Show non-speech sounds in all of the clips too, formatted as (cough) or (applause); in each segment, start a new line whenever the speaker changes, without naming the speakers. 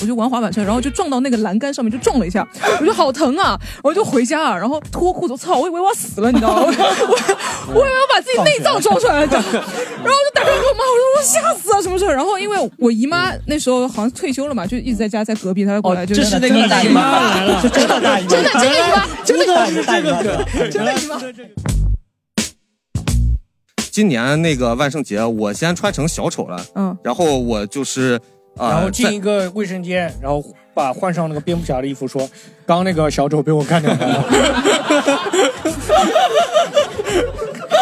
我就玩滑板车，然后就撞到那个栏杆上面，就撞了一下，我就好疼啊，然后就回家啊，然后脱裤子，操，我以为我要死了，你知道吗？我我我以为我把自己内脏装出来了，你知道吗然后我就打电话给我妈，我说我吓死了，什么事儿？然后因为我姨妈那时候好像退休了嘛，就一直在家，在隔壁，她就过来就
这
哦
是那个大姨妈来了，是真的大姨妈，
真的真的姨妈，真的
是这个梗，
真的姨妈。
今年那个万圣节，我先穿成小丑了，
嗯，
然后我就是啊，
然后进
在
一个卫生间，然后把换上那个蝙蝠侠的衣服，说：“刚刚那个小丑被我干掉了。”
(laughs)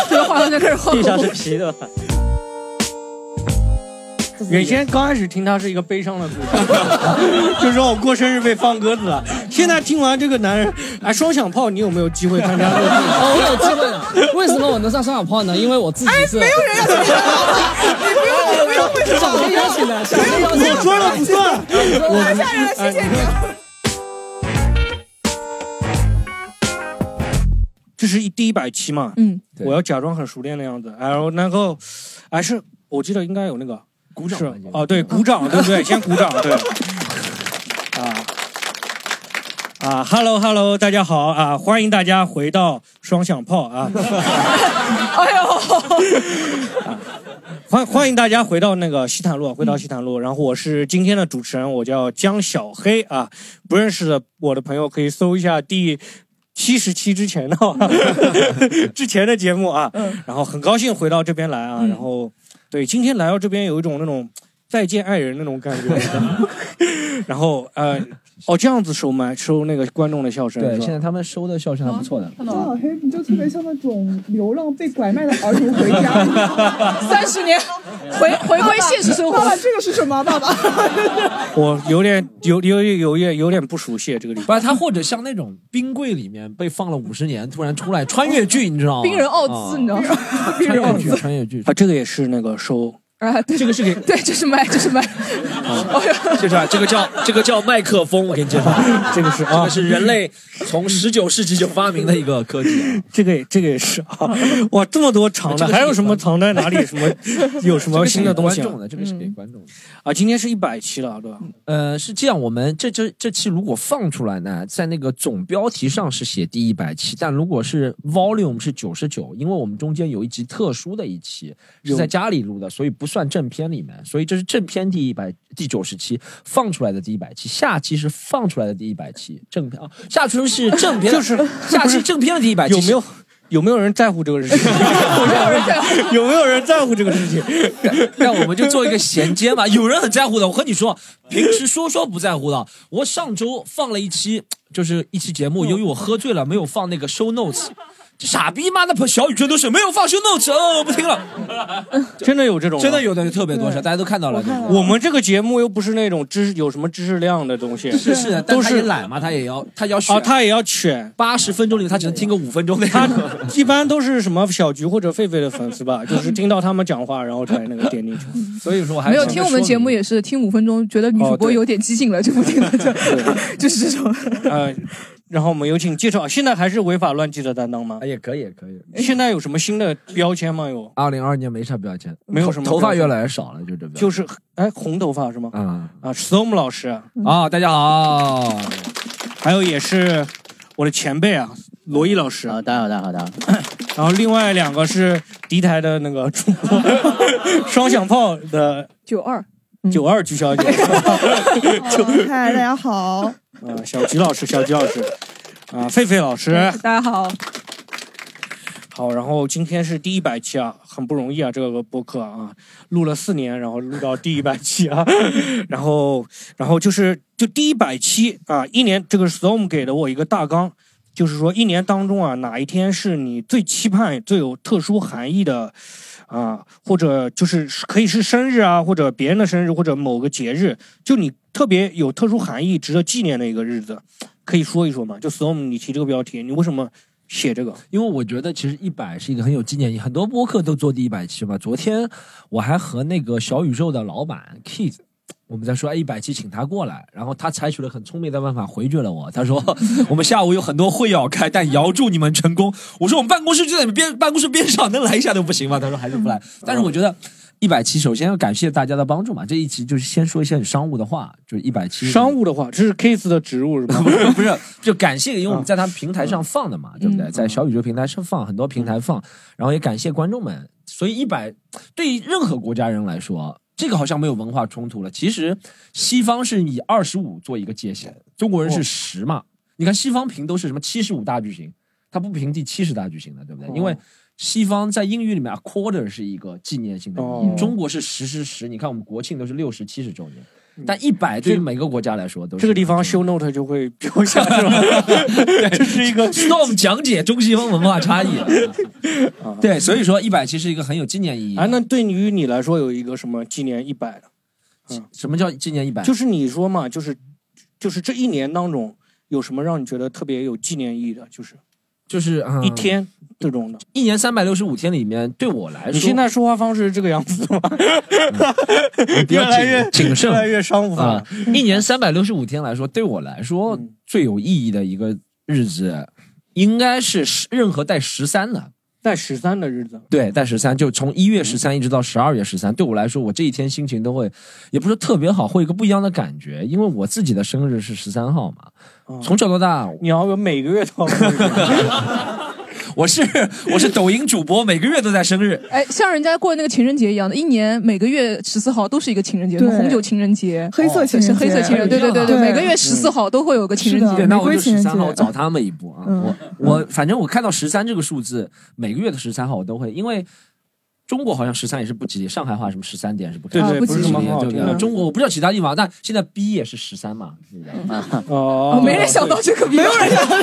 这个化妆就开始晃
地上是皮的，
原先刚开始听他是一个悲伤的故事， (laughs) 就说我过生日被放鸽子了。现在听完这个男人，哎，双响炮，你有没有机会参加这 (laughs) 个比赛？
哦，我有机会了。为什么我能上双响炮呢？因为我自己
哎
是没有人要你不用不用不用邀请的，小黑邀请的。
我说了不算。
太吓人了，谢谢你。
这是一第一百期嘛，
嗯，
对
我要假装很熟练的样子，然后然后，哎，是我记得应该有那
啊
个鼓掌是哦，对，鼓掌，对不对？先鼓掌，对，啊。啊，Hello Hello，大家好啊！欢迎大家回到双响炮啊！
(laughs) 哎呦，
(laughs)
欢 (laughs) 欢迎大家回到那个西坦路，回到西坦
嗯
路。然后我是今天的主持人，我叫江小黑啊。不认识的我的朋友可以搜一下第七十期之前的、啊、 (laughs) 之前的节目啊。
嗯
然后很高兴回到这边来啊。
嗯
然后对今天来到这边有一种那种再见爱人那种感
(laughs)
觉。然后呃哦这样子收麦收那个观众的笑声
对，
是吧
现在他们收的笑声还不错的。
看到
张
了，
小黑，你就特别像那种流浪被拐卖的儿童回家。
(laughs) 三十年回回归现实生
(laughs)
活
爸。爸，这个是什么？爸爸，
我有点 (laughs) 有有有有点有点不熟悉这个地方。
不是他，或者像那种冰柜里面被放了五十年，突然出来穿越剧，你知道吗？
冰人奥
啊
兹，你知道吗？ (laughs) 冰
穿
人奥
越
兹
剧，穿越剧。
(laughs) 啊，这个也是那个收
啊，对，这个是给对，这是麦，这是麦。哎
就是啊，这个叫这个叫麦克风，我跟你介绍，
(laughs) 这个是
这
啊
个是人类从十九世纪就发明的一个科
啊
技，
(laughs) 这个也这个也是啊，哇，这么多藏的，还有什么藏
(laughs)
在哪里？什么有什么新的东西
这个
啊
是给观众？的，这个是给观众的。
啊今天是一百期了，对吧？
呃，是这样，我们这这这期如果放出来呢，在那个总标题上是写第一百期，但如果是 volume 是九十九，因为我们中间有一集特殊的一期是在家里录的，所以不算正片里面，所以这是正片第一百第九十期放出来的第一百期，下期是放出来的第一百期正片啊，下期是正
(laughs)
片，
就是
下期正片的第一百期
有没有有没有人在乎这个事
(laughs)
情？
没有人在
(laughs)
乎。
有没有人在乎这个事情？
那我们就做一个衔接嘛。有人很在乎的，我和你说，平时说说不在乎的。我上周放了一期，就是一期节目，由于我喝醉了，没有放那个 show notes。这傻逼妈的，小宇宙都是没有放 show notes，哦，我不听了。
真的有这种？
真的。有的特别多，是大家都看到了。
我们这个节目又不是那种知有什么知识量的东西
是
(laughs)
是的，但
都
他也
是
懒嘛，他也要哦他也要选
啊，他也要选。
八十分钟里，他只能听个五分钟那
他
个。
一般都是什么小菊或者狒狒的粉丝吧，就是听到他们讲话，然后才那个点进去。
(laughs) 所以说，我还
没有
想着
听我们
说
节目
明
也是听五分钟，觉得女主
哦
播
对
有点激进了就不听了，就 (laughs) 就是这种。
(laughs) 呃，然后我们有请介绍，现在还是违法乱纪的担当吗
哎？也可以，也可以。
现在有什么新的标签吗？有，
二零二二年没啥标签，
没有什么
头头发
标签
越来越少了，就这标签。
就是哎，红头发是吗？
啊
啊，Storm 老师，
啊，大家好。
还有也是我的前辈啊，罗毅老师。
啊，大家好，大家好，大家好。
(coughs) 然后另外两个是敌台的那个 (laughs) 主播，双响炮的
九二，
九二菊
(laughs)
小姐，
嗨，大家好，
啊，小菊老师，小菊老师，啊，狒狒老师。
大家好，
好，然后今天是第一百期啊，很不容易啊，这个播客啊，录了四年，然后录到第一百期啊， (laughs) 然后，然后就是就第一百期啊，一年这个 Storm 给了我一个大纲，就是说一年当中啊，哪一天是你最期盼、最有特殊含义的啊，或者就是可以是生日啊，或者别人的生日，或者某个节日，就你特别有特殊含义、值得纪念的一个日子，可以说一说吗？就 Storm，你提这个标题，你为什么写这个。
因为我觉得其实一百是一个很有纪念意义，很多播客都做第一百期嘛。昨天我还和那个小宇宙的老板 Keith。我们在说，哎，一百期请他过来，然后他采取了很聪明的办法回绝了我。他说， (laughs) 我们下午有很多会要开，但遥祝你们成功。我说，我们办公室就在你们边办公室边上，能来一下都不行吗？他说还是不
嗯
来。但是我觉得一百期首先要感谢大家的帮助嘛。这一期就是先说一些很商务的话，就是一百期
商务的话，这是 Kiss 的植入是吧？
(laughs)
嗯
不是不是，就感谢，因为我们在他们平台上放的嘛，对不对？在小宇宙平台上放，很多平台放，然后也感谢观众们。所以一百对于任何国家人来说，这个好像没有文化冲突了。其实西方是以二十五做一个界限，中国人是十
哦
嘛。你看西方评都是什么七十五大句型，他不评第七十大句型的，对
哦
不对？因为西方在英语里面啊，quarter 是一个纪念性的意义，
哦
中国是十十十。你看我们国庆都是六十七十周年。但一百对于每个国家来说都
嗯
是
这个地方
周年
show note 就会 (laughs) 标下是
(laughs)
吧？这是一个
Storm 讲解中西方文化差
(laughs)
异。
啊
对，所以说一百其实一个很有纪念意义。
哎，那对于你来说有一个什么纪念一百的？嗯
什么叫纪念一百？
就是你说嘛，就是就是这一年当中有什么让你觉得特别有纪念意义的？就是
就是、嗯
一天这种的。
一年三百六十五天里面，对我来说，
你现在说话方式是这个样子吗？ (laughs)
我 (laughs) 比较
越来越
谨谨
越来
慎
越商务化
啊。。一年三百六十五天来说，对我来说
嗯
最有意义的一个日子，应该是十任何带十三的。
在十三的日子，
对，带十三，就从一月十三一直到十二月十三，对我来说，我这一天心情都会，也不是特别好，会有一个不一样的感觉，因为我自己的生日是十三号嘛，
啊
从小到大，
你要有每个月都要
(laughs) 我是我是抖音主播，每个月都在生日，
哎，像人家过那个情人节一样的，一年每个月十四号都是一个情人节，什
对
么红酒情人节、哦
黑色情
是
人节，
黑色情人，对对对对，
对
每个月十四号都会有个情人
是
节嗯
的。
对，那我就
玫瑰情
十
人节
三号找他们一步啊，
嗯
我我反正我看到十三这个数字，每个月的十三号我都会，因为。中国好像十三也是不吉利，上海话什么十三点是不
对
吉利
对，
不
不是
吉
什么
利
很好
对不
听
对？
的
中国我不知道其他地方，但现在 B 也是十三嘛，对不对？
哦
哦，没人想到这个，没有人想到，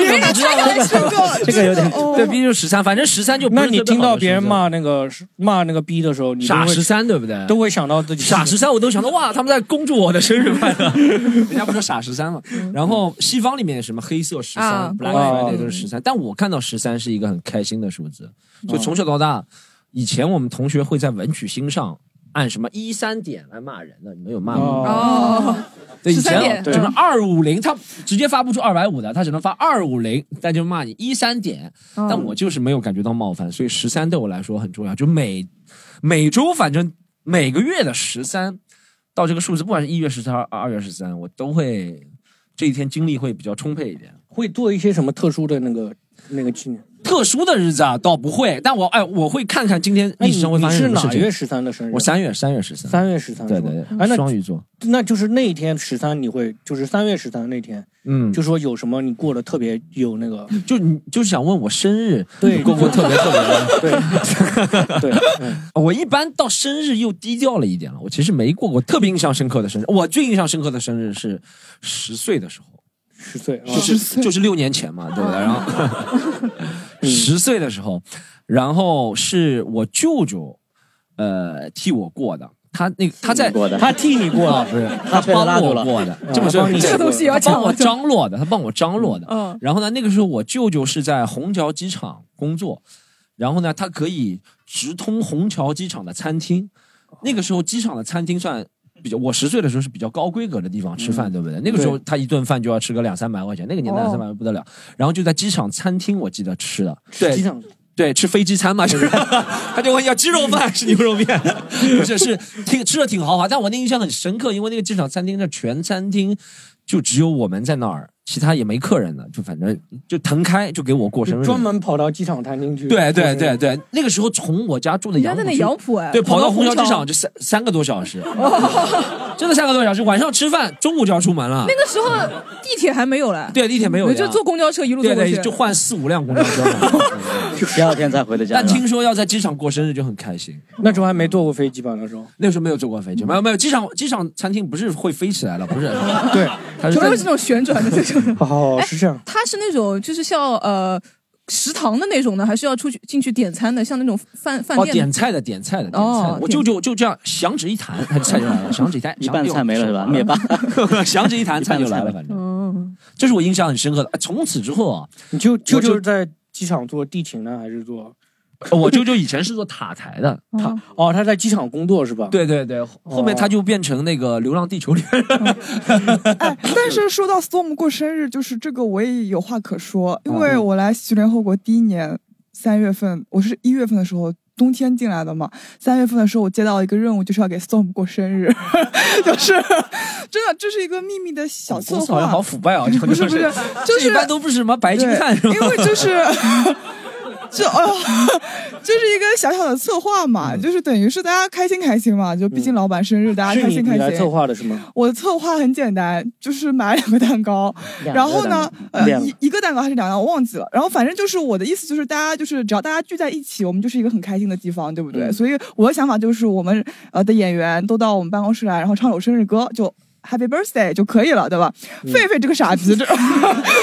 人家猜刚才说过，这个有哦点
对，B 就是十三，反正十三就不
那
是
你
特别
听
好的
到别人
数字
骂那个骂那个逼的时候，你都
傻
会
十三，对不对？
都会想到自己
傻十三，我都想到哇，他们在恭祝我的生日快乐。 (laughs) 人家不说傻十三嘛，然后西方里面有什么黑色十
啊
三、Black Friday 都是十三，但我看到十三是一个很开心的数字。就从小到大，以前我们同学会在文曲星上按什么一三点来骂人的，你们有骂吗？
哦，
哦，
对，以
13
前
点
什么二五零，他直接发不出二百五的，他只能发二五零，但就骂你一三点。
哦
但我就是没有感觉到冒犯，所以十三对我来说很重要。就每每周，反正每个月的十三到这个数字，不管是一月十三、二月十三，我都会这一天精力会比较充沛一点。
会做一些什么特殊的那个那个纪念。
特殊的日子啊，倒不会，但我哎，我会看看今天
哎，
历
你
史上会
你
发生
是
什么事
哪月
情。
十三的生日？啊
我三月三月十三，
三月十三。
对
是吧
对
哎，
对，
那
双鱼座，
那就是那一天十三，你会就是三月十三那天，
嗯，就
就说有什么你过得特别有那个
就你就是想问我生日
对
有过过特别
(laughs)
特别的。
对对，嗯
(laughs) 我一般到生日又低调了一点了。我其实没过过特别印象深刻的生日。我最印象深刻的生日是十岁的时候，
十岁啊
就，是就是六年前嘛，对不对？然后
(laughs)
十岁的时候，然后是我舅舅，呃，替我过的。他那个他在
过的，
他替你过
啊，
了，
不是他帮我过的，这么说
啊帮你
这个东西要
他帮
讲
我张罗的，他帮我张罗的。
嗯，
然后呢，那个时候我舅舅是在虹桥机场工作，然后呢，他可以直通虹桥机场的餐厅。那个时候机场的餐厅算比较，我十岁的时候是比较高规格的地方吃饭，对不对？那个时候他一顿饭就要吃个两三百块钱，那个年代
哦
两三百块不得了。然后就在机场餐厅，我记得吃的，对
机，长
对，吃飞机餐嘛，就是 (laughs) 他就问要鸡肉饭还是牛肉面， (laughs) 不是是挺吃的挺豪华，但我那印象很深刻，因为那个机场餐厅的全餐厅就只有我们在那儿，其他也没客人了，就反正就腾开就给我过生
就
日，
专门跑到机场餐厅去。
对对对对，那个时候从我家住的
人家
杨浦
在那
区
杨浦哎，
对，跑到虹桥
桥
机场。就三三个多小时，真的三个多小时，晚上吃饭，中午就要出门了，
那个时候地铁还没有嘞，
对，地铁没有的呀，
就坐公交车一路坐
对
过去
对，，就换四五辆公交
(laughs)
车嘛。嗯
第二天才
(laughs)
回的家。
但
是吧
听说要在机场过生日就很开心。
那时候还没坐过飞机吧？那时候嗯
那时候没有坐过飞机，没有没有，机场机场餐厅不是会飞起来了，
(laughs)
不是？对，它是
主要
在
是那种
(laughs)
旋转的这种。
哦，是这样。
它是那种就是像呃食堂的那种呢，还是要出去进去点餐的，像那种饭饭
哦
店
点菜的点菜的点
哦
菜的，我舅舅就这样响
(laughs)
指一弹，他就菜就来了，响指一弹， (laughs)
一半菜没了是吧？
灭
灭霸，
响指一弹菜就来了，反正
嗯，
这是我印象很深刻的。哎从此之后啊，
你就就
我
就
就是哦
在机场做地勤呢，还是做？
我舅舅以前是做塔台的，
他哦，他在机场工作是吧？哦
对对对，后面他就变成那个《流浪地球》里面
但是说到 Storm 过生日，就是这个我也有话可说，因为
嗯
我来徐联后国第一年三月份，我是一月份的时候。冬天进来的嘛，三月份的时候我接到一个任务，就是要给 Storm 过生日， (laughs) 就是真的，这是一个秘密的小策
公司好像
划。
好腐败啊！这个
不是
就
不是就
这
是
一般都不是什么白金
对，
汉是吧？
因为就是就 (laughs) 哦，这是一个小小的策划
嗯
嘛，就是等于是大家开心开心嘛，就毕竟老板生日，大家
是
开
你
心
你
开
来策
心。
划的是吗？
我的策划很简单，就是买两个蛋糕，
两个
然后呢，呃，
两个
一一个蛋糕还是两个，我忘记了。然后反正就是我的意思就是，大家就是只要大家聚在一起，我们就是一个很开心的地方，对不对？
嗯
所以我的想法就是，我们呃的演员都到我们办公室来，然后唱首生日歌，就 Happy Birthday 就可以了，对吧？
嗯
狒狒这个
(laughs)
傻逼，这真的， (laughs)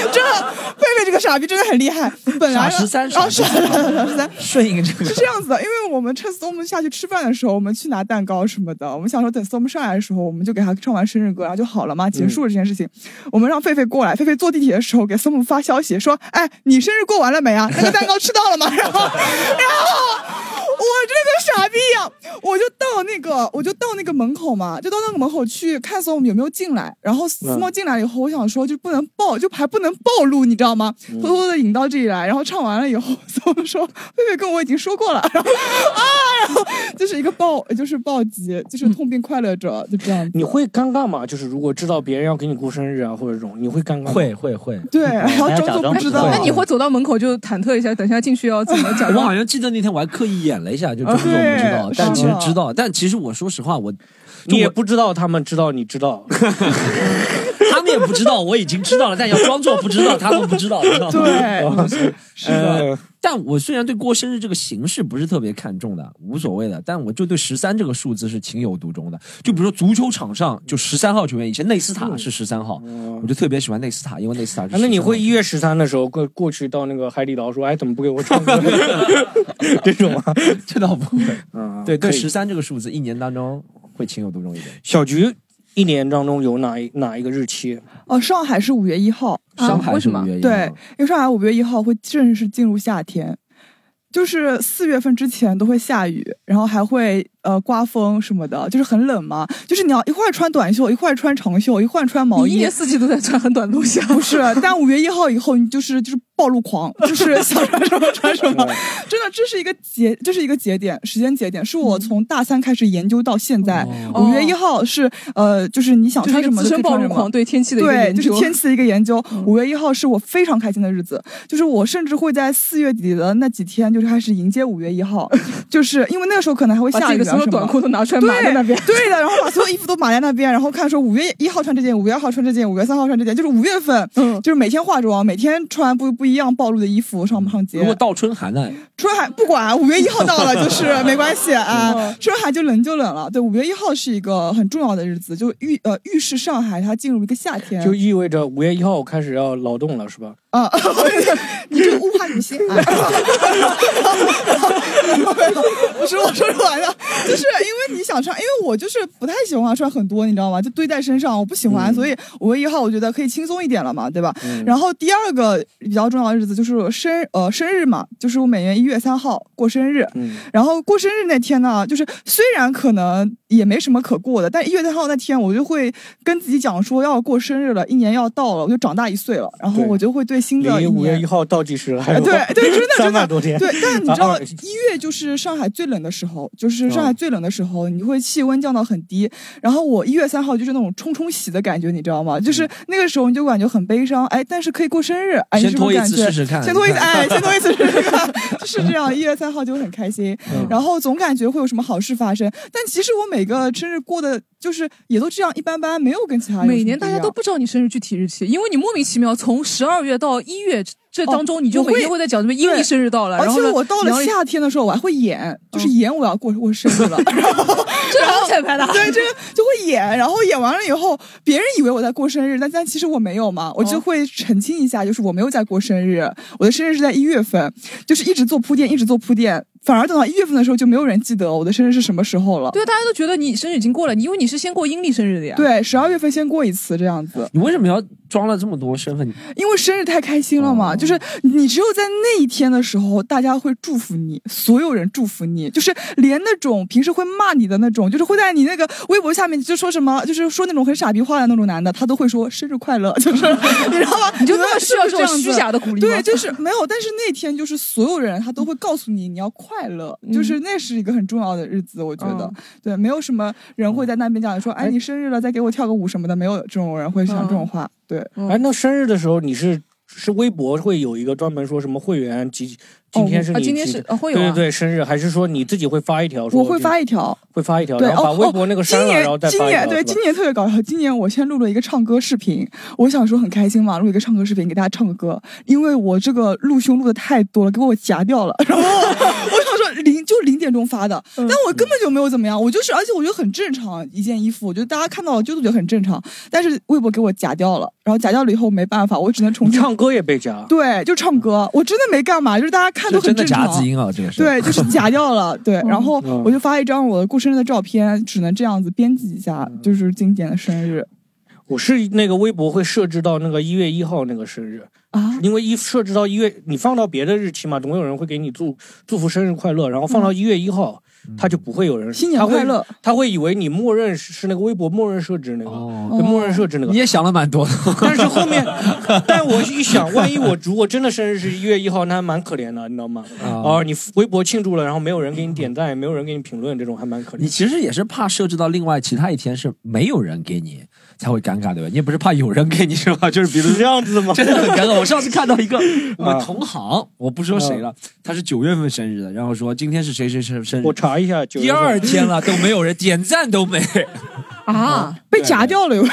狒狒这个傻逼真的很厉害。本来呢
傻十三
啊，
傻
傻
十
傻傻十三。
(laughs) 顺应这个
是这样子的，因为我们趁 Storm 下去吃饭的时候，我们去拿蛋糕什么的。我们想说，等 Storm 上来的时候，我们就给他唱完生日歌，然后就好了嘛，结束了这件事情。我们让狒狒过来，狒狒坐地铁的时候给 Storm 发消息说：“哎，你生日过完了没啊？那个蛋糕吃到了吗？” (laughs) 然后，然后。我这个傻逼呀、我就到那个，我就到那个门口嘛，就到那个门口去看 Storm 有没有进来。然
嗯
后 Storm 进来以后，我想说就不能暴，就还不能暴露，你知道吗？
嗯
偷偷的引到这里来，然后唱完了以后，Storm (laughs) 说：“狒狒跟我已经说过了。”然后啊，然后就是一个暴，就是暴击，就是痛并快乐着，就这样子。
你会尴尬吗？就是如果知道别人要给你过生日啊，或者这种，你会尴尬吗？
会会会。嗯
对，然后
还要假
装作
装
不
不
知
知道
道。
那你会走到门口就忐忑一下，等一下进去要怎么
(laughs)
假
我
装
好？像记得那天我还刻意演了一下，就
啊
装作不知道
对，
但其
是
实
的
知道。但其实我说实话，我
你也不知道他们知道你知道，
(laughs) 他们也不知道，我已经知道了，但要装作不知道，他们不
(laughs)
知道，你知道吗？ (laughs) 哦呃
对，
是的，
但我虽然对过生日这个形式不是特别看重的，无所谓的，但我就对十三这个数字是情有独钟的。就比如说足球场上，就十三号球员，以前内斯塔是十三号，我就特别喜欢内斯塔，因为内斯塔是
嗯哦啊
13号。
那你会一月十三的时候过过去到那个海底捞说，哎，怎么不给我
(laughs)
唱歌？这种啊，
这倒不会。
嗯，
对，对
可以
十三这个数字，一年当中会情有独钟一点。
小菊一年当中有哪一哪一个日期？
哦，上海是五月一号，
啊
上海
为
是
什
五
么
月一号
对，因为上海五月一号会正式进入夏天，就是四月份之前都会下雨，然后还会呃刮风什么的，就是很冷嘛。就是你要一会儿穿短袖，一会儿穿长袖，一会儿穿毛
你一
衣
年。四季都在穿很短的东西啊？(laughs)
不是，但五月一号以后，你就是就是暴露狂，就是 (laughs) 想穿什么穿什么。真的，这是一个节，这是一个节点，时间节点，是我
嗯
从大三开始研究到现在。
哦
五月一号是呃，就是你想
就是
穿
一
什
个
么
资
就
深
可以
暴
穿
露
什么
狂。对天气的一个
对，
研
就是
究。嗯
天气的一个研究。五月一号是我非常开心的日子，就是我甚至会在四月底的那几天，就是开始迎接五月
(laughs)
一号，就是因为那个时候可能还会
把
下
自己
雨
的
啊
所有
什
短
么。
裤都拿出来码在
对
那边。
对的，然后把所有衣服都码在那边，然后看说五月一号穿这件，五月二号穿这件，五月三号穿这件，就是五月份，
嗯
就是每天化妆，每天穿不不一样暴露的衣服上
嗯
上街
如。果到春寒呢？
春寒不管，五月一号到了就是没关系啊，春寒就冷就冷了。对，五月一号是一个很重要的日子，就预呃预示上海它进入一个夏天。
就意味着五月一号开始要劳动了，是吧？
啊， (laughs) 你这个物化女性啊！我说我说出来的，就是因为你想穿，因为我就是不太喜欢穿很多，你知道吗？就堆在身上，我不喜欢，所以五月一号我觉得可以轻松一点了嘛，对吧？然后第二个比较重要的日子就是生呃生日嘛，就是我每年一月三号过生日，
嗯，
然后过生日那天呢，就是虽然可能也没什么可过的，但一月三号那天我就会跟自己讲说要过生日了，一年要到了，我就长大一岁了，然后
对
我就会对新的
离
一
五月
年
一。号倒计时还
哎
有
对
(laughs)
对，真的
三
真
万
的
多天。
对，但你知
啊
道
啊
一月就是上海最冷的时候，就是上
哦
海最冷的时候，你会气温降到很低。然后我一月三号就是那种冲冲喜的感觉，你知道吗？
嗯
就是那个时候你就感觉很悲伤，哎，但是可以过生日，哎，你
先
是不
拖
是
一
感
次
觉
试试看。(laughs)
先拖一次，
看
哎，先拖一次试试看，就是这样。一月三号就会很开心，
嗯
然后总感觉会有什么好事发生。但其实我每个生日过的，就是也都这样一般般，没有跟其他人有什么
每年
不
大
一
家
样
都不知道你生日具体日期，因为你莫名其妙从十二月到一月这这当中，你就
哦我
每
会
天会在讲什么阴历
对
生日到了，
而
然后
且
呢嗯
我到了，夏天的时候，我还会演，就是演我要过过生日了，
(laughs)
然后
这好彩排的。
对这个就会演，然后演完了以后，别人以为我在过生日，但但其实我没有嘛，我就
哦
会澄清一下，就是我没有在过生日，我的生日是在一月份，就是一直做铺垫，一直做铺垫，反而等到一月份的时候就没有人记得我的生日是什么时候了。
对，大家都觉得你生日已经过了，你因为你是先过阴历生日的呀。
对，十二月份先过一次这样子。
你为什么要装了这么多身份？哦
因为生日太开心了嘛，就是你只有在那一天的时候，大家会祝福你，所有人祝福你，就是连那种平时会骂你的那种，就是会在你那个微博下面就说什么，就是说那种很傻逼话的那种男的，他都会说生日快乐，就是你知道吗？
你就那么
们
需要这种虚假的鼓励吗
对，就是没有。但是那天就是所有人他都会告诉你你要快乐，就是那是一个很重要的日子，我觉得、
嗯
对，没有什么人会在那边讲说，哎，你生日了，再给我跳个舞什么的，没有这种人会讲这种话。对，
哎，那生日的时候你是是微博会有一个专门说什么会员几今天是
哦
你
啊今天
几
是哦会有啊
对对对生日，还是说你自己会发一条说？
我会发一条，
会发一条，
对，
然后把
哦
微博那个删
哦、
了，
今
然后再发一
年今
条
年对
是吧
今年特别搞笑，今年我先录了一个唱歌视频，我想说很开心嘛，录一个唱歌视频给大家唱个歌，因为我这个录胸录的太多了，给我夹掉了，
(laughs)
然后我想说零就零点钟发的，
嗯
但我根本就没有怎么样，我就是而且我觉得很正常，一件衣服，我觉得大家看到了就觉得很正常，但是微博给我夹掉了，然后夹掉了以后没办法，我只能重新
唱歌也被夹。
对，就唱歌，我真的没干嘛，就是大家看都
这
很
真的
正
夹
常。
子音啊，这个是。
对，就是夹掉了。对，然后
嗯
我就发一张我过生日的照片，只能这样子编辑一下，
嗯
就是今年的生日。
(laughs) 我是那个微博会设置到那个一月一号那个生日
啊，
因为一设置到一月，你放到别的日期嘛，总有人会给你祝祝福生日快乐，然后放到一月一号，
嗯
他就不会有人
新年快乐
他会，他会以为你默认是是那个微博默认设置那个，
哦
对默认设置那个。
你也想了蛮多的，
但是后面， (laughs) 但我一想，万一我如果真的生日是一月一号，那还蛮可怜的，你知道吗？
啊
啊，你微博庆祝了，然后没有人给你点赞，也没有人给你评论，这种还蛮可怜的。
你其实也是怕设置到另外其他一天是没有人给你才会尴尬，对吧？你也不是怕有人给你是吧？ (laughs) 就是比如
是这样子的吗
真的很尴尬。 (laughs) 我上次看到
(laughs)
一个我们
啊
同行，我不说谁了，他是九月份生日的，然后说今天是谁谁谁啊生日，我
查一下，
第二天了都没有人点赞都 (laughs) 没，
啊，
嗯
被夹掉了，有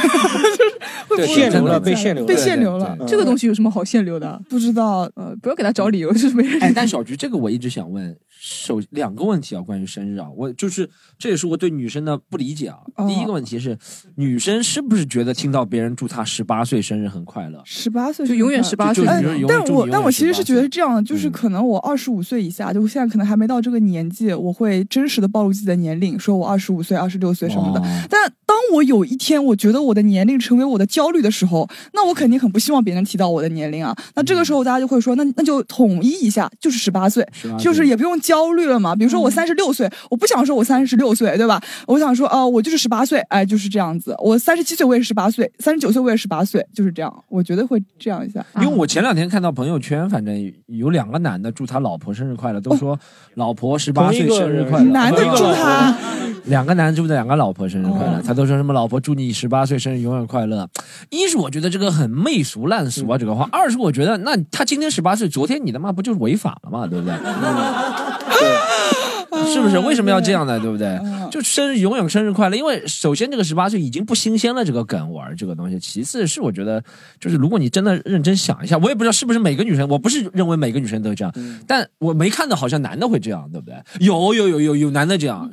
会
对限流了被限流了
被限流了
对对。对
这个东西有什么好限流的？
不知道，嗯
呃，不要给他找理由，就是没 (laughs) 人。
哎，但小菊，这个我一直想问，首两个问题啊，关于生日啊，我就是这也是我对女生的不理解啊。
哦
第一个问题是，女生是不是觉得听到别人祝她十八岁生日很快乐？
(laughs) 十八岁
就是
吧
永远18岁就
嗯
是，永
但
远
我
就
但我其实是觉得是这样的，就是
嗯
可能我二十五岁以下，就现在可能还没到这个年纪，我会真实的暴露自己的年龄，说我二十五岁、二十六岁什么的。
哦
但当我有一天我觉得我的年龄成为我的焦虑的时候，那我肯定很不希望别人提到我的年龄啊。那这个时候大家就会说，那那就统一一下，就是十八岁
18，岁
就是也不用焦虑了嘛。比如说我三十六岁，我不想说我三十六岁，对吧？我想说，哦、我就是十八岁，哎，就是这样子。我三十七岁我也是十八岁，三十九岁我也是十八岁，就是这样。我觉得会这样一下。
因为我前两天看到朋友圈，反正有两个男的祝他老婆生日快乐，都说老婆十八
哦同一
岁
个
生日
人
快乐。
男的祝他，哦
两个男的祝的两个老婆生日快乐，他都说什么老婆祝你十八岁生日永远快乐。一是我觉得这个很媚俗烂俗
嗯
啊，这个话；二是我觉得那他今天十八岁，昨天你他妈不就是违法了嘛，对
(laughs)
不对？是
嗯
不是？为什么要这样呢？对不对？就生日永远生日快乐，因为首先这个十八岁已经不新鲜了，这个梗玩这个东西。其次是我觉得，就是如果你真的认真想一下，我也不知道是不是每个女生，我不是认为每个女生都这样，
嗯
但我没看到好像男的会这样，对不对？有有有有有男的这样，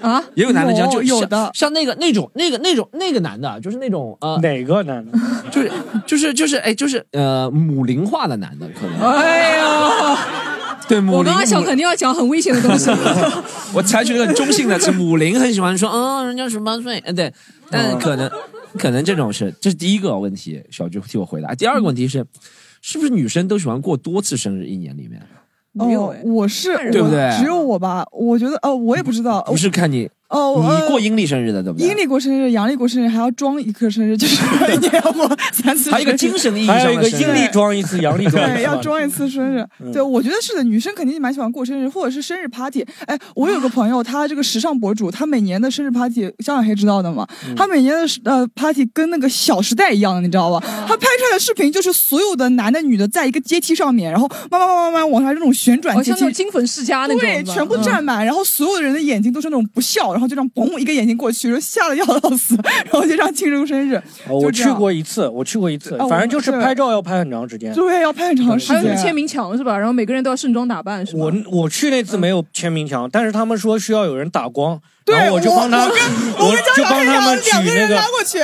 啊，
也有男的这样，就
有
像
的
像那个那种那个那种那个男的，就是那种呃
哪个男的，
就是就是就是哎就是呃母龄化的男的可能，
哎呦，
对母龄。
我刚刚想
母
肯定要讲很危险的东西。
(laughs) 我采取了个中性的词，母龄很喜欢说，嗯，人家十八岁，嗯，对，但可能、可能这种是这是第一个问题，小菊替我回答。第二个问题是，是不是女生都喜欢过多次生日？一年里面
哦，我是
对不对
我只有我吧？我觉得，哦，我也不知道，
不是看你
哦
你
呃
过阴历生日的对不对？
阴历过生日、阳历过生日，还要装一个生日，就是你要过三次生日，
还有一个精神意义
还
上
有
的
一个
生日
阴历装一次，阳历 (laughs) 装一次嘛，
对，要装一次生日。
嗯
对，我觉得是的，女生肯定蛮喜欢过生日，或者是生日 party。哎，我有个朋友，他这个时尚博主，他每年的生日 party，小小黑知道的嘛？
嗯
他每年的呃 party 跟那个《小时代》一样，你知道吧？
嗯
他拍出来的视频就是所有的男的女的在一个阶梯上面，然后慢慢慢慢慢慢往下这种旋转
哦
阶
像
梯，
那种金粉世家那种
对，
是吧嗯
全部站满，然后所有的人的眼睛都是那种不笑，然后就这样嘣一个眼睛过去，然后吓得要要死，然后就这样庆祝生日。
哦，我
就这
去
样
过一次，我去过一次
啊，我
反正就是
对
拍照要拍很长时间。
(laughs) 对，要拍很长时
还有
间。
什么签名墙是吧？然后每个人都要盛装打扮是吧？
我我去那次没有签名墙，但是他们说需要有人打光，
对
然后我就帮他，
我跟我跟
就
张小
帮
黑
他
两
们
个
取
两个
那
人
个
拉过去。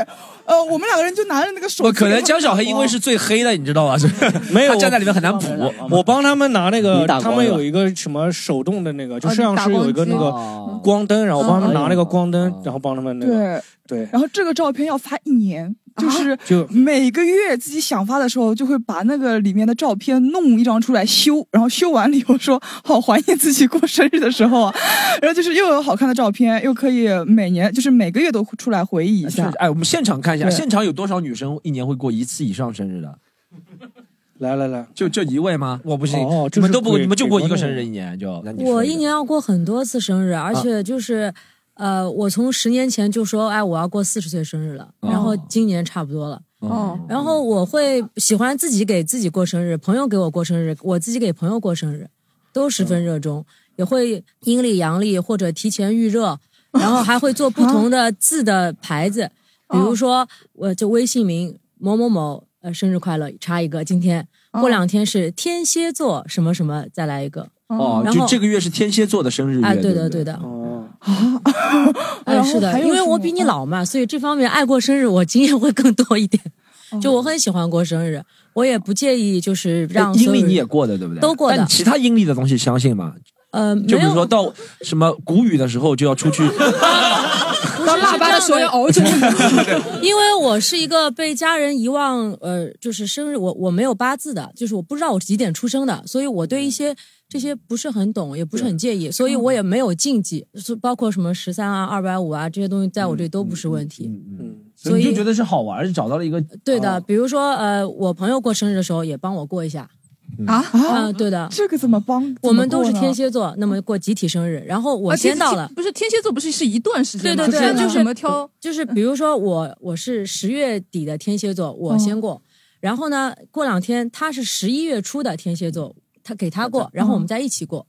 呃，我们两个人就拿着那个手机
我
给他
可
们打光。
能江小黑哦因为是最黑的，你知道 (laughs) 吧？是
没有
他站在里面很难补。
我帮他们拿那
你
个，
打光
他们
是吧
有一个什么手动的那个，就
啊
摄像师有一个那
打
个
哦
哦光灯，然后我帮他们
嗯
哦
拿那个光灯，然后帮他们那
对
个，对，
然后这个照片要发一年，就是
就
每个月自己想发的时候，就会把那个里面的照片弄一张出来修，然后修完了以后说好怀念自己过生日的时候啊， (laughs) 然后就是又有好看的照片，又可以每年就是每个月都出来回忆
(laughs)
一下。
哎，我们现场看一下，
对
现场有多少女生一年会过一次以上生日的？
来来来，
就就一位吗？我不信，
哦
你
这
们
是
都不，
鬼
你们就过一
鬼
个
魂
生日一年就。那你说
我
个啊
一年要过很多次生日，而且就是，呃，我从十年前就说，哎，我要过四十岁生日了，
哦
然后今年差不多了。
哦，
然后我会喜欢自己给自己过生日，朋友给我过生日，我自己给朋友过生日，都十
嗯
分热衷，也会阴历阳历或者提前预热，然后还会做不同的字的牌子，比如说我就微信名某某某，呃，生日快乐，插一个，今天过两天是天蝎座什么什么，再来一个，
哦，
嗯然
就
后
这个月是天蝎座的生日月，
哎，
对
对的
不
对的，
哦，
哎，
然后
是的
还，有
因为
什
我
么
比你老嘛，所以这方面爱过生日，我经验会更多一点。就我很喜欢过生日，我也不介意，就是让
阴
所
历
有
哎你也
人
过的，对不对？
都过的
但你其他阴历的东西相信吗？
呃，没
就比如
有
说到什么谷雨的时候就要出去，
(laughs)
当腊八的时候要熬
(laughs)
酒，
因为我是一个被家人遗忘，呃，就是生日我我没有八字的，就是我不知道我几点出生的，所以我对一些这些不是很懂，也不是很介意，所以我也没有禁忌，就是包括什么十三啊、二百五啊这些东西，在我这里都不是问题。
嗯，
所以
你就觉得是好玩，是找到了一个
对的，
哦
啊
比如说呃，我朋友过生日的时候也帮我过一下
嗯
啊
啊、
啊，
对的。
这个怎么帮？
我们都是
怎么过
天
呢。
蝎座，那么过集体生日，然后我
啊天
先到了
天，不是天蝎座，不是是一段时间吗，
对对对
就
就是是
什么挑
就是比如说我我是十月底的天蝎座，
哦
我先过，然后呢，过两天他是十一月初的天蝎座，他给他
哦
过，然后我们再一起过。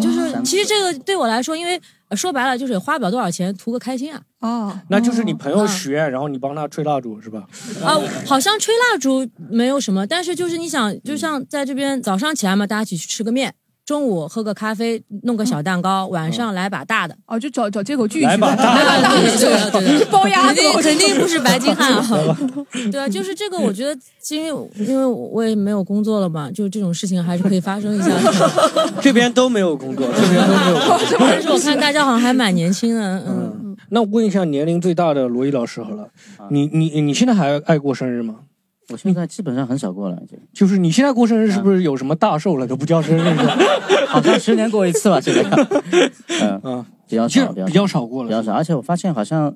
就是其实这个对我来说，因为呃说白了就是花不了多少钱，图个开心啊
哦
啊，
哦那就是你朋友
嗯
许愿，然后你帮他吹蜡烛是吧？
啊！好像吹蜡烛没有什么，但是就是你想，就像在这边早上起来嘛，大家一起去吃个面。中午喝个咖啡，弄个小蛋糕，晚上来把大的，
嗯哦，就找找借口拒绝，
来吧
(laughs) 对
来吧
对对对
(laughs)
对对，
包鸭
肯
子，
定
我
肯定不是白金汉
(laughs)
啊。对啊，就是这个，我觉得，因为因为我也没有工作了嘛，就这种事情还是可以发生一下
(laughs)
的。
这边都没有工 (laughs) 作，这边都没有工作。
但是我看大家好像还蛮年轻的，嗯，
嗯，那我问一下年龄最大的罗毅老师好了，你你你现在还爱过生日吗？
啊我现在基本上很少过了，已经啊
就是你现在过生日是不是有什么大寿了都不叫生日 (laughs) 了？
好像十年过一次吧，这个。嗯
嗯
嗯，比较
就
少，
比较少过
比
了。
较少，而且我发现好像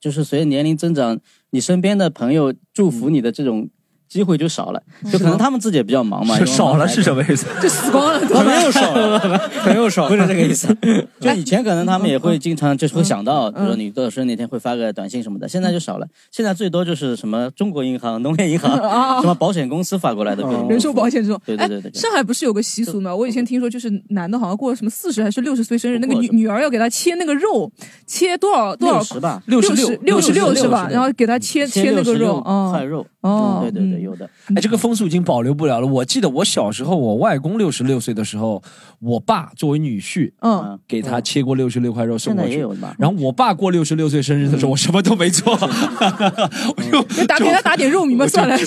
就是随着年龄增长，你身边的朋友祝福你的这种机会就少了，就可能他们自己也比较忙嘛。因为
少了是什么意思？
就死光 (laughs) 了，
朋友少
(laughs)
了，朋友少，不是这个意思。
就以前可能他们也会经常就是会想
嗯
到，比如你多少岁那天会发个短信什么的，现在就少了。现在最多就是什么中国银行、农业
(laughs)
银行、什么保险公司发过来的各种
哦人寿保险这种，
对对
哎
对对，对
上海不是有个习俗吗？我以前听说，就是男的好像过了什么四十还是六十岁生日，那个
不过
女
什么
女儿要给他切那个肉，切多少多少
六十吧，
六
十
六
六
十
六
是吧？然后给他
嗯
切切那个肉，
块
哦
肉，
哦，
对对对，
嗯
有的。
哎，这个风俗已经保留不了了。我记得我小时候，我外公六十六岁的时候，我爸作为女婿啊
嗯，
给他切过六十六块肉送
现在
过
也
去。
有的吧？
然后我爸过六十六岁生日的时候，我什么都没做， (laughs) 我就
就嗯打给他打点肉糜嘛，算了。 (laughs)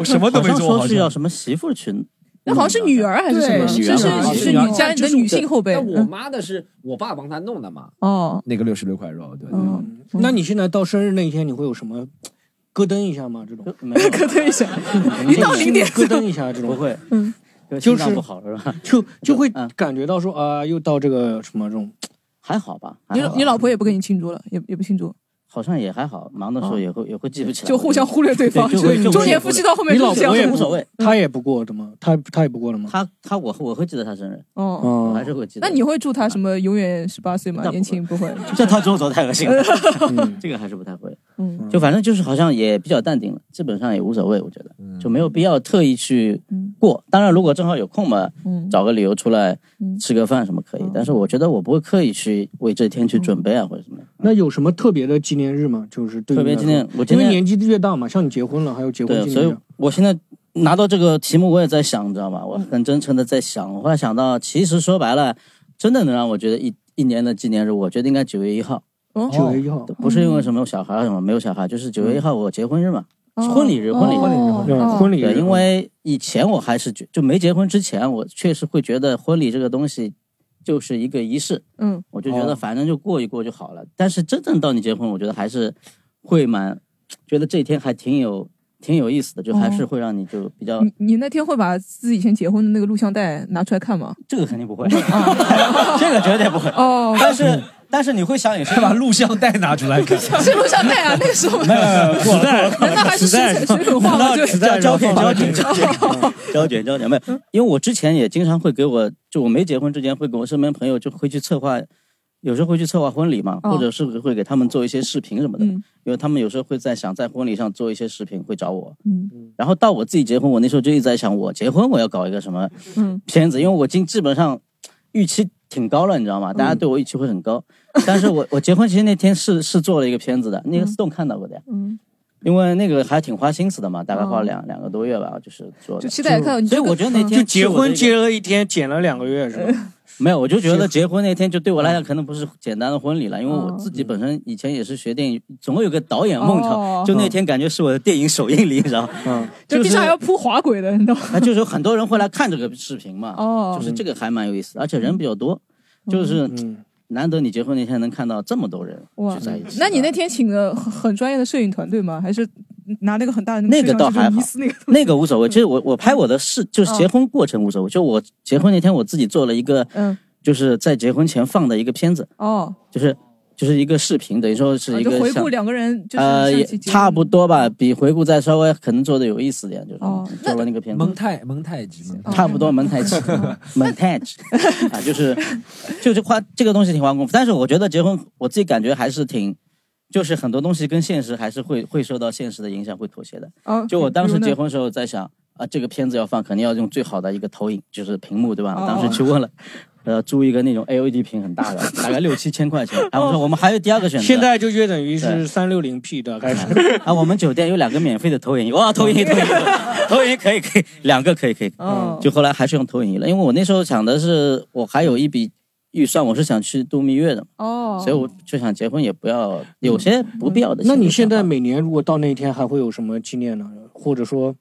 我什么都
好
没
像
做，
说
好
是要
像。
什么媳妇群，
那好像是女儿还是什么？
对
是
嗯女儿
是是
女儿
女家里的女性后辈嗯
但我妈的是我爸帮她弄的嘛，
哦，
那个六十六块肉，对。
嗯，
那你现在到生日那一天，你会有什么咯噔一下吗？这种
就 (laughs) 没有
咯噔一下，
嗯
(laughs) 一到零点
咯噔一下这
不
种，
会，
嗯，
就心脏不好是吧？
就就会
嗯
感觉到说啊，又到这个什么这种。
还好吧？
你
还好吧
你老婆也不跟你庆祝了，也也不庆祝，
好像也还好，忙的时候也会也会记不起来，
哦就互相忽略对方。
对就会就会
中年夫妻到后面
你
就
老
这样
婆也
无所谓，
嗯
他也不过的吗？他他也不过的吗？
他他我我会记得他生日，
哦，
我
哦
还，是会嗯记得。
那你会祝他什么永远十八岁吗？
那不会
年轻不会，
这套动作太恶
(laughs)
心了，这个还是不太会。
嗯。
就反正就是好像也比较淡定了，基本上也无所谓，我觉得就没有必要特意去过。当然，如果正好有空嘛，
嗯
找个理由出来
嗯嗯
吃个饭什么可以，但是我觉得我不会刻意去为这天去准备啊或者什么的。
那有什么特别的纪念日吗？就是对于
特别
你来
今
说
天我今
因为
天
年纪越大嘛，像你结婚了，还有结婚
对，
纪
所
念
以
日，
我现在拿到这个题目，我也在想，你知道吗？我很真诚的在想，我后来
嗯
想到，其实说白了，真的能让我觉得一一年的纪念日，我觉得应该九月一号。
哦
9月1号
不是因为什么小孩什么没有小孩，就是九月一号我结婚日嘛，
哦
是婚礼日，婚礼
哦
日，
对哦婚礼日
对，因为以前我还是觉就没结婚之前，我确实会觉得婚礼这个东西就是一个仪式，
嗯，
我就觉
哦
得反正就过一过就好了。但是真正到你结婚，我觉得还是会蛮觉得这一天还挺有挺有意思的，就还
哦
是会让你就比较。
你你那天会把自己以前结婚的那个录像带拿出来看吗？
这个肯定不会，啊这个绝对不会。
哦
但是但是你会想，你是把录像带拿出来看
(laughs) 是录像带啊，那个时候
没有没有没有过了过了
那还是
磁带
水水土画吗？
那
就
磁带胶片胶片胶片焦点焦点没
嗯
有，因为我之前也经常会给我，就我没结婚之前会给我身边朋友就会去策划，有时候会去策划婚礼嘛，
哦
或者是会给他们做一些视频什么的，
嗯
因为他们有时候会在想在婚礼上做一些视频，会找我。
嗯
然后到我自己结婚，我那时候就一直在想，我结婚我要搞一个什么
嗯
片子，因为我今基本上预期挺高了，你知道吗？大家
嗯
对我预期会很高，但是我我结婚其实那天是是做了一个片子的，那个 Stone 看到过的呀。
嗯，
因为那个还挺花心思的嘛，大概花了
哦
两、两个多月吧，就是做
就
的。
期待看你这
所以
个
我觉得那
嗯
天
就结婚
结了一天，减了两个月是吧？ (laughs) 没有，我就觉得结婚那天就对我来讲可能不是简单的婚礼了，因为
哦
我自己本身以前也是学电影，总会有个导演梦
哦
场，就那天感觉是我的电影首映礼，你知道吗？
就地
是
上还要铺滑轨的，你懂吗？
那就是有很多人会来看这个视频嘛，
哦
就是这个还蛮有意思的，而
嗯
且人比较多，就是难得你结婚那天能看到这么多人
哇
聚在一起，，
那你那天请了很很专业的摄影团队吗？还是拿那个很大的
那
摄像
个倒
机
还
就
好
是撕那个，
那个无所谓。就是我我拍我的事，就是结婚过程无所谓。就我结婚那天，我自己做了一个，
嗯，
就是在结婚前放的一个片子，
哦，
就是就是一个视频，等于说是
啊
一
就
个
回
像
顾两个人就是
呃，
上
也
一期节目
差不多吧，比回顾再稍微可能做的有意思点，就是
哦
做了那个片子。
蒙太蒙太奇，
差不多蒙太奇，蒙太奇啊，就是就是花这个东西挺花功夫，但是我觉得结婚，我自己感觉还是挺，就是很多东西跟现实还是会会受到现实的影响，会妥协的。
哦
就我当
比
时
如呢
结婚的时候在想啊，这个片子要放，肯定要用最好的一个投影，就是屏幕，对吧？
哦
我当时去问了。呃，租一个那种 LED 屏
(laughs)
很大的，大概六七千块钱。然
哦
后我说我们还有第二个选择，
现在就约等于是
对
三六零 P 的开
(laughs)
始。
啊，我们酒店有两个免费的投影仪，哇，投影仪，投影仪，
哦 (laughs)
投影仪可以，可以，两个可以，可以。
哦
就后来还是用投影仪了，因为我那时候想的是，我还有一笔预算，我是想去度蜜月的，
哦，
所以我就想结婚也不要有些不必要的。
嗯那你现在每年如果到那一天，还会有什么纪念呢？或者说，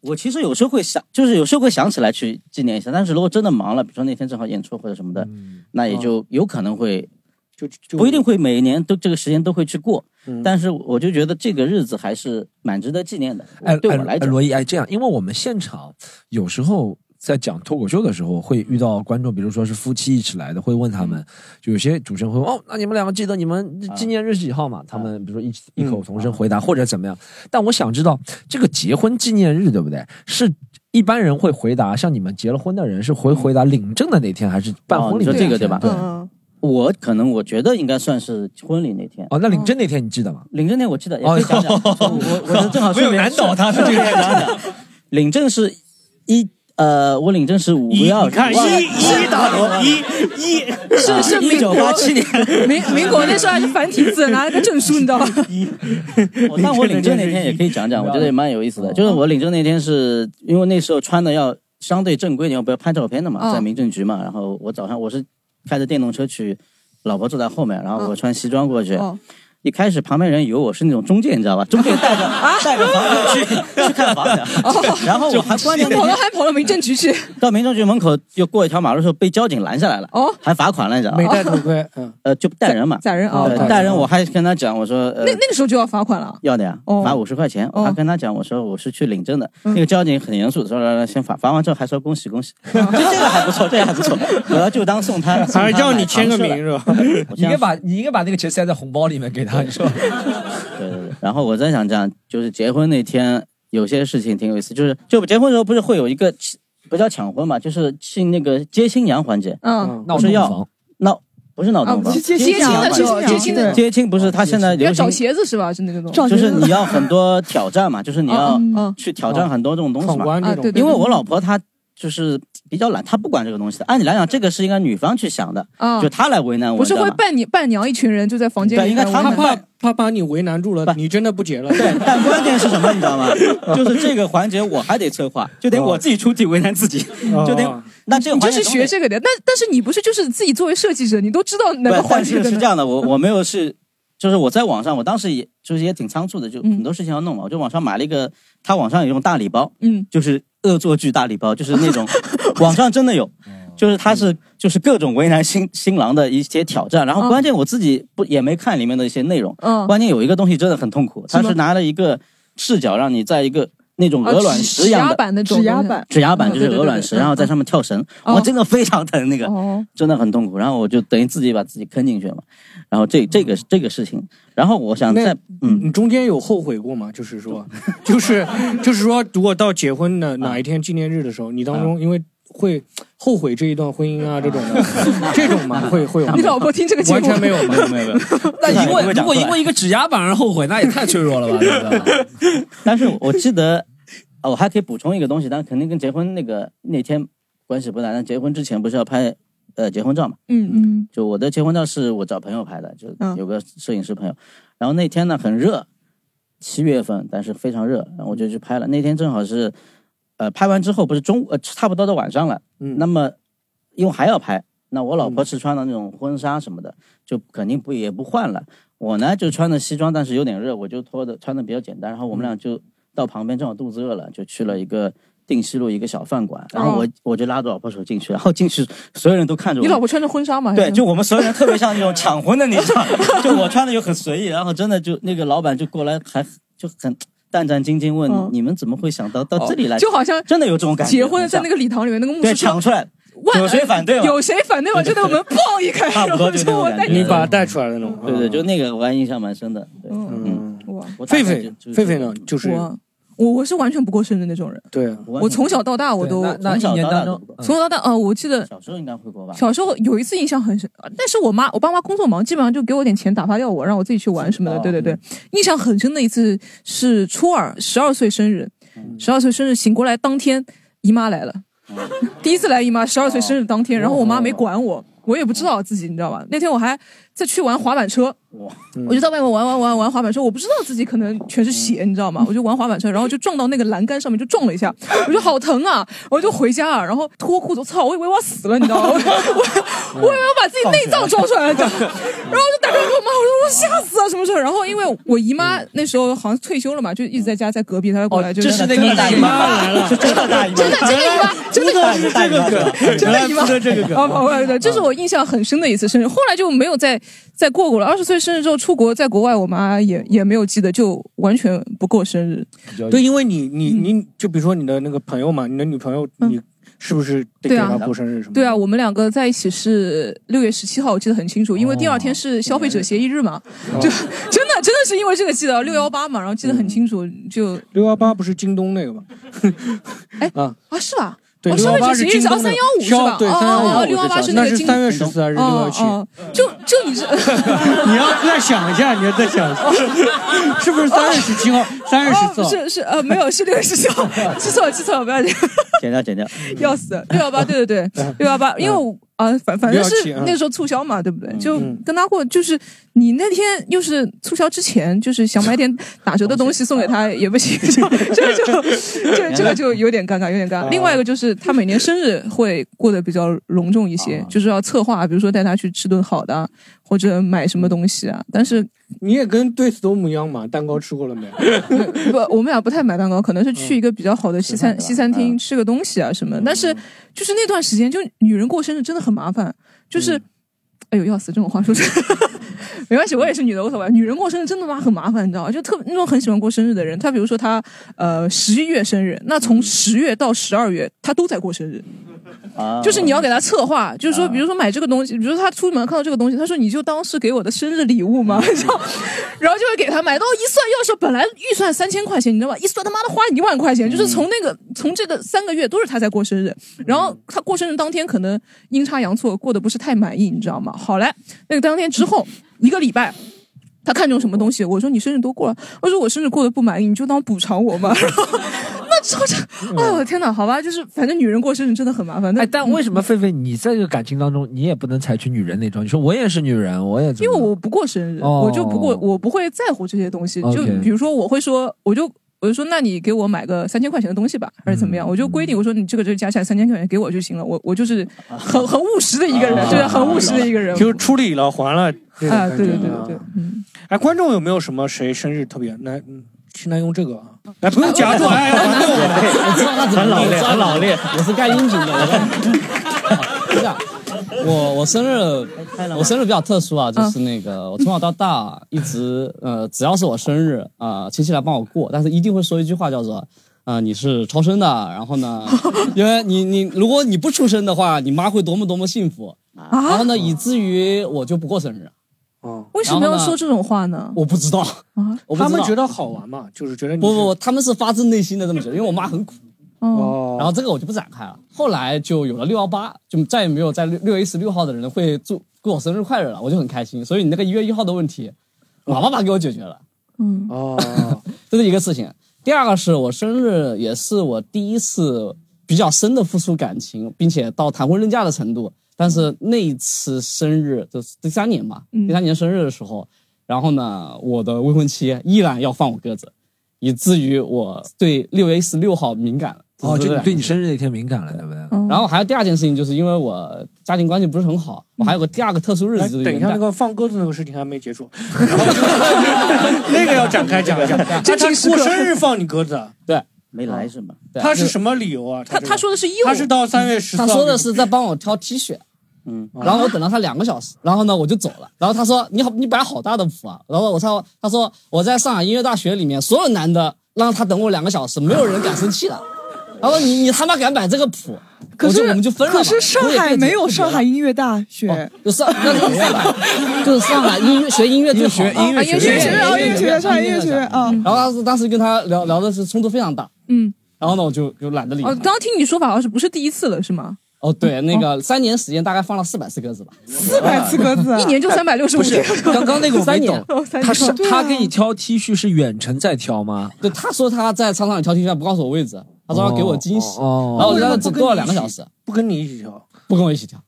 我其实有时候会想，就是有时候会想起来去纪念一下，但是如果真的忙了，比如说那天正好演出或者什么的，
嗯
那也
哦
就有可能会。
就
不一定会每年都这个时间都会去过，
嗯
但是我就觉得这个日子还是蛮值得纪念的。
哎，
对我
哎
来
哎
讲，
罗毅，哎，这样，因为我们现场有时候在讲脱口秀的时候，会遇到观众，比如说是夫妻一起来的，会问他
嗯
们，就有些主持人会问哦，那你们两个记得你们
啊
啊
纪念日是几号嘛？他们比如说一起异
嗯
口同声回答或者怎么样。但我想知道，这个结婚纪念日对不对？是一般人会回答，像你们结了婚的人是回回答领证的那天，还是办
哦
婚
你
礼啊
说
的那
这
天？
个对吧？嗯我可能我觉得应该算是婚礼那天。
哦，那领证那天你记得吗？
领证那我记得，也
哦
可以讲讲。我我我正好顺
(laughs) 没有
便
难倒他
顺便讲讲。领证是一呃，我领证是五月二十，
看一一打
(laughs)
头一
一
是是
啊一
民
九
国
八七年，
民民国那时候还是繁体字，拿了个证书，你知道吧？ (laughs)
我哦但我领证那天也可以讲讲，我觉得也蛮有意思的。
哦
就是我领证那天是因为那时候穿的要相对正规点，我不要拍照片的嘛，
哦
嗯
在民政局嘛。然后我早上我是开着电动车去，老婆坐在后面，然后我穿西装过去。
哦
一开始旁边人以为我是那种中介，你知道吧？中介带着
啊
带着房子去去看房子， (laughs) (laughs) 然后我还关呃键那
跑到
天
哦还跑到民政局去，
到民政局门口又过一条马路的时候被交警拦下来了，
哦，
还罚款了，你知道吗？
没戴头
盔，嗯，
呃，就带人嘛，
宰人哦
对
哦
带人我还跟他讲，我说呃
那那个时候就要罚款了。
要的呀，
哦
罚五十块钱。我还跟他讲，我说我是去领证的。
嗯
那个交警很严肃，说来来先罚，罚完之后还说恭喜恭喜， (laughs) 就这个还不错，这个还不错。 (laughs) 我要就当送
(laughs)
他，送他买糖吃
(laughs)
是
了
吧？
你应该把你应该把那个钱塞在红包里面给他，你说。 (laughs)
对对对。然后我在想，这样就是结婚那天有些事情挺有意思，就是就结婚的时候不是会有一个不叫抢婚嘛，就是去那个接新娘环节，
嗯
不是要闹。不是闹洞房，
啊接接亲的
环节
时候接亲的
接亲不是他现在流
要
行
找鞋子是吧？是那个东西， (laughs)
就是你要很多挑战 (laughs) 嘛，就是你要
嗯嗯
去挑战很多这种东西
闯
嘛。
关这种啊对对对
因为我老婆她就是比较懒，她不管这个东西的。按理来讲，这个是应该女方去想的，
啊
就她来为难我。
不是
你知道
会
吗
伴你伴娘一群人就在房间里，
对应该他们
怕
怕把你为难住了，你真的不结了。
(laughs) 对，但关键是什么，你知 (laughs) 道吗？就是这个环节我还得策划，就得我自己出题为难自己，就
哦
得那这个
你
环
就
节
是
总得
学这个的。但但是你不是就是自己作为设计者，你都知道哪
对
个环
但
节
是
的
是
呢
这样的，我我没有是就是我在网上，我当时也就是也挺仓促的，
嗯
就很多事情要弄嘛，我就网上买了一个，他网上有用大礼包，
嗯，
就是恶作剧大礼包，就是那
(laughs)
种网上真的有，就是他是就是各种为难新新郎的一些挑战，然后关键我自己不也没看里面的一些内容，
嗯
关键有一个东西真的很痛苦，
什
他
么
是拿了一个视角让你在一个。那种鹅卵石一样
啊指指压
的
板那种指压板
指压板
嗯
就是鹅
对对
卵
对
石，
对
然后在上面跳绳，
哦
哇，真的非常疼，那个
哦
(laughs) 真的很痛苦。然后我就等于自己把自己坑进去了嘛。然后这
嗯
这个这个事情，然后我
(laughs)
想
那
在嗯，
你中间有后悔过吗？就是说，就是就是说，如果到结婚
啊
的哪一天纪念日的时候，你当中因为会后悔这一段婚姻啊
(laughs)
这种的，这种吗？会会有吗？
你老婆听这个节目
完全没有吗？
没有
没
(laughs)
有。
那因为如
长
果
出来
因为一个指压板而后悔，那也太脆弱了吧？对不对
但是我记得，哦，我还可以补充一个东西，但肯定跟结婚那个那天关系不大。但结婚之前不是要拍呃结婚照嘛？
(laughs) 嗯
就我的结婚照是我找朋友拍的，就
嗯
有个摄影师朋友。然后那天呢很热，七月份，但是非常热，然后我就去拍了。那天正好是，呃，拍完之后不是中午呃差不多到晚上了，
嗯
那么因为还要拍，那我老
嗯
婆是穿的那种婚纱什么的，就肯定不也不换了。我呢就穿的西装，但是有点热，我就脱的穿的比较简单。然后我
嗯
们俩就到旁边，正好肚子饿了，就去了一个定西路一个小饭馆。然后我、
哦
我就拉着老婆手进去，然后进去所有人都看着我。
你老婆穿着婚纱 (laughs) 吗？还
对，
是
就我们所有人特别像那种抢婚的那
(laughs)
种，就我穿的又很随意，然后真的就那个老板就过来还就很战战兢兢问、
嗯哦
你们怎么会想到到这里来，
就好像
真的有这种感觉，
结婚在那
个
个礼堂里面那个牧
对
师
抢出来，
万
有谁反对吗？
有谁反
(laughs)
对我？就在我们砰一开，
差不
然
多
后
就那
说
种
我
感
带
觉，
你
把他带出来的那种。嗯
对对，就那个我还印象蛮深的。对，
嗯，哇，
我大概
狒
就
狒
就
狒狒呢？就是
我我我是完全不过生日那种人，
对，
我从小到大我都
那一年当中嗯
从小到大啊，我记得
小时候应该回国吧？
小时候有一次印象很深，呃但是我妈我爸妈工作忙，基本上就给我点钱打发掉我，让我自己去玩什么的。对对对，印象很深的一次是初二十二岁生日，十二岁生日醒过来当天姨妈来了， (laughs) 第一次来姨妈十二岁生日当天，然后我妈没管我，我也不知道自己你知道吧？那天我还在去玩滑板车。
嗯
嗯
我就在外面玩玩玩玩滑板车，我不知道自己可能全是血，你知道吗？我就玩滑板车，然后就撞到那个栏杆上面，就撞了一下，我就好疼啊！我就回家啊，然后脱裤子，操，我以为我要死了，你知道吗？我我我以为我把自己内脏撞出来了，你知道吗然后我就打电话给我妈，我说我吓死了，什么事儿？然后因为我姨妈那时候好像退休了嘛，就一直在家，在隔壁，她就过来就
哦这是那个大姨妈来了
真的大姨妈，真的真的姨妈，真的
大姨妈
(laughs) 真的姨妈，
原来这个哦梗
啊，不不不，这是我印象很深的一次生日，后来就没有再再过过了。二十岁生日之后出国，在国外我妈也也没有记得，就完全不过生日。
对，因为你你
嗯
你就比如说你的那个朋友嘛，你的女朋友，你是不是得给
对啊
她过生日什么的？
对啊，我们两个在一起是六月十七号，我记得很清楚，因为第二
哦
天是消费者协议日嘛，就真的真的是因为这个记得六幺八嘛，然后记得很清楚，
嗯
就
六幺八不是京东那个吗？哎啊，
啊是吧？
对
哦，消费者
618是
协议日
京
哦，
东的
三幺五是吧
消？对
哦哦哦，
315
六幺八是
那
个
是
京
三月十四还是六幺
哦
七？
哦，就就你是
(laughs) 你要再想一下，你要 (laughs) 再想一下，是不是三月十七号？三月十四
哦
号？
是是呃没有是六月十七号，记错了记错了，不要紧。
剪掉剪掉，
要死，六幺八，对对对，六幺八，因为我啊，反反正是
617嗯
那时候促销嘛，对不对？就跟他过，就是你那天又是促销之前，就是想买点打折的东西送给他也不行，就这就这这个就有点尴尬，有点尴尬。另外一个就是他每年生日会过得比较隆重一些，就是要策划，比如说带他去吃顿好的啊，或者买什么东西啊。但是
你也跟对 storm 一样嘛？蛋糕吃过了没？
(laughs) 不，我们俩不太买蛋糕，可能是去一个比较好的西餐、西餐厅吃个东西啊什么。但是就是那段时间，就女人过生日真的很麻烦，就是。哎呦，要死！这种话说出来， (laughs) 没关系，我也是女的，无所谓。女人过生日真的妈很麻烦，你知道吗？就特别那种很喜欢过生日的人，她比如说她呃十一月生日，那从十月到十二月，她都在过生日。
啊
就是你要给他策划，就是说，比如说买这个东西，比如说他出门看到这个东西，他说你就当是给我的生日礼物嘛，然后
(laughs)
然后就会给他买。然后一算，要是本来预算三千块钱，你知道吧？一算他妈的花一万块钱，
嗯
就是从那个从这个三个月都是他在过生日，然后他过生日当天可能阴差阳错过得不是太满意，你知道吗？好嘞，那个当天之后
嗯
一个礼拜。他看中什么东西？我说你生日都过了，我说我生日过得不满意，你就当补偿我 (laughs) 嘛。然后那超超，哎呦天哪，好吧，就是反正女人过生日真的很麻烦。
嗯
嗯
哎， (laughs) 但为
么？
什么狒狒你在这个感情当中，你也不能采取女人那种？你说我也是女人，我也怎
因
么
为我不过生日，
哦
我就不过，我不会在乎这些东西。就
OK
比如说，我会说，我就我就说那你给我买个三千块钱的东西吧，还是怎么样？我就规定我说你这个这个加起来三千块钱给我就行了。我我就是 (laughs) 很很务实的一个人，对，很务实的一个人。
啊哦 (laughs) 就是处理了还了这种
啊，
感觉。
对对对对对，嗯，
哎，观众有没有什么谁生日特别难？去难用这个哎啊？哎，不用夹住， (laughs) 哎，哎完了我
很老练，很老
练，
我是干阴茎的。不是啊， (laughs) 我我生日，
哎
我生日比较特殊啊，
嗯
就是那个我从小到大一直呃，只要是我生日啊、呃亲戚来帮我过，但是一定会说一句话叫做。啊、你是超生的，然后
(laughs)
呢，因为你你如果你不出生的话，你妈会多么多么幸福，
啊
然后呢，以至于我就不过生日，
哦
为什么要说这种话呢？
我不知道，
啊
我不
他
知道
们觉得好玩嘛，就是觉得你
不不不，他们是发自内心的这么觉得，因为我妈很苦。
嗯
哦
然后这个我就不展开了。后来就有了六幺八，就再也没有在六六月十六号的人会祝祝我生日快乐了，我就很开心。所以你那个一月一号的问题，老爸爸给我解决了，
嗯
哦，
这是一个事情。第二个是我生日，也是我第一次比较深的付出感情，并且到谈婚论嫁的程度。但是那一次生日，就是第三年吧，
嗯
第三年生日的时候，然后呢，我的未婚妻依然要放我鸽子，以至于我对六月十六号敏感了。
哦，
这
就是你
这
对
两
你生日那天敏感了，对不对？
然后还有第二件事情，就是因为我家庭关系不是很好，我还有个第二个特殊日
哎
子，就是
等一
元
下，
旦
那个放鸽子那个事情还没结
(laughs)
束，那个要展开讲一下。哎他
这挺是
过
个
生日放你鸽子，啊哦
对，
没来是吗？
他是什么理由啊？
他
这个
他说的是
他是到三月十四，啊
他说的是在帮我挑 T 恤，
嗯，
然后我等了他两个小时，然后呢我就走了。然后他说你好，你摆好大的谱啊。然后我他他说我在上海音乐大学里面，所有男的让他等我两个小时，没有人敢生气的。然后你你他妈敢摆这个谱，
可
我
是
就我们就分了吧。
可是上
我也别
海
提
没有
别提
上海
了
音乐大学，
就上那是上海，就是上海音乐学音乐最好的
音乐学音乐学院啊音乐学院上海音乐学院啊
然后当时当时跟他聊聊的是冲突非常大，
嗯，
然后呢我就就懒得理他
哦，。刚刚听你说法好像是不是第一次了，是吗？
哦，对，
嗯
那个三年时间大概放了四百次鸽子吧，
四
400次鸽子啊
一年就三百六十五
不是
天。
(laughs) 刚刚那个我
三
没
年
懂
哦三，年
他是
对啊
他给你挑 T 恤是远程在挑吗？
对，他说他在操场里挑 T 恤，不告诉我位置，他说要给我惊喜，
哦哦
啊
然后我在那只过了两个小时，
不跟你一起跳，
不跟我一起跳，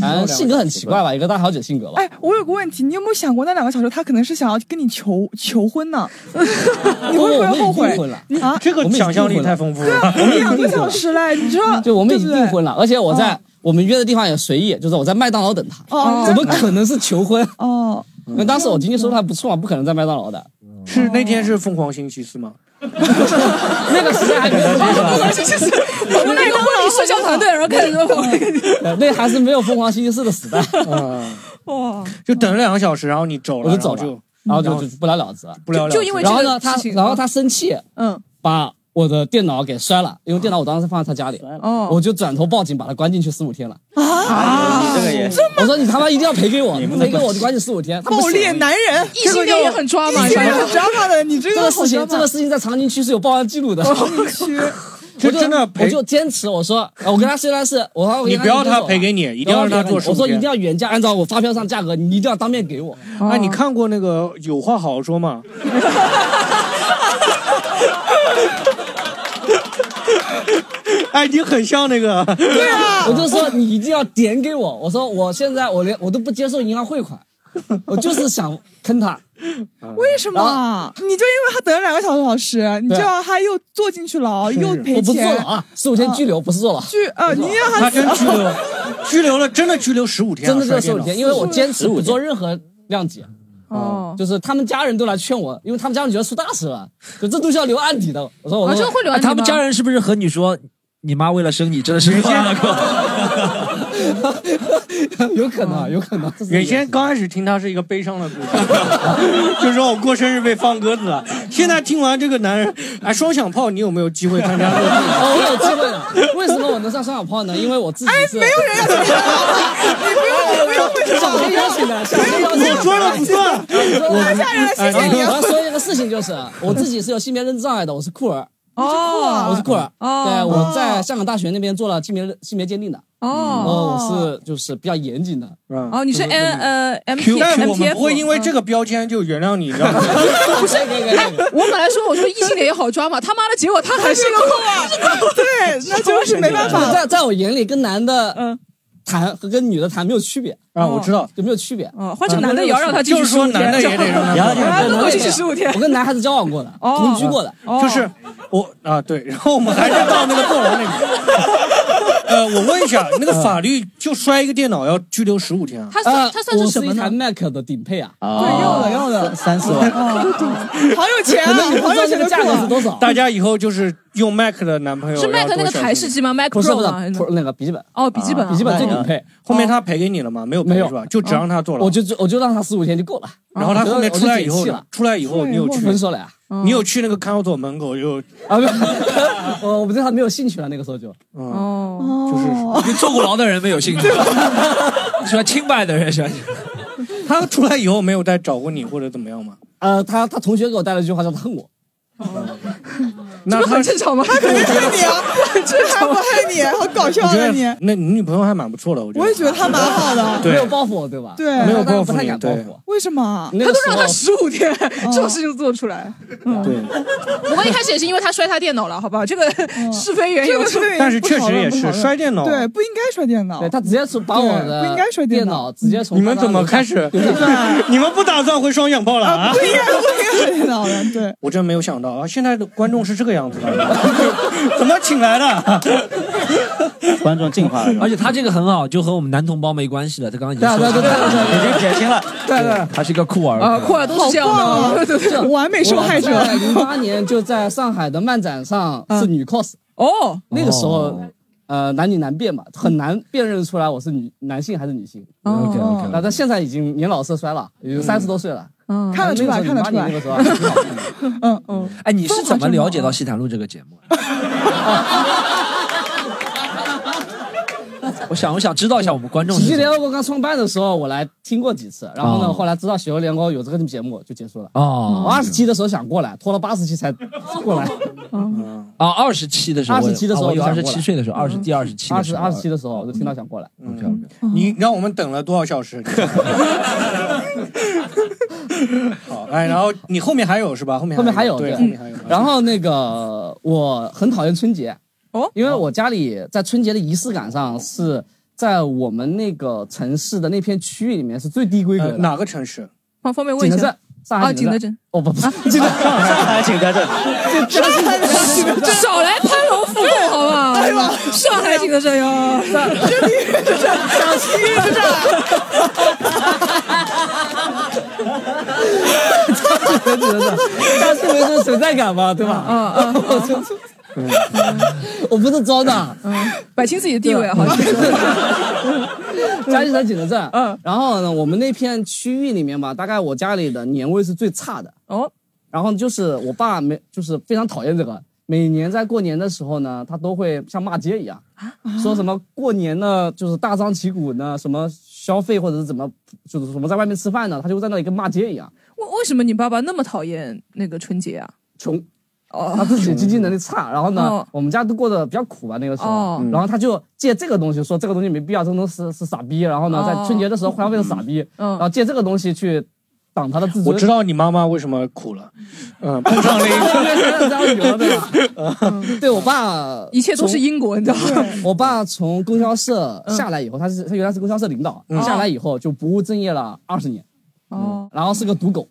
反正性格很奇怪吧，一个大小姐性格吧。
哎，我有个问题，你有没有想过那两个小时他可能是想要跟你求求婚呢？你会不
我们已经
会后
订
悔
婚了？
啊，
这个想象力太丰富
对啊
(laughs)
了。，
你两个小时嘞，你知道？
嗯就我们已经
对不对
订婚了，而且我在
哦
我们约的地方也随意，就是我在麦当劳等他，
哦
怎么可能是求婚？
哦，
那当时我经济收入还不错嘛，不可能在麦当劳的，
是那天是疯狂星期四吗？
那个时间还没有
(laughs) 我们那个婚礼社交团队，然后开始说
(laughs) 呃那还是没有疯狂星期四的时 (laughs) 代，
哇，
就等了两个小时，然后你走了，
我就走
然后
了，然后就
就
就不了了之了，
嗯不了了之。
就因为这
然后
个
呢，他
事情，
然后他生气，
嗯，
把我的电脑给摔了，因为电脑我当时放在他家里，
嗯
哦
我就转头报警把他关进去十五天了。
哦
啊，这个也
我说你他妈一定要赔给我，你不赔给我就关进十五天。他不
暴
信
烈男人，
异性恋也很抓嘛，
你
你知道
这个
吗
很抓马的，你这
这
个
个
好
事情，
抓马哦
这个事情在长宁区是有报案记录的。
区，
(laughs) 我
这
就
真的
我
赔，
就坚持我说，呃我跟他虽然是我说我跟
你不要
分手啊
他
了
赔给你，一定要让他做
我
十五
说一
天
定。要原价，按照我发票上价格，你一定要当面给我。
哦
哎，你看过那个《有话好好说》
(laughs)
吗？哎，你很像那
(laughs)
个，
(laughs) 啊
我就说你一定要点给我。我说我现在我连我都不接受银行汇款，我就是想坑他。
嗯
为什么啊？你就因为他等了两个小时，你就
对
让他又坐进去牢，又
我
赔
不坐
钱
牢，啊，十五天拘留不是坐牢。
去呃，你让
他
他
真拘留，拘留了，真的拘留十五天啊，
真的
摔
就
电
是十
脑
五天，因为我坚持不做任何谅解，
哦，
就是他们家人都来劝我，因为他们家人觉得出大事了，就这东西要留案底的。我说我
啊，这
说
个会留
哎
案底吗
他们家人是不是和你说，你妈为了生你真的是放了
(laughs)
个？
(laughs) 有可能啊，有可
(laughs)
能。这是
嗯原先刚开始听他是一个悲伤的故事， (laughs) 就说我过生日被放鸽子了。现在听完这个男人，哎，双响炮，你有没有机会参加这个？
哦，我有机
(laughs)
会了。为什么我能上双响炮呢？因为我自己是没有人要你不要不要邀请的，小黑邀请的
我说了不算。
太吓人了，谢谢你
我
啊。
要说一个事情，就是我自己是有性别认知障碍的，我是酷儿，
哦，
我是酷儿。
哦
对，我在香港大学那边做了性别性别鉴定的，然
哦
后我是就是比较严谨的，
哦，你是 N 呃 M T
但
M
我
T
们
F，
不会因为这
个。
个标签就原谅你，知道吗？
不是，可以可以可以
我本来说我说异性恋也好抓嘛，他妈的结
(laughs)
果
哎
他还是个酷啊！
对，那就是没办
就
法。
在在我眼里，跟男的，
嗯
谈和跟女的谈没有区别
啊
哦
我知道
有没有区别啊
换成男的也要让他继续就是说15天男的也得让他然后就
啊
让他继续15天
我跟男孩子交往过的，
哦
同居过的，
就是我啊，对，然后我们还是到那个过劳那里。呃，我问一下，那个法律就摔一个电脑要拘留十五天啊？
他算他算是什么
呃我
呢
一台 Mac 的顶配啊，
对要了要
了，三四万，
好有钱
可能你
啊，
不
好
知道
有
这
钱
个
的
价格是多少，
大家以后就是用 Mac 的男朋友
是 Mac
要
那
多
个
小
台
心
式机吗？Mac
不是
Pro
不是
吗？
不是那个笔记本
哦，笔记本啊，
笔记本最顶配。
哎后
哦
面他赔给你了吗？没有赔
没有
是吧？就只让他做了。哦
我就我就让他四五天就够了。
然后他后面
我就
出来以后
哦我就解气
呢
了，
出来以
哎
后你有去
分手了呀？
你有去那个看守所门口就
啊？没有， (laughs) 我我对他没有兴趣了，那个时候就
哦，
就是
对坐过牢的人没有兴趣，
啊
(laughs) 喜欢清白的人喜欢。
他出来以后没有再找过你或者怎么样吗？
呃，他他同学给我带了一句话叫他恨我，
哦
那他
他肯定恨你啊，这还不恨你，好搞笑
我觉
啊
得
你！
那你女朋友还蛮不错的，我觉得。
我也觉得他蛮好的，
对
没有报复我对吧？
对
没有报
不
复
太
你
敢，报
对
复。我。
为什么？
那
他
个
都
时候
让他十五
(laughs)
天，这种事情做出来。
哦
嗯
对，
我们一开始也是因为他摔他电脑了，好不好？这个是非缘由
哦这个是非缘由但是确实也是不讨论摔电脑对不应该摔电脑
对他直接是把我的
对不应该摔
电
电
脑直接从
你们怎么开
(laughs)
始？你们不打算回双响炮了啊？
不应该不应该摔电脑的，对。
(laughs) 我真没有想到啊，现在的观众是这个样子 (laughs) 的，怎么请来的？
观众进化了，
而且他这个很好，就和我们男同胞没关系了。他刚刚已经说
对啊对对对对对
已经减轻了。
对对，
他是一个酷儿
啊，库尔都是这样
好棒
的，
啊
对对对，
完美受害者嗯
零八年就在上海的漫展上是女 cos
哦，
那个时候。呃，男女难辨嘛，很难辨认出来我是女男性还是女性。
哦
OK，OK，OK
那但现在已经年老色衰了，也就三十多岁了。
嗯
看得出
那
来
个时候
看得出来
08年那个时候啊还挺好看的，
(laughs) 嗯嗯，
哎，你是怎么了解到《西谈录》这个节目？ (laughs) 我想，我想知道一下我们观众
喜
是
剧
怎
联
么。
合国刚创办的时候，我来听过几次，然后呢，
哦
后来知道喜剧联合国有这个节目就结束了。
哦
我二十期的时候想过来，拖了八十期才
哦
过
(laughs)
来。
嗯
啊，二十七的时候，
27的时候
我有
就
二十
想过来
七岁的时候，二十第二十七，
二十二十期的时候我就听到想过来。
(laughs) 你让我们等了多少小时？ (laughs) 好，哎，然后你后面还有是吧？后面
后面还有
对，
对嗯
后面还有。
然后那个我很讨厌春节，
哦，
因为我家里在春节的仪式感上是在我们那个城市的那片区域里面是最低规格
呃
的。
哪个城市？
方方便问
景
一
德
下
镇，，上海
啊景德镇，
哦不不，景德镇
上海景德镇，
少来攀龙附凤，好不好？上海景德镇哟，
景德镇，嘉庆没这存在感嘛，对吧？
嗯嗯嗯，
我不是装的，
摆清自己的地位，好像
嘉义省景德镇。嗯，然后呢，我们那片区域里面吧，大概我家里的年味是最差的。
哦，
然后就是我爸没，就是非常讨厌这个。每年在过年的时候呢，他都会像骂街一样，说什么过年呢，就是大张旗鼓呢，什么消费或者是怎么，就是什么在外面吃饭呢，他就会在那里跟骂街一样。
(laughs) 为为什么你爸爸那么讨厌那个春节啊？
穷，他
哦
自己经济能力差，然后呢，
哦
我们家都过得比较苦吧那个时候，
哦
然后他就借这个东西说这个东西没必要，这个东西是是傻逼，然后呢，
哦
在春节的时候互相变成傻逼，
嗯
然后借这个东西去挡他的自
我
尊。
知道你妈妈为什么苦了，嗯，碰
(laughs)
上了一个
这样有了对吧？ (laughs) 对我爸，
(laughs) 一切都是因果，你知道吗？嗯
我爸从供销社下来以后，他是他原来是供销社领导，下来以后就不务正业了二十年，
哦
然后是个赌狗，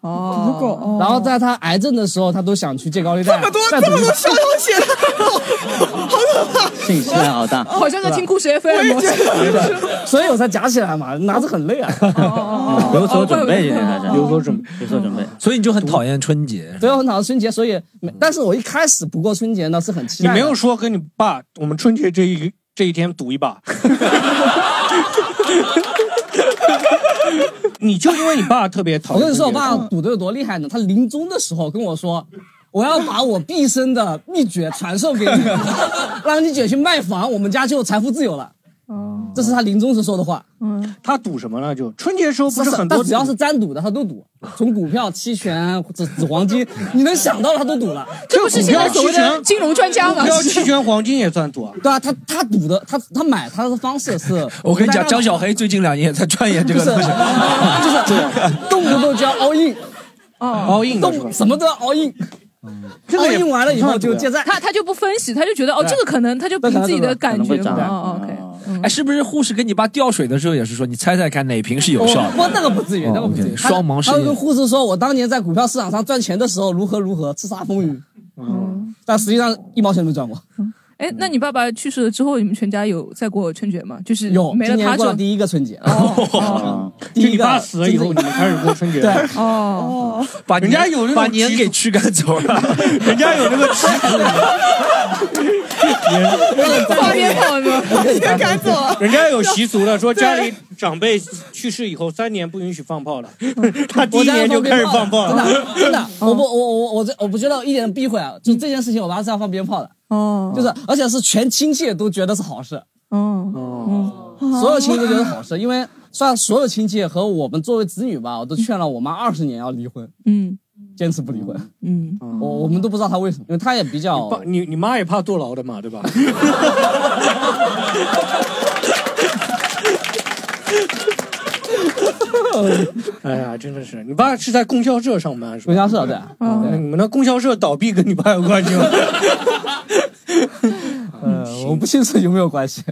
哦，
如果哦
然后在他癌症的时候，他都想去借高利贷，
这么多
再
这
赌
么
一
多
把
消消
(laughs)
写的，好可怕！
信息量好
(laughs)
大。
好像在听故事 FM 哦。
(laughs) 所以我才夹起来嘛，拿着很累啊。
有所准备，有点在这，有
所准备，
有所准备。
所以你就很讨厌春节。，
所以我啊很讨厌春节，所以没，但是我一开始不过春节呢是很期
你
待的。
没有说跟你爸，我们春节这一这一天赌一
(laughs)
把。你就因为你爸特别讨
我
厌。
跟你说，我爸赌的有多厉害呢？他临终的时候跟我说。我要把我毕生的秘诀传授给 (laughs) 你，让你姐去卖房，我们家就财富自由了。这是他临终时说的话。
嗯
他赌什么了？就春节时候不
他
是很多
他只要是沾赌的，他都赌，从股票、期权、纸纸黄金，你能想到的他都赌了。
这不是现在所谓的金融专家吗
不？要期权黄金也算赌啊？
(laughs) 对啊，他他赌的，他他买他的方式
(laughs)
是
我跟你讲，江小
黑。
黑最近两年也在钻研这
就
个
是
东西。
(laughs) 就是动不动就要 all
(laughs)
in，
哦
all in 的是吧
动？什么都要 all in，all
也
in 完了以后就借债。
他他就不分析，他就觉得哦，这个可能他就凭自己的感觉
可能会
嘛。
涨
哦，OK，嗯
哎，是不是护士给你爸吊水的时候也是说，你猜猜看哪瓶是有效的？哦
不，那个不至于，那个不至于。
OK，双盲实
还有一个
验。
护士说，我当年在股票市场上赚钱的时候如何如何，叱咤风云。嗯，但实际上一毛钱没赚过。
哎，那你爸爸去世了之后，你们全家有再过春节吗？就是
有
没了
今年
他哦之
过
后
了，第一个春节，
(laughs) 就你爸死了以后，你
(laughs)
们开始过春节。
对
哦，
把
人家有那
把
种
年
习
给驱赶走了，
(laughs) 人家有那个习 (laughs) 俗，
放鞭炮吗？
人
赶走了
人家有习俗的，说家里长辈去世以后三年不允许放
(laughs)
炮了，他第
我
一
家
年就开始放炮
真的
了，嗯
真的，我不我我我这我不觉得一点避讳啊，就这件事情我爸是要放鞭炮的，
嗯
哦
就是而且是全亲戚都觉得是好事，
嗯
嗯
哦
所有亲戚都觉得是好事，因为算所有亲戚和我们作为子女吧，我都劝了我妈二十年要离婚，
嗯
坚持不离婚，
嗯，
我我们都不知道她为什么，因为她也比较
爸你你妈也怕坐牢的嘛，对吧？ (laughs) 哎呀，真的是，你爸是在供销社上班是吧？
供销社对啊
啊，那你们那供销社倒闭跟你爸有关
(laughs)
系吗？
呃，我不清楚有没有关系。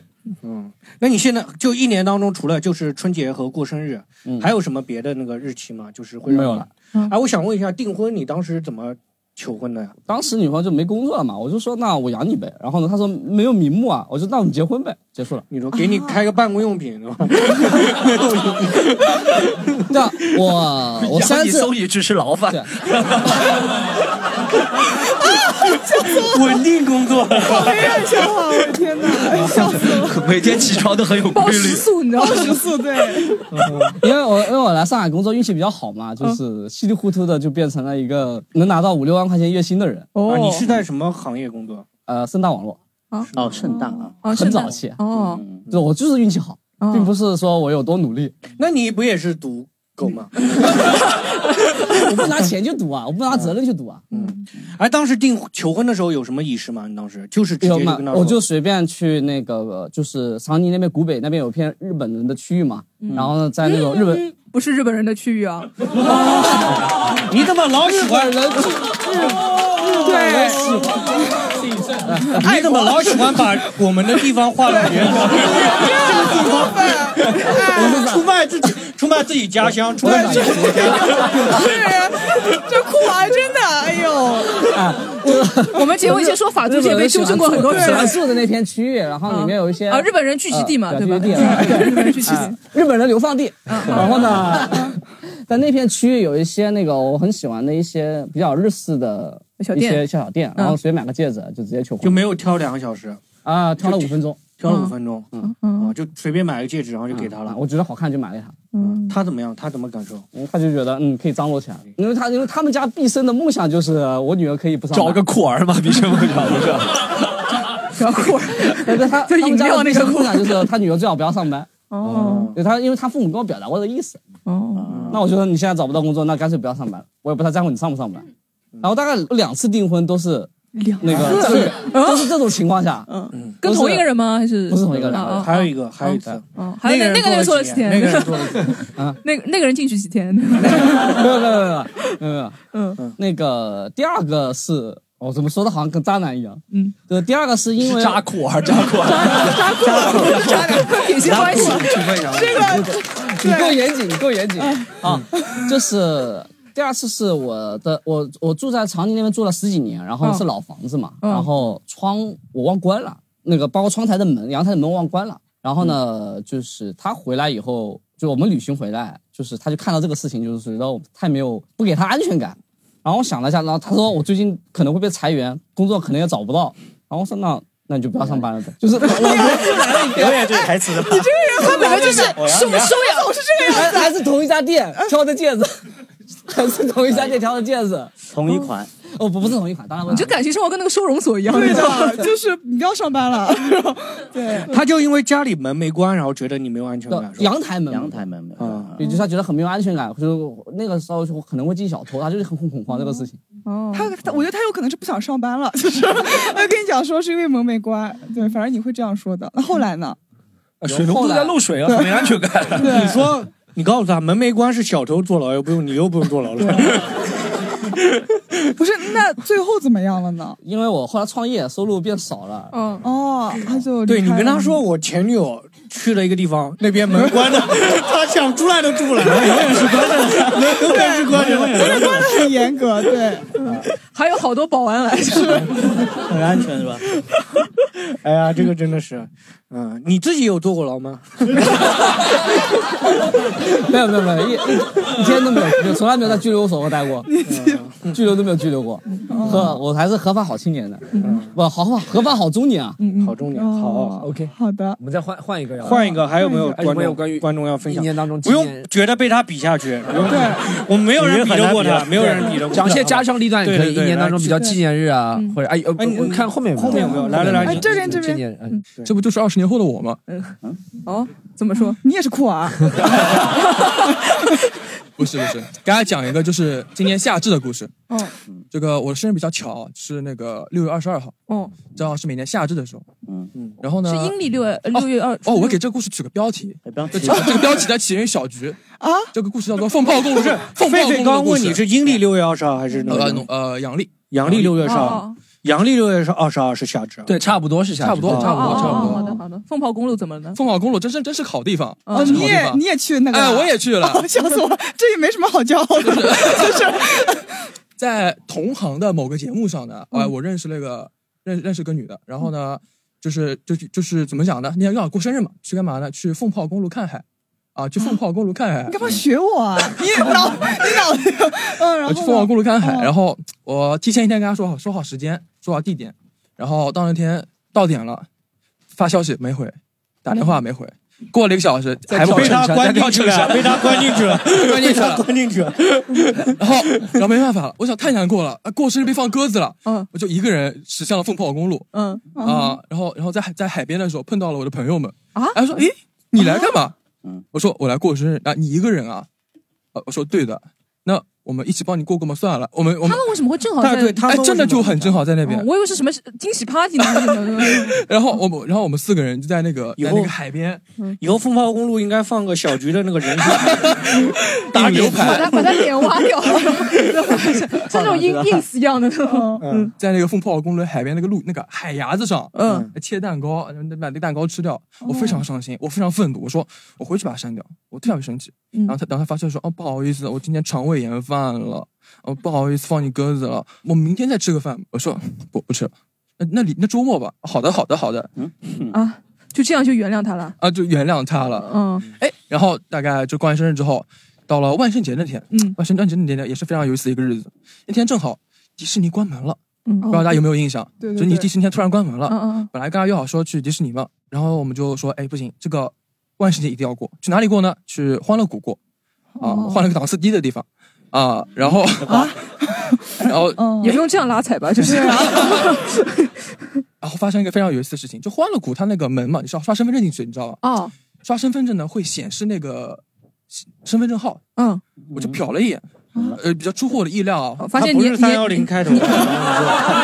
嗯，那你现在就一年当中，除了就是春节和过生日，还有什么别的那个日期吗？就是会让
嗯没有
你
了。嗯
哎，我想问一下，订婚你当时怎么求婚的呀？
当时女方就没工作了嘛，我就说那我养你呗。然后呢，她说没有名目啊，我就那我们结婚呗，结束了。
你说给你开个办公用品
(laughs)
的吗？
对
(laughs)
啊，我我
养
三
你
次
送你去吃牢饭，
稳定工作，
好黑暗笑话，我的哦天哪，哎笑死了。
每天起床都很有规律。
速，你知
道吗？食宿对，
(laughs) 因为我因为我来上海工作运气比较好嘛，就是稀里糊涂的就变成了一个能拿到五六万块钱月薪的人。
哦
啊你是在什么行业工作？
呃盛大网络
啊
哦盛大啊哦
哦
很
盛大
早期
哦，
就我就是运气好，并不是说我有多努力。
那你不也是赌狗吗？
(laughs) 我不拿钱去赌啊，我不拿责任去赌啊。
哎，当时订求婚的时候有什么仪式吗？你当时就是直接
有
就
嘛
跟他？说，
哎我就随便去那个呃就是长宁那边古北那边有片日本人的区域嘛，
嗯
然后呢在那种日本。
不是日本人的区域啊，
哦
(laughs)
你怎么老喜欢
人？
哎
对， (laughs) 你怎么老喜欢把我们的地方划到别人？我们出卖自己，出卖自己家乡，出卖自己国家。
是这酷啊，真的，哎呦，
我们节目以前说法租界被纠正过很多次
喜欢住的那片区域，然后里面有一些
啊日本人聚集地嘛
呃
对吧嗯
聚集地
(laughs)
啊 (laughs)
日本人聚集地
啊日本人流放地。然后呢，
嗯
(laughs) 在那片区域有一些那个我很喜欢的一些比较日式的
小
一
店
些小店，
嗯
然后随便买个戒指就直接求婚，
就没有挑两个小时，
啊，挑了五分钟，
挑了五分钟，
嗯
啊，就随便买个戒指，然后就给他了。
啊我觉得好看就买给他。
嗯，
他怎么样？他怎么感受？
嗯他就觉得嗯可以张罗起来，因为他因为他们家毕生的梦想就是我女儿可以不上班
找个酷儿嘛，比什么找
(laughs)
不上？
小酷儿，对
(laughs)
对，他
就
他
饮
们家
料
的
那
毕
个
生
酷
梦
儿
想就是他女儿最好不要上班。
哦
对他，因为他父母跟我表达过的意思。
嗯
哦，
那我觉得你现在找不到工作，那干脆不要上班，我也不太在乎你上不上班。
嗯
然后大概两次订婚都是
两
那个
次
这个
嗯
都是这种情况下，嗯，
跟同一个人吗？还是
不是同一个
啊
人，
啊啊
有一个，还有一次，
哦还有那个那个说了几天，
那个人
那
做了几年
个 (laughs) 那个人进去几天？
没有没有没有没有没有，
嗯，
那个第二个是，我怎么说的好像跟渣男一样，
嗯，
对，第二个是因为
扎酷儿，扎酷儿，
扎过了，扎过 (laughs) 撇清关系，
这个
你够严谨，你够严谨
哎
啊！就是第二次是我的，我我住在长宁那边住了十几年，然后
嗯
是老房子嘛，
嗯
然后窗我忘关了，那个包括窗台的门、阳台的门忘关了。然后呢，就是他回来以后，就我们旅行回来，就是他就看到这个事情，就是觉得我太没有不给他安全感。然后我想了一下，然后他说我最近可能会被裁员，工作可能也找不到。然后我说那那你就不要上班了呗，就是 (laughs) 我我
永远这个台词的。
他本来就是
什么修养？
总是这个样
还还是同一家
(laughs)
店挑的戒指， (laughs) 还是同一家店挑的戒指。
同一款，
哦，不不是同一款，当然不
你
是
这。感情生活跟那个收容所一样，
对
(laughs)
的，就是你不要上
(laughs)
班了，对，
他就因为家里门没关，然后觉得你没有安全感，
对
是吧？
阳台门，
阳台门没有。
啊，
也就是他觉得很没有安全感，就那个时候就可能会进小偷，他就是很恐慌这个事情。
哦，
他他，我觉得他有可能是不想上班了，就是 (laughs) 他跟你讲说是因为门没关，对，反正你会这样说的。那后来呢？
啊水龙头在漏水啊，没安全
(laughs)
感。
你说，你告诉他门没关是小偷坐牢，又不用你又不用坐牢了。
(laughs) 不是，那最后怎么样了呢？
因为我后来创业，收入变少了。
嗯哦，他就
对
离
你
开
跟
了
他说，我前
(laughs)
女友去了一个地方，那边门关着， (laughs) 他想出来都出不来，永远是关着的， (laughs) 门永远是关着的，
真的关
(laughs)
的很 (laughs) 严格，对，
(laughs) 还有好多保安来着。
很安全是吧？
哎呀，这个真的是，嗯，你自己有坐过牢吗？ (laughs)
没有没有没哎有，一一一天都没有，没有从来没有在拘留所待过，嗯拘留都没有拘留过。
哦
合，我还是合法好青年的，
嗯
不好合法合法好中年啊，
嗯
好中年，
哦
好
，OK，
(laughs)
好的，
我们再换换一个，
换一个，还有没有
还有
观
没有
众？
关于
观众要分享
一年当中
不用
今年
觉得被他比下去，不用
对，
我们没有人比啊得过
啊
他，没有人比得过他。
讲些家长里短也可
对
以，
对
一
对
年当中比较
来
纪念日啊，或者哎呃，我我看后面有没有
后面有没有来来来
后面有没
哎
有
这边这边
纪念日嗯
这不就是二十年后的我吗？
哦，怎么说？
你也是酷啊儿，
不是不是，给大家讲一个就是今年夏至的故事。
哦
这个我的生日比较巧，是那个六月二十二号，
哦，
正好是每年夏至的时候。
嗯
嗯。然后呢？
是阴历六月呃六月二
哦，我给这个故事取个标题。这这个标题呢起源于小菊
啊。
这个故事叫做《凤炮公主
不是》。
凤
狒
炮
狒
公
刚
主的
刚
故
问
事
你是阴历六月二十号还是
呃农呃阳历？
阳历六月二十
哦
号，阳历六月二十号是夏至啊，
对，差不多是夏至，
差不多
哦
差不
哦
多差
哦，
不多。
好的好的。凤袍公路怎么了呢？
凤凰公路真是真是好地方，
哦，
真
你
是好
也
地方
你也去那个？啊哦
哎我也去
(laughs)
了
笑死我了，这也没什么好骄
(laughs)
傲的，
在同行的某个节目上呢，
嗯
哎，我认识了一个认认识个女的，然后呢，就是就是就是怎么讲呢？那天刚好过生日嘛，去干嘛呢？去凤炮公路看海，啊，去凤炮公路看海。
你干嘛学我
(laughs)
啊？你脑你脑子，嗯，然
啊我去
后
凤凰公
路，
路看海，然后我提前一天跟他说好，说好时间，说好地点，然后到那天到点了，发消息没回，打电话没回，过了一个小时还不
被
回
他关进去了，被他关进去
(laughs)
了，
关进去
被他
了
关进去了。
(laughs) 然后然后没办法了，我想太难过了，啊，过生日被放鸽子了，我就一个人驶向了凤炮公路，
嗯
啊，然后然后在海在海边的时候碰到了我的朋友们啊，他
嗯
说诶，你
哦
来干嘛？我说我来过生日啊，你一个人啊？啊，我说对的，那我们一起帮你过过嘛，算了，我们我
他
们
们为什么会正好在？
哎，真的就很正好在那边
哦。我以为是什么惊喜 party 呢？还是什么
(laughs) 然后我们然后我们四个人就在那个
以
在
后
那个海边
嗯
以后凤凰公路应该放个小菊的那个人像，
(laughs) 打牛
把
排
他，把他脸挖 (laughs) 掉，像那种 ins ins 一样的那种。
嗯，在那个凤炮公路海边那个路那个海牙子上，
嗯，
切蛋糕，然后把那蛋糕吃掉，我非
哦
常伤心，我非常愤怒，我说我回去把它删掉，我特别生气。
嗯
然后他然后他发消息说，哦，不好意思，我今天肠胃炎犯了，哦，不好意思放你鸽子了，我明天再吃个饭。我说不不吃了，那那里那周末吧。好的好的好的，嗯
啊，就这样就原谅他了。
啊就原谅他了。
嗯
然后大概就过完生日之后，到了万圣节那天，
嗯，
万圣节那天呢也是非常有意思的一个日子。那天正好迪士尼关门了，
嗯，
不知道大家有没有印象？
对对
就你
对
迪士尼突然关门了，
嗯嗯嗯
本来跟他约好说去迪士尼嘛，然后我们就说，哎，不行，这个万圣节一定要过，去哪里过呢？去欢乐谷过，啊，
哦
换了个档次低的地方。啊，然后， (laughs) 然后，
也不用这样拉踩吧，就是。
啊
(laughs)
然后发生一个非常有意思的事情，就欢乐谷它那个门嘛，你是要刷身份证进去，你知道吧？
哦，
刷身份证呢会显示那个身份证号，
嗯，啊
我就瞟了一眼，呃，比较出乎我的意料啊，
发现你
它
你
零开头，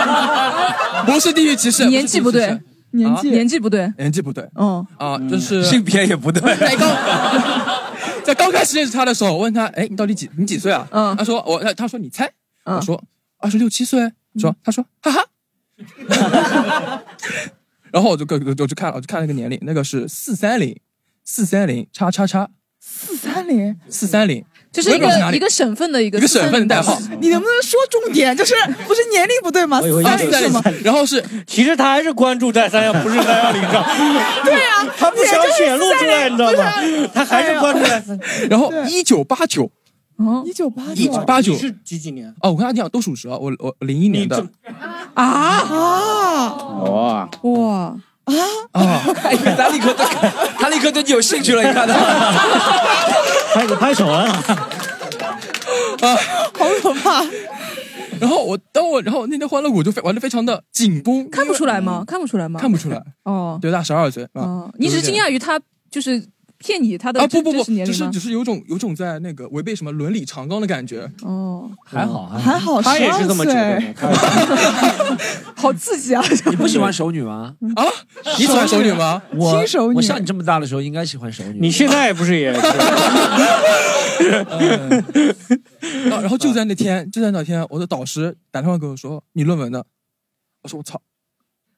(laughs)
不是地域歧视，
年纪不对，啊
年纪
年纪不对，
年纪不对
嗯
啊，就是
性别也不对。
在刚 (laughs) 在刚开始认识他的时候，我问他，哎，你到底几你几岁啊？
嗯
他说我，他他说你猜，我说二十六七岁，
嗯
说他说哈 (laughs) 哈，然后我就跟我就看了，我就看了一个年龄，那个是四三零四三零叉叉叉
四三零，
四三零，
就是一
我也不知道哪
个
里
一个省份的一个
一个省份的代号
你能不能说重点？就是不是年龄不对吗？四三零是吗？
然后是，
(laughs) 其实他还是关注在三幺，不是三幺零上。
(laughs) 对啊，
(laughs) 他不想显露出来，你知道
哦
吗？他还是关啊哎注在
然后一九八九
嗯
一九八
一九八九
你是几几年？
哦，我跟他讲都属蛇，我我零一年的
啊
哦
哇
哇
啊，
哦他立刻就他立刻就有兴趣了，你看他。
拍手拍手啊！
啊，
好可怕！
然后我当我然后那天欢乐谷就非玩的非常的紧绷，
看不出来吗？看不出来吗？
嗯看不出来，
哦
对，大十二岁啊
哦，你只是惊讶
于
于他就是骗你他的
啊不
真
不
真
不，
实年
只
龄
是
吗
只是有种有种在那个违背什么伦理常纲的感觉。嗯
哦，
还好
还好
他也是这么觉得
12岁
的。
好
(laughs)
刺激啊！
(laughs)
嗯
你不喜欢熟女吗？
啊，
你喜欢熟女吗？
我
新
熟
女，我像你这么大的时候应该喜欢熟女。
你现在不是也是？
然 (laughs) 后然后就在那天，就在那天，我的导师打电话给我说：“你论文呢？”我说：“我操！”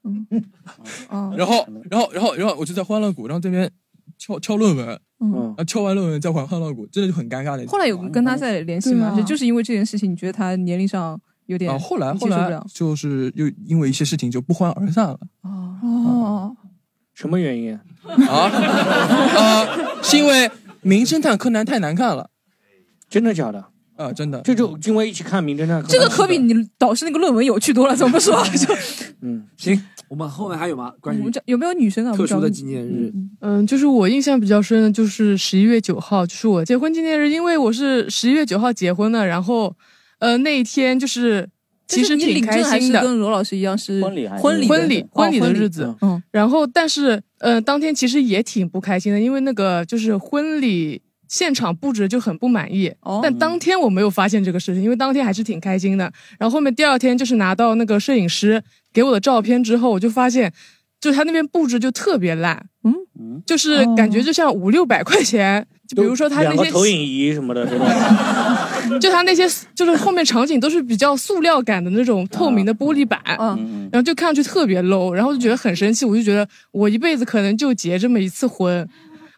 哦
嗯
然后，然后，然后，然后我就在欢乐谷，然后这边敲敲论文，
嗯
然后敲完论文再还欢乐谷，真的就很尴尬的一次。
后来有跟他在联系吗？
对啊
就就是因为这件事情，你觉得他年龄上有点
啊，后来
你
后
接受不
来
了
就是又因为一些事情就不欢而散了
哦，
什么原因？
(laughs) 啊啊，是因为《名侦探柯南》太难看了，
真的假的？
啊，真的，
这就因为一起看《名侦探柯南》
这个可比你导师那个论文有趣多了，怎么不说？ (laughs) 就
嗯
行，我们后面还有吗？关
我
于
们这有没有女生啊？我
特
们
殊的
找
纪念日，
嗯，就是我印象比较深的就是十一月九号，就是我结婚纪念日，因为我是十一月九号结婚的，然后，呃，那一天就是其实
但是你
挺
领
开
证还
心
是
的，
跟罗老师一样是婚礼婚礼
婚礼婚礼的日子，
嗯，
然后但是呃，当天其实也挺不开心的，因为那个就是婚礼现场布置就很不满意。哦，但当天我没有发现这个事情，因为当天还是挺开心的。然后后面第二天就是拿到那个摄影师给我的照片之后，我就发现，就是他那边布置就特别烂，嗯，就是感觉就像五六百块钱。就比如说他那
哦两个
些
投影仪什么的，是吧？
(laughs)
(laughs) 就它那些就是后面场景都是比较塑料感的那种透明的玻璃板，
嗯
嗯
然后就看上去特别 low，然后就觉得很生气，我就觉得我一辈子可能就结这么一次婚，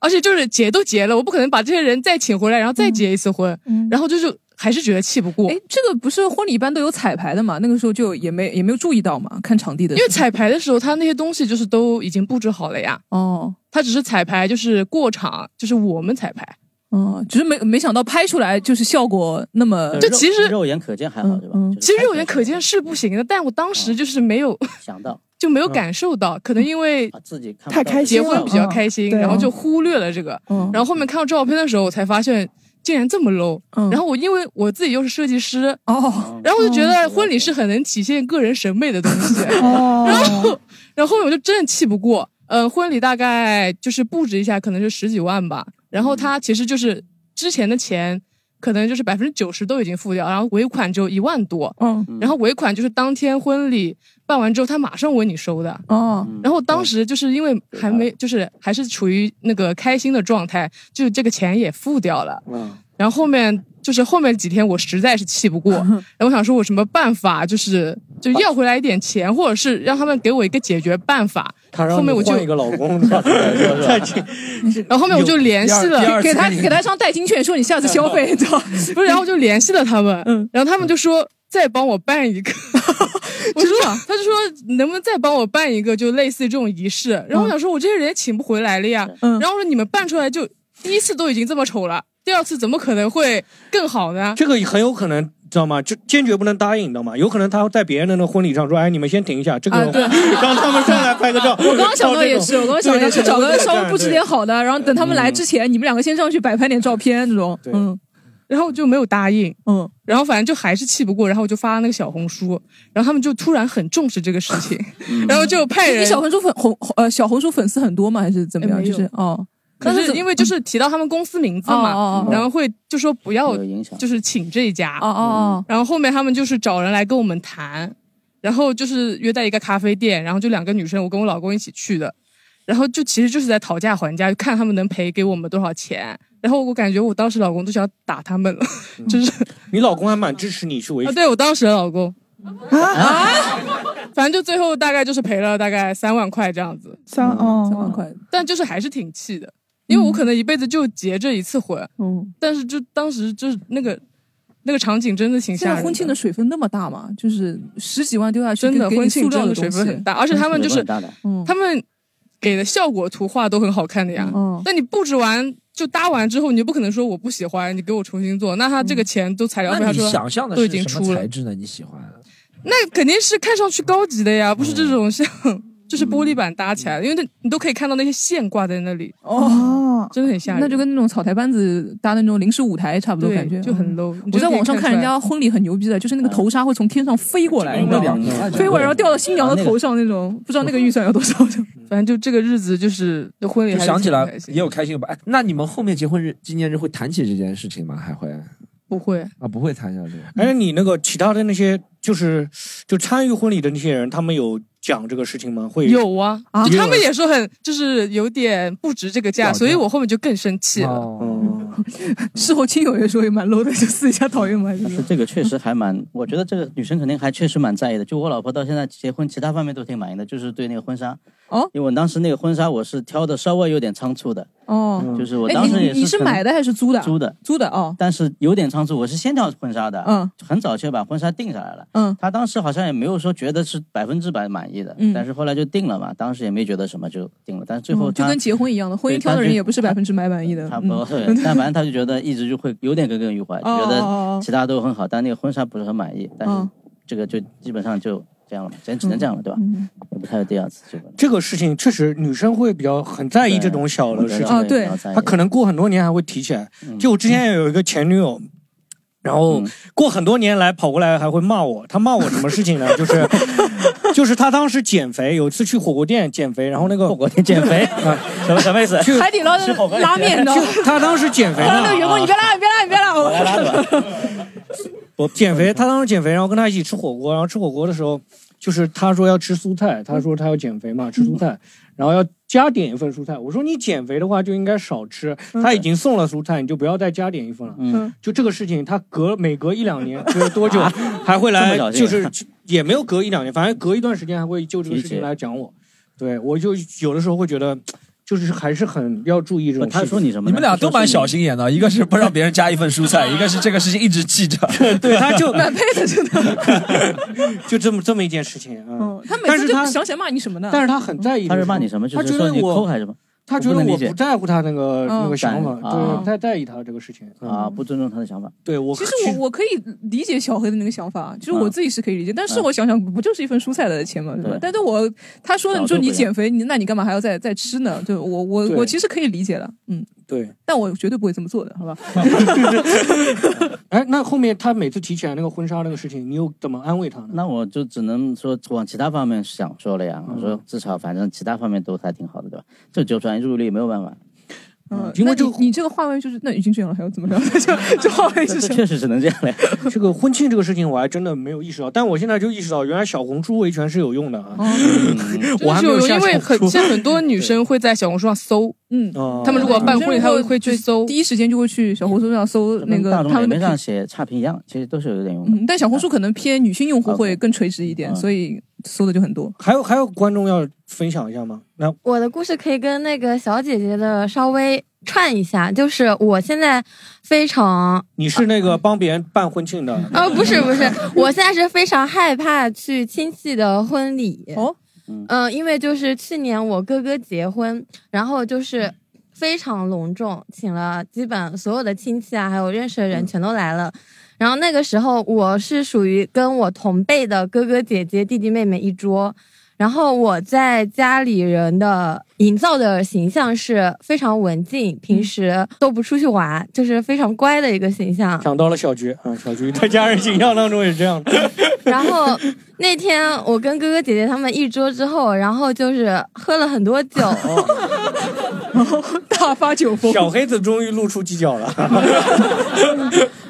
而且就是结都结了，我不可能把这些人再请回来，然后
嗯
再结一次婚，然后就是还是觉得气不过。
哎，这个不是婚礼一般都有彩排的嘛？那个时候就也没也没有注意到嘛，看场地的
因
时候，
为彩排的时候，他那些东西就是都已经布置好了呀，
哦
他只是彩排就是过场，就是我们彩排，
哦，只是没没想到拍出来就是效果那么，
就其实
呃肉眼可见还好，
嗯
对吧？
其实肉眼可见是不行的，但我当时就是没有
嗯哦想到，
(laughs)
嗯
就没有感受到，可能因为
自己看不
太
到
开心了结婚比较开心，
嗯对
然后就忽略了这个。
嗯
然后后面看到照片的时候，我才发现竟然这么 low。然后我因为我自己又是设计师
哦，
然后我就觉得婚礼是很能体现个人审美的东西。
哦
然后然后后面我就真的气不过。嗯，婚礼大概就是布置一下，可能就十几万吧。然后他其实就是之前的钱，可能就是百分之九十都已经付掉，然后尾款只有一万多。
嗯
然后尾款就是当天婚礼办完之后，他马上问你收的。
哦
然后当时就是因为还没，就是还是处于那个开心的状态，就这个钱也付掉了。
嗯
然后后面就是后面几天，我实在是气不过，然后我想说，我什么办法，就是就要回来一点钱，或者是让他们给我一个解决办法。
他让
后面
你
我就
换一个老公，
(laughs)
再见。
(laughs) 然后后面我就联系了，
给他给他一张代金券，说你下次消费，对吧？
不是，然后我就联系了他们，
嗯
然后他们就说再帮我办
(laughs)
一个，我就说他就说能不能再帮我办一个，就类似于这种仪式。然后
嗯
我想说，我这些人也请不回来了呀，然后我说你们办出来就第一次都已经这么丑了，第二次怎么可能会更好呢？
这个很有可能，知道吗？就坚决不能答应，知道吗？有可能他在别人的那婚礼上说：“哎，你们先停一下，这个、
啊对
(laughs) 让他们上来拍个照。
(laughs) 啊我刚刚想到也是，
到这种
我刚刚想到是找个稍微布
对他可能会
置点。
这样对
好的，然后等他们来之前，你们两个先上去摆拍点照片这种。嗯，
然后我就没有答应，
嗯，
然后反正就还是气不过，然后我就发了那个小红书，然后他们就突然很重视这个事情，然后就派人
你小红书粉红呃小红书粉丝很多吗？还是怎么样？
哎没
就
有
是哦，
可
但是
是因为就是提到他们公司名字嘛，
哦哦哦
然后会就说不要
有影响，
就是请这一家。嗯
哦哦
然后后面他们就是找人来跟我们谈，然后就是约在一个咖啡店，然后就两个女生，我跟我老公一起去的，然后就其实就是在讨价还价，看他们能赔给我们多少钱。然后我感觉我当时老公都想打他们了，就是
你老公还蛮支持你去维
啊，
权。
对我当时的老公啊， (laughs) 反正就最后大概就是赔了大概三万块这样子，
三哦，三万
块，
但就是还是挺气的，因为我可能一辈子就结这一次婚，
嗯，
但是就当时就是那个那个场景真的挺
现
吓
在
人
婚庆的水分那么大嘛，就是十几万丢下去，
真的
给
婚
你塑
庆
料
真的
的
水分很大，而且他们就是
嗯
他们给的效果图画都很好看的呀。
嗯
但你布置完就搭完之后，你就不可能说我不喜欢，你给我重新做，那他这个钱都材料费，
那
他
你
说
想象的
都
是
已经
什么
出了
材，质呢？你喜欢？
那肯定是看上去高级的呀，不是这种像就是玻璃板搭起来的，因为那你都可以看到那些线挂在那里。
哦，
真的很吓人
那就跟那种草台班子搭的那种临时舞台差不多，
对
感觉
就很
嗯
low 你
我
就
在
可以
网上
看
看
出
人
来
家婚礼很牛逼的，就是那个头纱会从天上飞过来，你知道
嗯
吗？哎飞过来然后掉到新
啊
娘的头啊上那种，不知道那个预算有多少。就
反正就这个日子就是就婚礼
就
还是
想起
挺
来
开心
也有开心吧？哎，那你们后面结婚日纪念日会谈起这件事情吗？还会
不会。
啊？不会谈下去。
而且哎你那个其他的那些，就是就参与婚礼的那些人，他们有讲这个事情吗？会
有啊，就他们也
是
说很就是有点不值这个价，
表
所以我后面就更生气
哦
了。
(laughs)
哦
嗯
事后亲友也说也蛮 low 的，就私底下讨厌嘛，就是。
这个确实还蛮，我觉得这个女生肯定还确实蛮在意的。就我老婆到现在结婚，其他方面都挺满意的，就是对那个婚纱。
哦，
因为我当时那个婚纱我是挑的稍微有点仓促的，
哦，
嗯
就是我
哎
当时
你
也
你是
可能
买的还是租的？啊
租的，
租的哦。
但是有点仓促，我是先挑婚纱的，
嗯，
很早就把婚纱定下来了，
嗯，
他当时好像也没有说觉得是百分之百满意的，
嗯
但是后来就定了嘛，当时也没觉得什么就定了，但是最后
嗯就
他
跟结婚一样的，婚姻
对
挑
他
的人
就
也不是百分之百满意的。嗯
差不多，
(laughs)
对但反正他就觉得一直就会有点耿耿于怀，就觉
哦哦
得
哦
其他都很好，但那个婚纱不是很满意，但是
嗯
这个就基本上就这样了嘛，只能只能这样了，对吧？
嗯
也不太有第二次这个。
这个事情，确实女生会比较很在意这种小的事情。
啊对对
她可能过很多年还会提起来。
嗯
就我之前有一个前女友。然后过很多年来跑过来还会骂我，她骂我什么事情呢？就是，就是她当时减肥，有一次去火锅店减肥，然后那个火锅
店减肥
啊，
什么什么意思
去
海底捞的拉面呢？
(laughs)
就她当时减肥呢，
当那个员工，你别拉，你别拉，你别拉！我 (laughs)
我 (laughs) 减肥，他当时减肥，然后跟他一起吃火锅，然后吃火锅的时候，就是他说要吃蔬菜，他说他要减肥嘛，吃
嗯
蔬菜，然后要加点一份蔬菜。我说你减肥的话就应该少吃，他已经送了蔬菜，你就不要再加点一份了。
嗯，啊
就这个事情，他隔每隔一两年，隔多久还会来
这么，小心
就是也没有隔一两年，反正隔一段时间还会就这个事情来讲我。对我就有的时候会觉得，就是还是很要注意这种事情。
他说你什
你们俩都蛮小心眼的，一个是不让别人加一份蔬
(laughs)
菜，一个是这个事情一直记着。
对，他 (laughs)
(laughs)
就
蛮配的，真的。
(laughs) 就这么这么一件事情啊。
嗯他每
但
次
是
就
他
想起来骂你什么呢？
但是他很在意这个事情。他觉得我他觉得我不在乎他那个
嗯
那个想法，
在
对，
啊
不太在意他这个事情
啊，。不尊重他的想法。
对我
其实我我可以理解小黑的那个想法，就是
嗯
我自己是可以理解，但是
嗯
我想想，不就是一份蔬菜的钱嘛，对吧
对？
但是我他说的，
早
你说
就不一
你
样
减肥，你那你干嘛还要再再吃呢？对我我
对
我其实可以理解的，嗯，
对。
但我绝对不会这么做的，好吧？
哎，那后面他每次提起来那个婚纱那个事情，你又怎么安慰他呢？
那我就只能说往其他方面想说了呀。我说至少反正其他方面都还挺好的，对吧？这就专业入力没有办法，
嗯，
因为
那
这
你你这个话外就是那已经这样了，还要怎么着？ (laughs) 就就话外就是
(laughs) 这确实只能这样了呀。
(laughs) 这个婚庆这个事情我还真的没有意识到，但我现在就意识到，原来小红书维权是有用的啊。 (laughs) 我还没有
就是
下
因
小
为
红
很
书
现在很多女生会在小红书上搜，
(laughs) 嗯
哦
他们如果办婚礼，他会会去搜，
第一时间就会去小红书上搜那个
大众
他们
点
的
评上
品。
写差评一样，其实都是有点用的。
嗯，但小红书可能偏女性用户会更垂直一点，
嗯
所以搜的就 (laughs) 很多。
还有还有观众要分享一下吗？那
我的故事可以跟那个小姐姐的稍微串一下，就是我现在非常
你是那个帮别人办婚庆的，
啊，不是不是，我现在是非常害怕去亲戚的婚礼。
哦，
嗯、因为就是去年我哥哥结婚，然后就是非常隆重，请了基本所有的亲戚啊，还有认识的人全都来了。然后那个时候我是属于跟我同辈的哥哥姐姐、弟弟妹妹一桌。然后我在家里人的营造的形象是非常文静，平时都不出去玩，就是非常乖的一个形象。
想到了小菊啊，小菊在家人形象当中也是这样
(laughs)
的。
然后那天我跟哥哥姐姐他们一桌之后，然后就是喝了很多酒，
大发酒疯。
小黑子终于露出犄角了。 (laughs)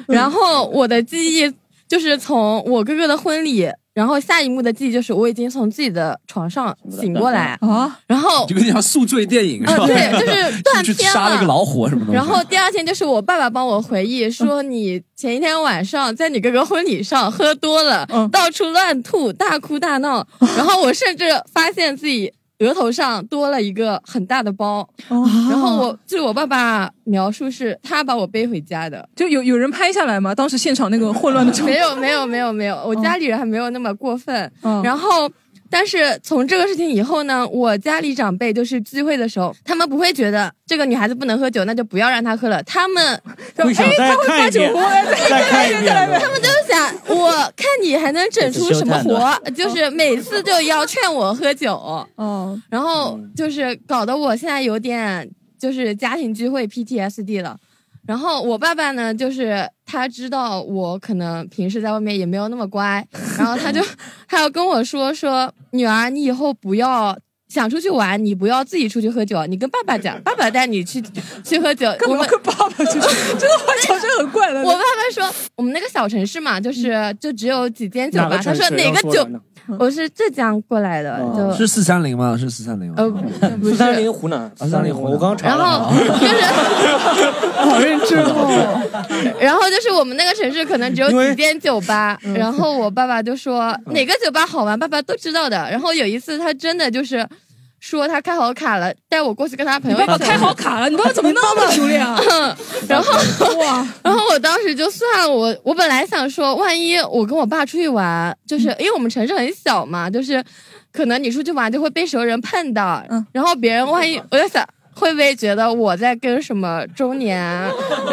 然后我的记忆就是从我哥哥的婚礼，然后下一幕的记忆就是我已经从自己的床上醒过来
啊，
然后
就跟你像宿醉电影是
啊
吧？
对
(laughs)
就是断
去
片
杀了
了
个老虎什么东西。
然后第二天就是我爸爸帮我回忆
嗯
说，你前一天晚上在你哥哥婚礼上喝多了，
嗯
到处乱吐，大哭大闹，然后我甚至发现自己额头上多了一个很大的包，
哦
然后我就是我爸爸描述是他把我背回家的。
就有有人拍下来吗？当时现场那个混乱的场景
没有没有没有没有，我家里人还没有那么过分。
嗯
然后，但是从这个事情以后呢，我家里长辈就是聚会的时候，他们不会觉得这个女孩子不能喝酒，那就不要让她喝了。他们
会想哎再她会看一发酒遍疯哎再再看一遍再来一遍
他们就是想，我看你你还能整出什么活？ (laughs) 就是每次就要劝我喝酒，
哦，
然后就是搞得我现在有点就是家庭聚会 PTSD 了。然后我爸爸呢，就是他知道我可能平时在外面也没有那么乖，然后他就他要跟我说说，女儿，你以后不要想出去玩，你不要自己出去喝酒，你跟爸爸讲，爸爸带你去去喝酒。我们跟
爸爸去，这个话讲真很怪的。嗯
我爸爸说，我们那个小城市嘛，就是就只有几间酒
哪个
吧。他
城市
说哪个
要说
酒
完呢？
我是浙江过来的，就是
四三零吗？是四三零吗？
呃，
(laughs)
不是。
零湖南，三零啊湖，我刚查
然后就是，
好认真哦。
(laughs) 然后就是我们那个城市可能只有几间酒吧，
嗯
然后我爸爸就说
嗯
哪个酒吧好玩，爸爸都知道的。然后有一次他真的就是说他开好卡了，带我过去跟他朋友一起。
(laughs) 你爸爸开好卡了你爸爸怎么那么熟练啊
嗯 (laughs) 然后哇，然后我当时就算了，我我本来想说，万一我跟我爸出去玩，就是
嗯
因为我们城市很小嘛，就是可能你出去玩就会被熟人碰到，
嗯
然后别人万一我就想。会不会觉得我在跟什么
(laughs)
中年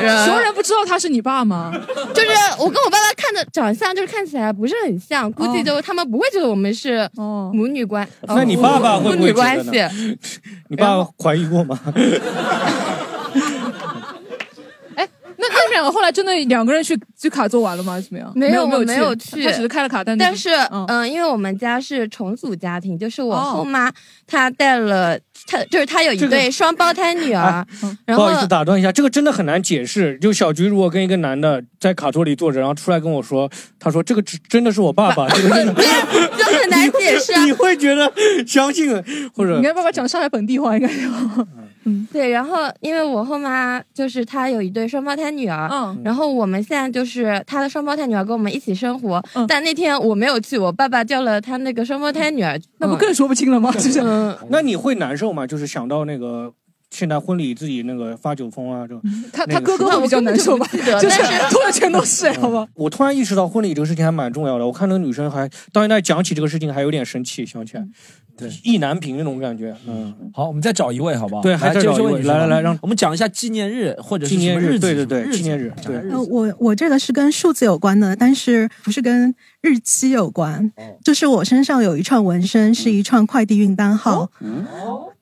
人？
熟人不知道他是你爸吗？
就是我跟我爸爸看的长相，就是看起来不是很像，估
哦
计就他们不会觉得我们是母女关。哦
那你爸爸会不
母
会
女
觉得
关
呢
系？
你爸爸怀疑过吗？
(laughs) 那那你们两个后来真的两个人去去卡座玩了吗？还是怎么样？
没
有，
有，我
有
没有去，
他只是开哦了卡，但
但是嗯，因为我们家是重组家庭，就是我后妈她带了她，就是她有一
这个
对双胞胎女儿
啊
哎，
嗯
然
不
后
好意思打断一下，这个真的很难解释。就小菊如果跟一个男的在卡座里坐着，然后出来跟我说，他说这个只真的是我爸爸，这个
(laughs)
真的
就很难解释
(laughs)
啊
你会觉得相信或者
你看爸爸讲上海本地话，应该有。 (laughs) 嗯
对，然后因为我后妈就是她有一对双胞胎女儿，
嗯
然后我们现在就是她的双胞胎女儿跟我们一起生活，
嗯
但那天我没有去，我爸爸叫了她那个双胞胎女儿，
嗯
嗯
那不更说不清了吗？
嗯
就是
那你会难受吗？就是想到那个现在婚礼自己那个发酒疯啊，这种
嗯
他
那
他
个时
哥哥
候嗯
会比较难受吧？
(laughs)
就是 (laughs) 吐的全都是，好吧？
我突然意识到婚礼这个事情还蛮重要的。我看那个女生还到现在讲起这个事情还有点生气，想起来，对，意难平那种感觉。嗯，
嗯好，我们再找一位好不好？
对还
啊来
再
这
找一
这位
位
女士吧
来来来让
我们讲一下纪念日或者是
纪念
什么
日
日子
对
是吧，
对对
日子嗯
纪念日
讲一下
对
日
(laughs) 呃，
子
我我这个是跟数字有关的，但是不是跟日期有关？
哦
就是我身上有一串纹身，是一串快递运单
哦
号，
嗯哦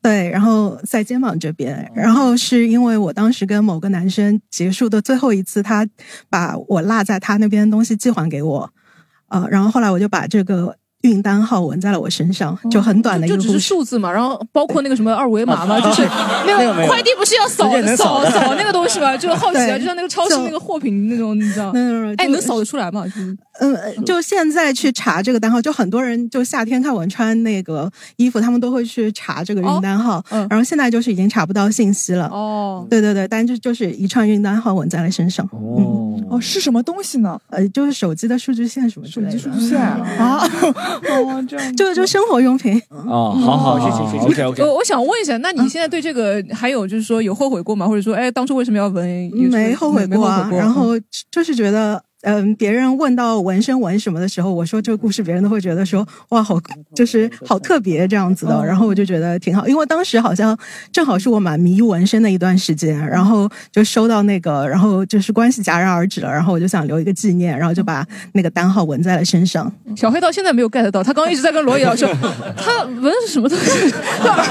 对，然后在肩膀这边。然后是因为我当时跟某个男生结束的最后一次，他把我落在他那边的东西寄还给我，呃，然后后来我就把这个运单号纹在了我身上，就很短的一
哦就
个
只是
故事。
数字嘛，然后包括那个什么二维码嘛，
啊
就是那
那个
个
没有
快递不是要扫
直接能
扫
扫的
扫那个东西 (laughs) 嘛？就好奇啊，
对
就像那个超市
就
那个货品那种，你 (laughs) 知道？哎，你能扫得出来吗？就是
嗯，就现在去查这个单号，就很多人就夏天看我穿那个衣服，他们都会去查这个运单号，然后现在就是已经查不到信息了。
哦，
对对对，但就就是一串运单号纹在了身上。
哦、
哦，是什么东西呢？
哎
呃，就是手机的数据线什么之类的。手机数
据
(laughs)
线
啊，
哦，这样，
(laughs) 就就生活用品。
啊
哦，好好，谢谢谢谢。OK OK。
(laughs) 我我想问一下，那你现在对这个还有就是说有后悔过吗？或者说，哎，当初为什么要纹？有
没后悔
没
过
后
啊
悔。过
然后就是觉得，嗯，别人问到纹身纹什么的时候，我说这个故事，别人都会觉得说，哇，好，就是好特别这样子
哦
的。然后我就觉得挺好，因为当时好像正好是我蛮迷纹身的一段时间，然后就收到那个，然后就是关系戛然而止了，然后我就想留一个纪念，然后就把那个单号纹在了身上。
嗯小黑到现在没有 get 到，他刚刚一直在跟罗毅老师，他纹的是什么东
(laughs)
西？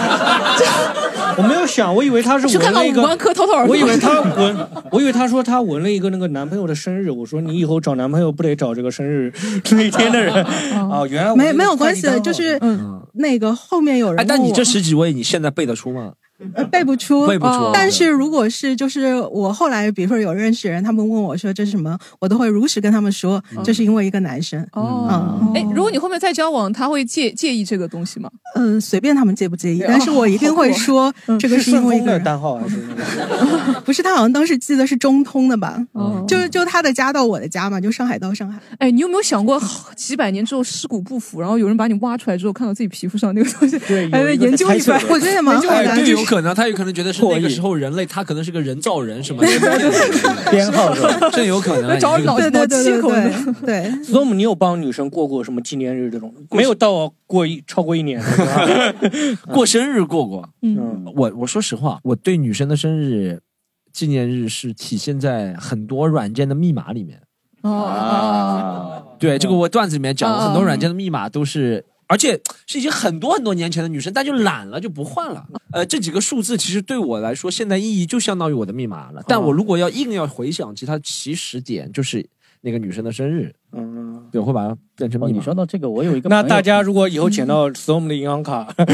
(laughs) 我没有想，我以为他是
去看
纹
看
了一
五
个
官科偷偷耳朵
我以为他纹， (laughs) 我以为他说他纹了一个那个男朋友的生日。我说你以后找男朋友不得找这个生日 (laughs) 那天的人啊？原来我
没
这个
没有关
快递
系
单
的，
号
就是
嗯
那个后面有人
哎，
问我。
但你这十几位，你现在背得出吗？
呃，背不出，
背不出
但是如果是就是我后来，比如说有认识人，他们问我说这是什么，我都会如实跟他们说，这是因为一个男生。
哦，哎，如果你后面再交往，他会介介意这个东西吗？
嗯，随便他们介不介意
对，
但是我一定会
哦
说
(laughs) 好酷啊
这个
是
是因为
顺丰
一个
的
人。
单号还是那个？
(laughs) 不是他好像当时记得是中通的吧？
哦
就就他的家到我的家嘛，就上海到上海。
哎，你有没有想过，几百年之后尸骨不腐，然后有人把你挖出来之后，看到自己皮肤上那个东西，
对
哎
还在研究一番？
(laughs) 我觉得也蛮好的
哎
对，
就是
有可能，他有可能觉得是那个时候人类，他可能是个人造人
(laughs)
什么的
编号是吧
这有可能啊。你这个
对对对对对对。
Storm，你有帮女生过过什么纪念日这种？没有到过一超过一年， (laughs) 是吧
过生日过过，
嗯，
我我说实话，我对女生的生日纪念日是体现在很多软件的密码里面。
哦，
对，这个我段子里面讲，
哦
嗯
我很多软件的密码都是，而且是已经很多很多年前的女生，但就懒了就不换了。呃，这几个数字其实对我来说，现在意义就相当于我的密码了。
嗯
但我如果要硬要回想起它起始点，就是那个女生的生日，
嗯，哦
对，我会把它变成密码。
你说到这个，我有一个
那
朋友
大家如果以后捡到 Storm 的银行卡， (laughs)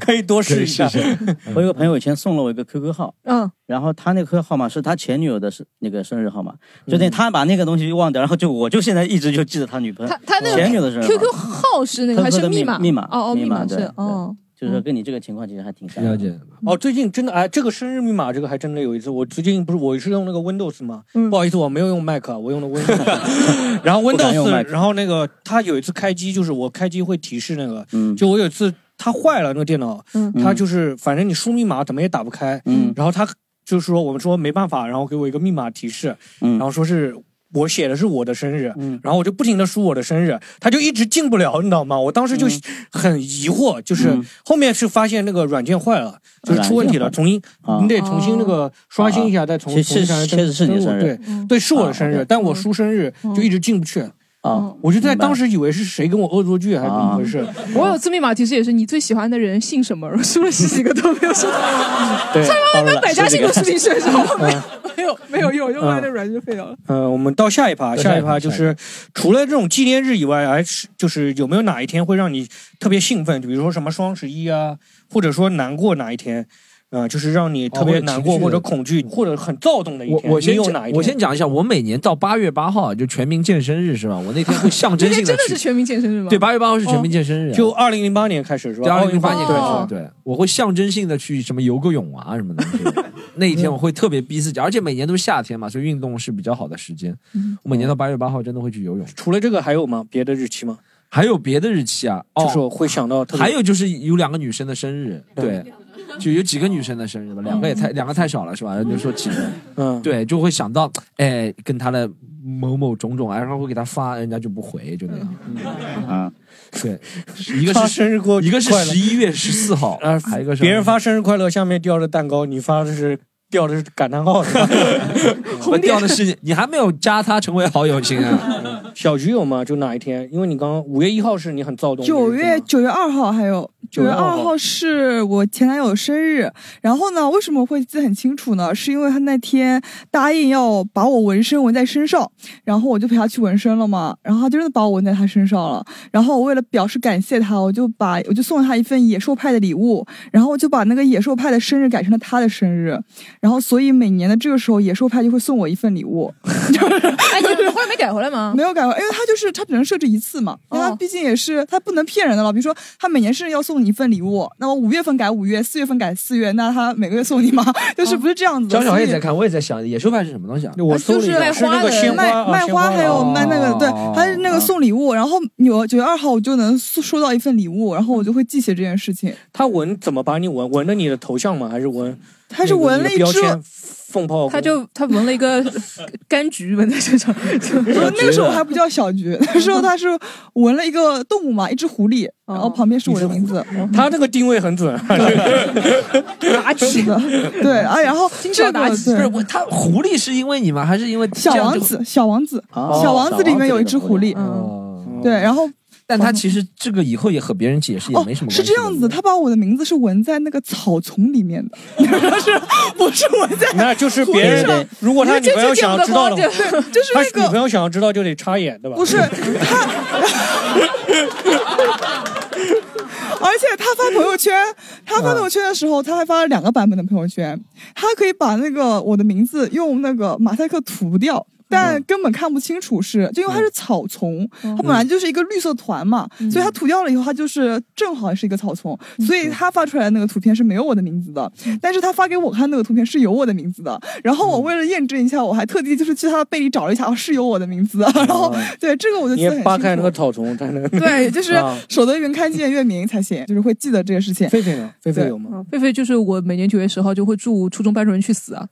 可以多试一下。 (laughs)
我有个朋友以前送了我一个 QQ 号，
嗯，
然后他那个 QQ 号码是他前女友的是那个生日号码，
嗯
就那他把那个东西就忘掉，然后就我就现在一直就记得他女朋友
他他那
前女友的生
个
日
QQ
号码
号是那个还
他
是
说的密
码？
密码
哦哦，密
密码对
是哦。
就是说跟你这个情况其实还挺像的。
了解。
哦，最近真的哎，这个生日密码这个还真的有一次，我最近不是我是用那个 Windows 嘛，不好意思，我没有用 Mac，我用的
(laughs)
Windows，然后
嗯不敢用
Windows，
Mac
然后那个它有一次开机，就是我开机会提示那个，
嗯
就我有一次它坏了那个电脑，
嗯
它就是反正你输密码怎么也打不开，
嗯
然后它就是说我们说没办法，然后给我一个密码提示，
嗯
然后说是。我写的是我的生日，然后我就不停的输我的生日，它就一直进不了，你知道吗？我当时就很疑惑，就是
嗯
后面是发现那个软件坏了，就是出问题了，
软件坏了
重新
啊
你得重新那个刷新一下，再重
其
重新
实
上来
确实是你的生日
对
嗯
对，是我的生
啊
日
，OK，
但我输生日
嗯
就一直进不去
啊。
我就在当时以为是谁跟我恶作剧还是怎么回事，
(laughs) 我有次密码提示也是你最喜欢的人姓什么，然后输了十几个都没有输到，
对
所以慢慢把百家姓都输进去了，然后没
嗯
有没有没有用，就把那软件废掉了。
呃，我们到下一趴，
对
下
下
一
一
趴
趴
就是除了这种纪念日以外，还是就是有没有哪一天会让你特别兴奋？比如说什么双十一啊，或者说难过哪一天，啊、就是让你特别难过
哦
或
或
者
者
恐惧或者很躁动的一
我
天。
我先
你有
讲
哪一天？
我先讲一下，我每年到八月八号就全民健身日是吧？我那天会象
(laughs) 那
征性的
天真的是
去，
全民健身日吗？
对，八月八号是全民健身日啊，
就二零零八年开始是吧？
对，二零零八年开
哦
始，对，我会象征性的去什么游个泳啊什么的。
(laughs)
对那一天我会特别逼自己，而且每年都是夏天嘛，所以运动是比较好的时间。
嗯
我每年到八月八号真的会去游泳。
除了这个还有吗？别的日期吗？
还有别的日期啊？哦，
就是我会想到特别
还有就是有两个女生的生日，对，就有几个女生的生日吧，两个也太两个太少了是吧？人家说几个，
嗯，
对，就会想到哎跟她的某某种种，哎然后会给她发，人家就不回，就那样。
啊，
对，嗯 (laughs) 一个
发
是
生日过，
一个是十一月十四号，
啊，
还有一个是
别人发生日快乐，下面掉的蛋糕，你发的是掉的是感叹号，
(laughs) 我掉的是你，你还没有加他成为好友亲啊？
(laughs) 小菊有吗？就哪一天？因为你刚刚五月一号是你很躁动的日子嘛，
九月九月二号，还有
9
九
月
月
2
二号是我前男友的生日。然后呢，为什么会记得很清楚呢？是因为他那天答应要把我纹身纹在身上，然后我就陪他去纹身了嘛。然后他就真的把我纹在他身上了。然后我为了表示感谢他，我就把我就送了他一份野兽派的礼物，然后我就把那个野兽派的生日改成了他的生日。然后所以每年的这个时候，野兽派就会送我一份礼物。
哎，你后来没改回来吗？
没有改过，因为他就是他只能设置一次嘛，因
哦
为他毕竟也是他不能骗人的了。比如说他每年生日要送你一份礼物，那么五月份改五月，四月份改四月，那他每个月送你吗？ (laughs)
哦
就是不是这样子的。
张小
所以
黑在看，我也在想，野兽派是什么东西啊？
我
就是卖卖花还有
哦
卖那个，对，还有
嗯
那个送礼物。然后有九月二号我就能收收到一份礼物，然后我就会记起这件事情。
嗯
他纹怎么把你纹？纹着你的头像吗？还是纹？
他是纹了一只
那个你的标签凤炮。
(laughs) 他就他纹了一个柑橘纹在身
(laughs)
上，就
那个时候我还不叫小菊，那时候他是纹了一个动物嘛，一只狐狸，然后旁边是我的名字。
嗯
他那个定位很
(laughs)
准，
(laughs)
妲己的，对啊，然后这个
不
对
是我他狐狸是因为你吗？还是因为
小王子，？小王子，
哦
小王子里面有一只狐狸，嗯对，然后哦
但
哦
他其实这个以后也和别人解释也没什么关
是
系。
这样子，他把我的名字是纹在那个草丛里面的，
(laughs)
不是我在，
那就是别
狐狸
人
上。
如果他女朋友想要知道的话，
你这就是 (laughs) 就是
他
那个
女朋友想要知道就得插眼，对吧？ (laughs)
不是他，而且他发朋友圈，他发朋友圈的时候，他还发了两个版本的朋友圈，他可以把那个我的名字用那个马赛克涂掉。
嗯
但根本看不清楚是，就因为它是草丛，它本来就是一个绿色团嘛，
嗯
所以它涂掉了以后，它就是正好是一个草丛，所以他发出来的那个图片是没有我的名字的，
嗯
但是他发给我看那个图片是有我的名字的。然后我为了验证一下，我还特地就是去他的背里找了一下，哦，是有我的名字的。然后对这个我就
你
记
也
得很清楚
嗯扒开那个草丛，才能 (laughs)
对，就是
啊
守得云开见月明才行，就是会记得这个事情。
狒狒呢？狒狒
对
有吗？
菲菲就是我每年九月十号就会祝初中班主任去死啊，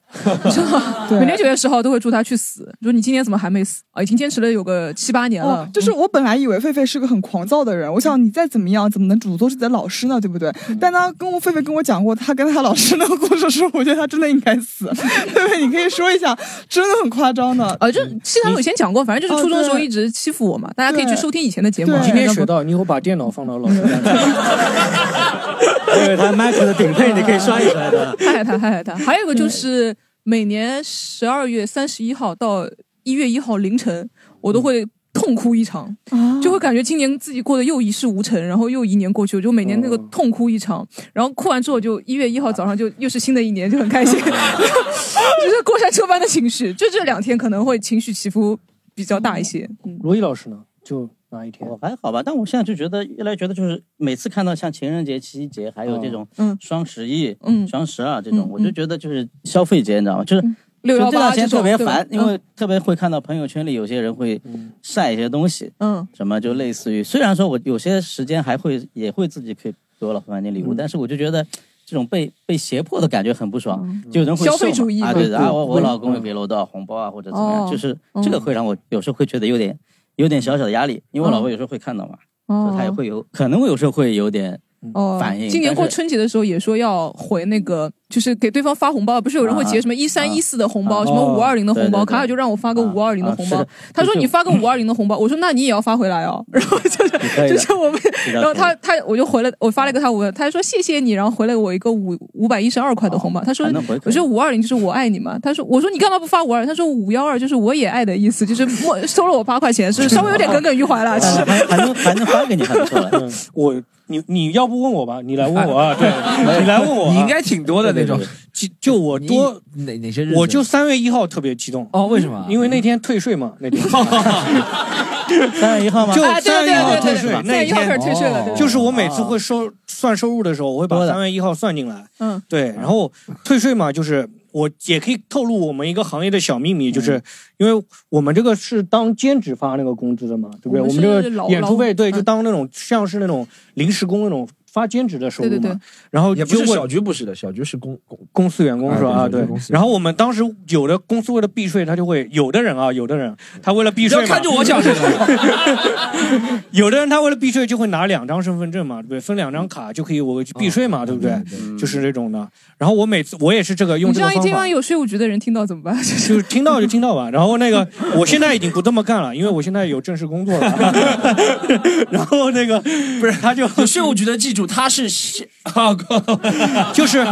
对
每年九月十号都会祝他去死，就说你今天怎么还没死啊？已经坚持了有个七八年了
哦。，就是我本来以为狒狒是个很狂躁的人，我想你再怎么样，怎么能诅咒自己的老师呢？对不对？
嗯
(laughs) 但他跟我狒狒跟我讲过他跟他老师那个故事的时候，我觉得他真的应
(laughs)
该死。狒狒，你可以说一下，真的很夸张的。
呃，就
嗯
西塘我以前讲过，反正就是初中的时候一
直。
直欺负我嘛，大家可以去
对
收听以前的节目啊
对。
你今天
要不
学到，你以后把电脑放到老师
(laughs)
那里，
因为它 Mac 的顶配你可以摔一摔的。
(laughs) 害害他，害害他。还有一个
嗯
就是每年十二月三十一号到一月一号凌晨，我
嗯
都会痛哭一场，
啊
就会感觉今年自己过得又一事无成，然后又一年过去，我就每年那个
哦
痛哭一场，然后哭完之后就一月一号早上就又是新的一年，就很开
(laughs)
心，就是过山车般的情绪。就这两天可能会情绪起伏比较大一些。嗯，
罗毅老师呢？就哪一天？
我还好吧，但我现在就觉得越来越觉得，就是每次看到像情人节、七夕节，
哦
还有这种双十一、
嗯
双十二这种，我就觉得就是消费节，你知道吗？就是
618
就这段时间
这种
特别
对吧
烦，
嗯
因为特别会看到朋友圈里有些人会
嗯
晒一些东西，
嗯，
什么就类似于，虽然说我有些时间还会也会自己可以给我老婆买点礼
嗯
物，但是我就觉得。这种被被胁迫的感觉很不爽，就有人会
嗯消费
送嘛
主义
啊，
嘛
对的啊，我我
会嗯
老公又给了我多少红包啊，或者怎么
哦
样，就是这个
嗯
会让我有时候会觉得有点有点小小的压力，因为我老婆有时候会看到嘛，
哦
他也会有，可能我有时候会
(laughs)
有点
哦，
反应。
今年过
但是
春节的时候也说要回那个，就是给对方发红包，不是有人会截
啊
什么一三一四的红包，
啊
什么
哦
五二零的红
对
包，
对对
卡尔就让我发个五二零的
啊
红
是
包
的，
他说你发个五二零的红包，我说那你也要发回来哦，然后
可
就
以
就
的
是我们
(laughs) 是，的
然后他他我就回了，我发了一个他五，他说谢谢你，然后回了我一个五五百一十二块的红包，他说
啊那回
我说五二零就是我爱你嘛，他说我说你干嘛不发五二，他说五幺二就是我也爱的意思，就是默收了我八块钱，是稍微有点耿耿于怀
(laughs) 嗯
了，是。
还能还能发给你，还不错了。
嗯我你你要不问我吧，你来问我啊，对，你来问我啊，
你应该挺多的那种
对。对对就就我多
哪哪些日子？
我就三月一号特别激动嗯
哦，为什么？
因为那天退税 (laughs) 嘛，那天
三月一号吗
就
啊对
三月一号
对对对
退
对
税
对，
那
3月1号开
天哦
始退税了对对对
就是我每次会收算收入的时候，我会把
多的
三月一号算进来。
嗯，
对，然后退税嘛，就是我也可以透露我们一个行业的小秘密，就是因为我们这个是当兼职发那个工资的嘛，对不对？
我
我
们
们
是
这个
劳
演出费，
嗯
对，
劳
就当那种像是那种临时工那种发兼职的收入
对对对
嘛。然后
也不是
就问
小局，不是的，小局是公 (laughs) 公
公司员工是吧？
啊
啊，
对
对
公。司
然后我们当时有的公司为了避税，他就会有的人啊，有的人他为了避税嘛，
不要看着我讲这
(laughs) 有的人他为了避税就会拿两张身份证嘛，对不对？分两张卡就可以我去避税嘛，对嗯不对？就是这种的。然后我每次我也是这个用
你
这
这
个
样一
方
听，
法
万一。有税务局的人听到怎么办？ (laughs)
就是听到就听到吧，然后那个我现在已经不这么干了，因为我现在有正式工作了。然后那个 (laughs) 不是他就
税务局的记住他是
(laughs)
啊，
就是 (laughs)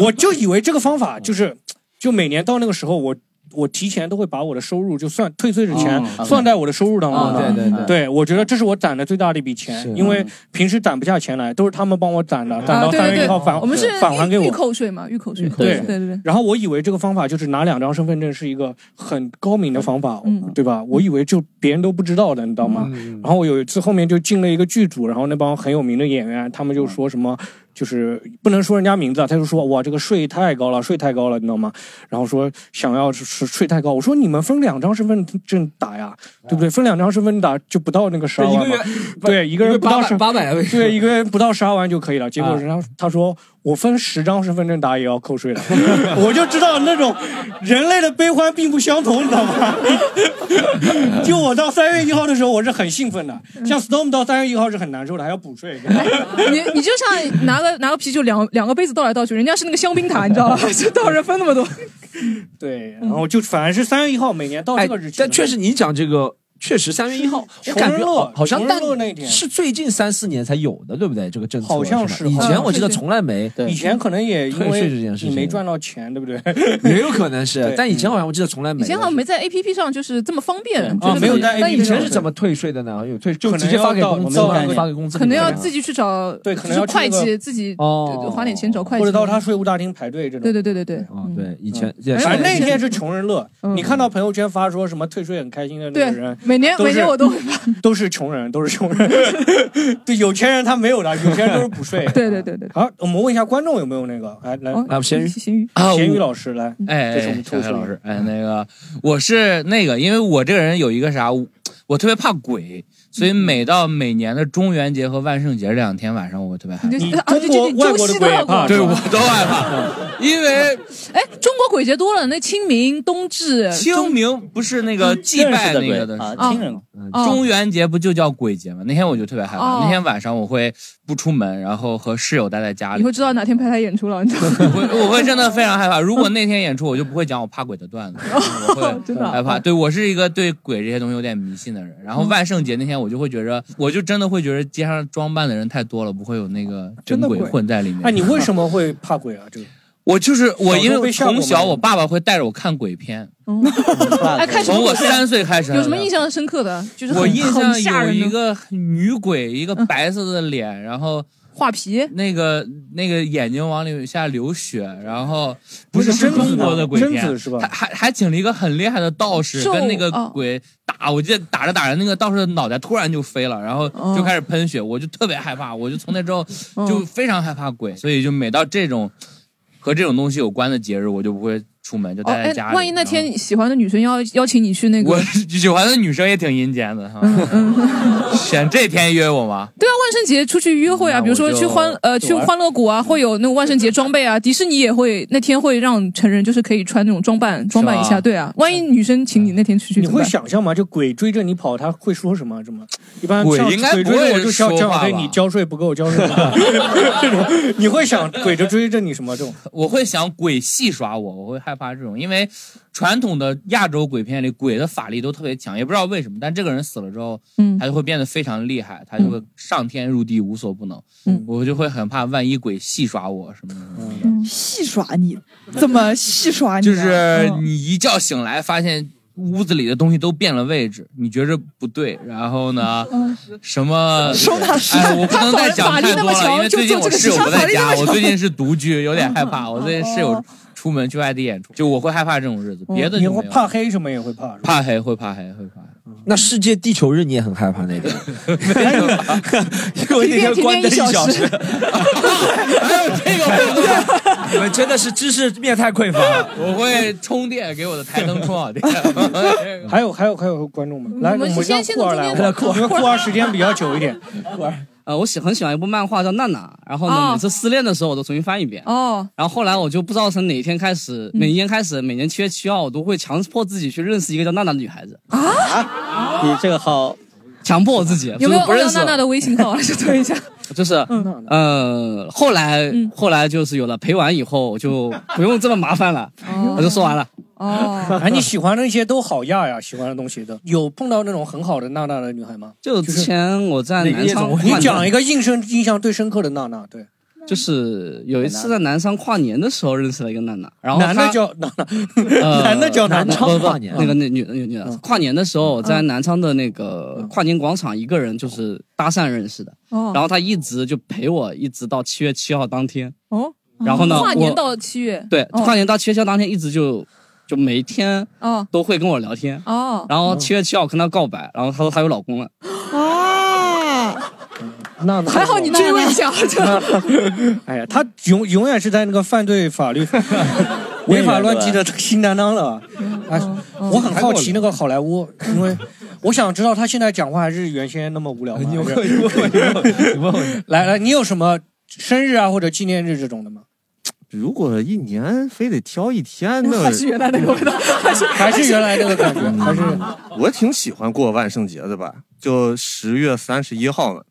我就以为这个方法就是，就每年到那个时候我。我提前都会把我的收入就算退税之前
哦
算在我的收入当中的，
哦对对对
我觉得这是我攒的最大的一笔钱，因为平时攒不下钱来，都是他们帮我攒
嗯
的，攒
啊，
到
对
三
对
月
对
一号返，
我们是
返还给
预
我
预。扣税嘛，预扣税。
嗯对
对对对。
然后我以为这个方法就是拿两张身份证是一个很高明的方法，
嗯
对吧？我以为就别人都不知道的，你知道吗？然后我有一次后面就进了一个剧组，然后那帮很有名的演员，他们就说什
嗯
么。就是不能说人家名字啊，他就说哇这个税太高了，税太高了，你知道吗？然后说想要是税太高，我说你们分两张身份证打呀，对不对？分两张身份证打就不到啊那个十二万嘛，对，一个人不到十
八百，
对，一个人不到十二万就可以了。结果
啊
人家他说我分十张身份证打也要扣税的， (laughs) 我就知道那种人类的悲欢并不相同，你知道吗？ (laughs) 就我到三月一号的时候，我是很兴奋的，像 Storm 到三月一号是很难受的，还要补
(laughs)
税。
哎你你就像拿个拿个啤酒两两个杯子倒来倒去，人家是那个香槟塔，你知道
(laughs)
吧？就倒着分那么多。
对，然后就反而是三月一号每年到这个日
哎
期，
但确实你讲这个。确实，三月一号，我
穷
感
人
觉
乐
好好像
穷人
但
乐那一天
是最近三四年才有的，对不对？这个政策
好像
是
是
吧，以
好
前
像
我记得
是
从来没，
以前可能也因
退税这
为
件事
你没
情
赚到钱，对不对？
也有可能是
对，嗯
但以前好像我记得从来没
以前好像没在 A P P 上就是这么方便，
啊
就是
啊没有在
那
A
你
以前是怎么退税的呢？有退
就
就
可能
直接发给
要到
工资
到
吗
那，个
发给工资里
可能
面吗，
要自己去找，对
可能要
会
去那个
计自己
哦
呃花点钱找会计，
或者到他税务大厅排队这种。啊
对对对对对。
哦对，以前也
反正嗯哎那
是
天是穷人乐，你看到朋友圈发说什么退税很开心的那
嗯对
个人，
每年
都
每
是
年我都会发。
都是穷人，都是穷人。 (laughs) 对，有钱人他没有的，有钱人都是补税。
(laughs) 对对对对。哦
好，我们问一下观众有没有那个，哎来来
来咸鱼
咸鱼
啊
咸鱼
我
老师
嗯
来，
哎，
这是我们
小
抽
黑
出嗯
老师，哎，那个我是那个，因为我这个人有一个啥，
我特别怕鬼，所以
嗯
每到每年的中元节和万圣节这两天晚上，我特别害怕。
你中国外国的鬼也怕
对我都害怕，因为
(laughs) 哎，中国鬼节多了，那清明、冬至、
清明不是那个祭拜那个的
啊亲人
嗯
哦
中元节不就叫鬼节吗？那天我就特别害
哦
怕，那天晚上我会不出门，然后和室友待在家
你
里 (laughs)
啊会，知道哪天排他演出了，你
(laughs)
知道吗？
我会我会真的非常害怕。如果那天演出，我就不会讲我怕鬼的
(laughs)
段子，我会
真的啊
害怕。对我是一个对鬼这些东西有点迷信的人。然后万圣节那天，我就会觉着，我就真的会觉着街上装扮的人太多了，不会有那个真鬼混在里面。
哎，你为什么会怕鬼啊？这个
我就是我，
小时候
因为
被吓过
从小
吗
我爸爸会带着我看鬼片，
(laughs)
(laughs) 哎，看什么
从
鬼
我
片？
三岁开始。
有什么印象深刻的？就是很
我印
很吓
象有
人的嗯
一个女鬼，一个白色的脸，然后
画皮，
那个那个眼睛往里下流血，然后不是是
贞子
中国
啊
的鬼片
贞子是吧
嗯
还还还请了一个很厉害的道士
咒
跟那个
哦
鬼打，我记得打着打着，那个道士的脑袋突然就飞了，然后
哦
就开始喷血，我就特别害怕，我就从那之后就非常害怕鬼，所以就每到这种和这种东西有关的节日，我就不会出门，就
哦，
待
哎
在家，里。
万一那天你喜欢的女生邀邀请你去那
(laughs) 我
个，
喜欢的女生也挺阴间的哈，
嗯
(laughs) 选这天约我吗？
对啊，万圣节出去约会啊，比如说去欢呃
就
去
玩
欢乐谷啊，会有那种万圣节装备啊，迪士尼也会那天会让成人就是可以穿那种装扮装扮一下，对啊，万一女生请你那天出去，
哎你
怎么
会
办？
想象吗？这鬼追着你跑，他会说什么？这么一般
鬼
像
应该
鬼
不
追着
会
我就叫
说
叫
话
对
吧
你交税不够，交税
(laughs)
不够这种， (laughs) 你会想鬼就追着你什么这种？
(laughs) 我会想鬼戏耍我，我会害怕这种，因为传统的亚洲鬼片里鬼的法力都特别强，也不知道为什么，但这个人死了之后，
嗯
他就会变得非常厉害，他就会上天入地无所不能，
嗯
我就会很怕万一鬼戏耍我什么的，
戏嗯耍你，怎么戏耍你
就
啊？
是
(laughs)
嗯
你一觉醒来发现。屋子里的东西都变了位置，你觉着不对，然后呢，
嗯
什
(laughs)
么
收纳失
哎，我不能再讲
他法
太
力那
多
么
了，
强
因为
就
最近
做
我
这个
室友
事
不在
法力那
家，
么嗯
我
强
最近是独居，有点害怕。我最近室友出门去外地演出，
哦
就我会害怕这种日子，别的
你
就没
会
有。
怕黑什么也会怕。
怕黑会怕黑会怕黑。
那世界地球日你也很害怕那 (laughs) 个？
因为那天关灯一小时。
(laughs)
这个
你们真的是知识面太匮乏了。
我会充电，给我的台灯充好电。
还有还有还有观众们，来，
我
我
们
们
先
让
先
库
从
尔
中
来，
间
我们
走
因为
库尔
库尔时间比较久一点。
呃，我喜很喜欢一部漫画叫《娜娜》，然后呢，
哦
每次失恋的时候我都重新翻一遍。
哦，
然后后来我就不知道从哪一天开始，
嗯
每年开始，每年七月七号，我都会强迫自己去认识一个叫娜娜的女孩子。啊，你这个好，强迫我自己，
有没
就
有
是不
欧
认
阳
识
娜娜嗯
我？
的微信 (laughs) 号？去对
(laughs)
一下。
就是，呃，后来
嗯
后来就是有了陪玩以后，我就不用这么麻烦了。我就说完了。
哦
哎，你喜欢的那些都好亚呀，喜欢的东西的，有碰到那种很好的娜娜的女孩吗？
就之前我在南昌跨
你
年，
讲一个印象印象最深刻的娜娜，对，
就是有一次在南昌跨年的时候认识了一个娜娜，然后
男的
她
叫娜娜，
呃
男的叫南昌
不不不
跨年嗯
那个那女的女女的跨年的时
嗯
候，我在南昌的那个跨年广场，一个人就是搭讪认识的，
哦
然后她一直就陪我，一直到七月七号当天，
哦，
然后呢
跨年
我
到七月，
对，
哦
跨年到七月七号当天一直就就每天
哦
都会跟我聊天，
哦，
然
嗯
后七月七号我跟她告白，然后她说她有老
(laughs)
公了，
哦
啊，
娜娜，
还好你追问一下，这
(laughs) 哎呀，他永永远是在那个犯罪法律违法乱纪的新担当了。哎，我很好奇那个好莱坞，因为我想知道他现在讲话还是原先那么无聊吗？你问 (laughs) 来来，你有什么生日啊或者纪念日这种的吗？
如果一年非得挑一天，
(laughs)
那
还是原来那个味道还是还是原来那个感觉还是
我挺喜欢过万圣节的吧，就十月三十一号嘛。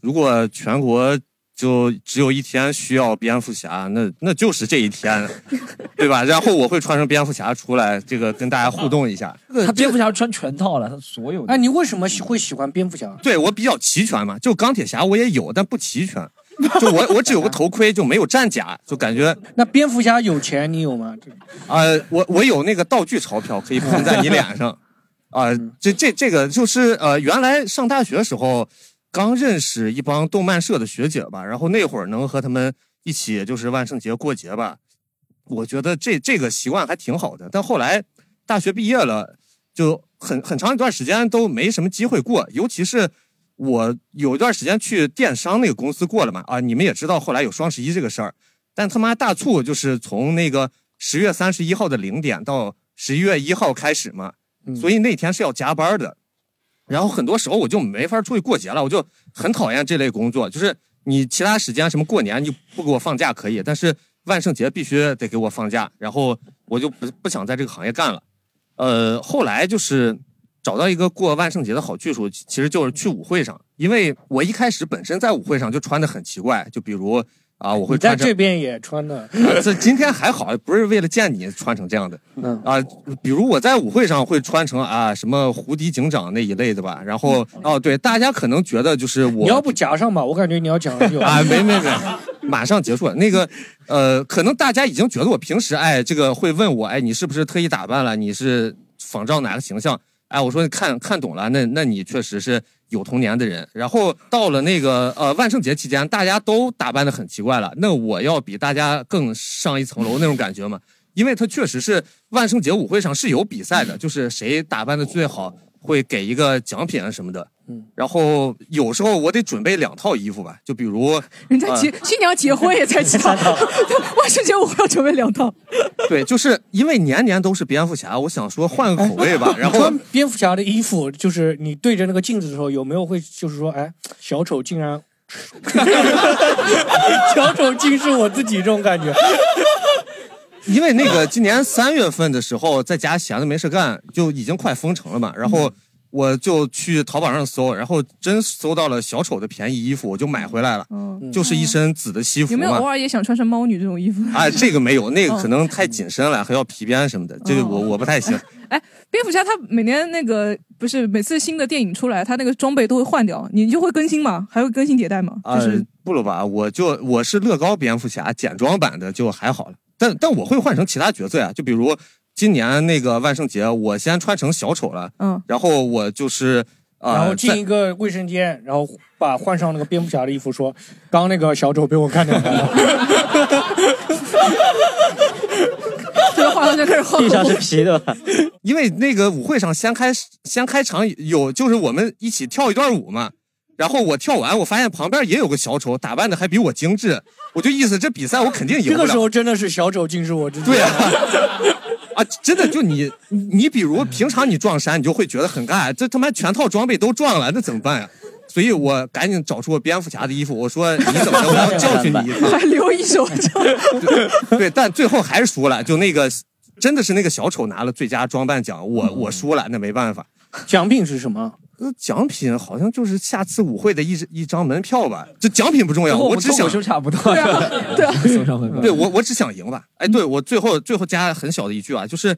如果全国就只有一天需要蝙蝠侠，那那就是这一
(laughs)
天，对吧？然后我会穿成蝙蝠侠出来，这个跟大家互动一
(laughs)
下。
他蝙蝠侠穿全套了，他所有的。
哎，你为什么喜会喜欢蝙蝠侠？
对我比较齐全嘛，就钢铁侠我也有，但不齐全。就我我只有个头盔，就没有战甲，就感觉
(laughs) 那蝙蝠侠有钱你有吗？
呃，我我有那个道具钞票可以喷在你脸上，啊、这这这个就是呃，原来上大学时候刚认识一帮动漫社的学姐吧，然后那会儿能和他们一起就是万圣节过节吧，我觉得这这个习惯还挺好的。但后来大学毕业了，就很很长一段时间都没什么机会过，尤其是。我有一段时间去电商那个公司过了嘛，啊，你们也知道后来有双十一这个事儿，但他妈大促就是从那个十月三十
嗯
一号的零点到十一月一号开始嘛，所以那天是要加班的。然后很多时候我就没法出去过节了，我就很讨厌这类工作。就是你其他时间什么过年你不给我放假可以，但是万圣节必须得给我放假，然后我就不不想在这个行业干了。呃，后来就是找到一个过万圣节的好去处，其实就是去舞会上，因为我一开始本身在舞会上就穿的很奇怪，就比如啊，我会
你在
穿着
这边也穿的，
啊这今天还好，不是为了见你穿成这样的。
嗯
啊，比如我在舞会上会穿成啊什么胡迪警长那一类的吧，然后哦对，大家可能觉得就是 (laughs)
嗯你
我
要不夹上吧？我感觉你要讲究
啊，没没没，
(laughs)
马上结束了。那个呃，可能大家已经觉得我平时哎这个会问我哎你是不是特意打扮了？你是仿照哪个形象？哎，我说看看懂了，那那你确实是有童年的人。然后到了那个呃万圣节期间，大家都打扮的很奇怪了，那我要比大家更上一层楼那种感觉嘛。因为它确实是万圣节舞会上是有比赛的，就是谁打扮的最好会给一个奖品啊什么的。
嗯，
然后有时候我得准备两套衣服吧，就比如
(laughs) 人家结、
呃
新娘结婚也才知道，万圣节我要准备两套。
对，就是因为年年都是蝙蝠侠，我想说换个口味
(laughs)
吧。然后
穿蝙蝠侠的衣服，就是你对着那个镜子的时候，有没有会就是说，哎，小丑竟然， (laughs) 小丑竟是我自己这种感觉。
因为那个今年三月份的时候，在家闲的没事干，就已经快封城了嘛，然后我就去淘宝上搜，然后真搜到了小丑的便宜衣服，我就买回来了，
嗯
就是一身紫的西服
有没有
嘛
偶。尔也想穿成猫女这种衣服？
哎，这个没有，那个
哦
可能太紧身了，还要皮鞭什么的，这
嗯
个我我不太行。
蝙蝠侠他每年那个不是每次新的电影出来，他那个装备都会换掉，你就会更新吗？还会更新迭代吗？
啊，不了吧？我就我是乐高蝙蝠侠简装版的，就还好了。但但我会换成其他角色呀、就比如今年那个万圣节，我先穿成小丑了，
嗯，
然后我就是呃，
然后进一
在
个卫生间，然后把换上那个蝙蝠侠的衣服，说，刚刚那个小丑被我
(laughs)
看见了，
(laughs) 这画上就开始画。
皮的
(laughs)
吧？ (laughs) 因为那个舞会上先开先开场有，就是我们一起跳一段舞嘛。然后我跳完，我发现旁边也有个小丑，打扮的还比我精致，我就意思这比赛我肯定赢
这
不了。
个时候真的是小丑竟是我自己。
对啊，啊，真的就你，你你比如平常你撞衫，你就会觉得很尬，这他妈全套装备都撞了，那怎么办呀？所以我赶紧找出我蝙蝠侠的衣服，我说你怎么了？我要教训你一次。
(laughs)
还留一
(laughs)
手，
对对，但最后还是输了，就那个真的是那个小丑拿了最佳装扮奖，我我输了，那没办法。
嗯奖品是什么？
呃，奖品好像就是下次舞会的一一张门票吧，这奖品不重要，
跟我们
只想
脱口秀差不多对啊 (laughs)
对
送上门票
对我我只想赢吧。哎，对我最后最后加很小的一句啊，就是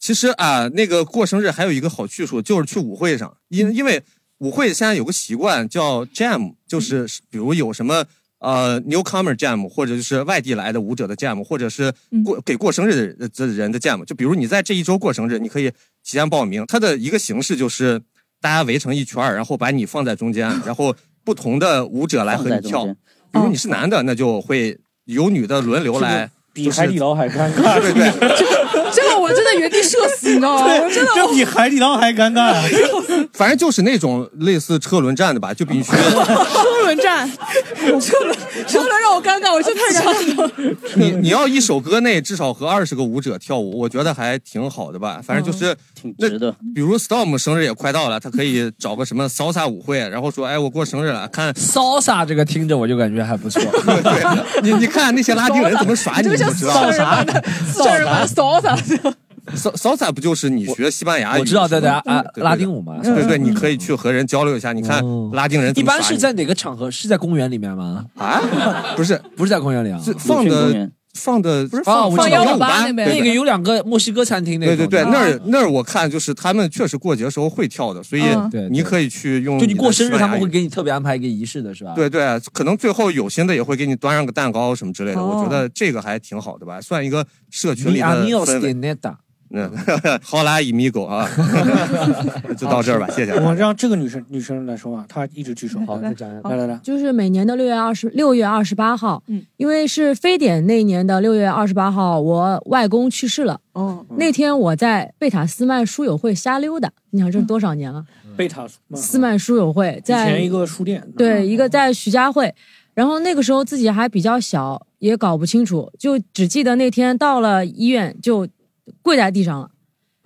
其实啊，那个过生日还有一个好去处，就是去舞会上，因因为舞会现在有个习惯叫 jam，就是比如有什么。呃，newcomer jam，或者就是外地来的舞者的 jam，或者是
嗯
过给过生日的的人的 jam，就比如你在这一周过生日，你可以提前报名。它的一个形式就是大家围成一圈儿然后把你放在中间，然后不同的舞者来和你
放在中
跳。
间
比
哦
如你是男的，那就会有女的轮流来，
比
就是
海底捞还尴尬，
对对
这个我真的原地社死， (laughs) 你知道吗？我真的我
海底捞还尴尬。啊反正就是那种类似车轮战的吧，就必须
车轮 (laughs) 战，车轮车轮让我尴尬，我真的太尴尬了。
你 (laughs) 你要一首歌内至少和二十个舞者跳舞，我觉得还挺好的吧。反正就是挺值
的。
比如 Storm 生日也快到了，他可以找个什么 salsa 舞会，然后说，哎，我过生日了，看
salsa 这个听着我就感觉还不
(laughs)
错。
你你看那些拉丁人怎么耍你，
这
你
个叫
就知道
骚人版
(laughs)
的，
(laughs)
骚人版骚的。
骚骚萨不就是你学西班牙语嗯
我知道对对啊啊
对对
拉丁舞嘛
对对，
嗯哦
你可以去和人交流一下，你看拉丁人
一
怎么耍
般
你
是在哪个场合？是在公园里面吗？
啊， (laughs) 不是，
不是在公园里啊，
是放的放的不
啊，我知道
舞吧
那个有两个墨西哥餐厅那
对
种
对
的，
对，那儿那儿我看就是他们确实过节时候会跳的，所以
嗯对对
你可以去用
就
你
你
的
过生日
西班牙
他们会
语
给你特别安排一个仪式的是吧？
对对，可能最后有心的也会给你端上个蛋糕什么之类的，
哦
我觉得这个还挺好的吧，算一个社群里的
Mi amigos
氛
de
围。
nada，
嗯， (laughs) 好啦，米狗啊， (laughs) 就到这儿吧，谢啊谢。
我让这个女生女生来说话，啊她一直举手。好，
来
来来来，
哦就是每年的六月二十六月二十八号，
嗯
因为是非典那年的六月二十八号，我外公去世了。
哦，
嗯
那天我在贝塔斯曼书友会瞎溜达，你想这是多少年了？
贝塔
斯曼书友会
嗯以
在
前一个书店，嗯
对，一个在徐家汇，然后那个时候自己还比较小，也搞不清楚，就只记得那天到了医院就跪在地上了。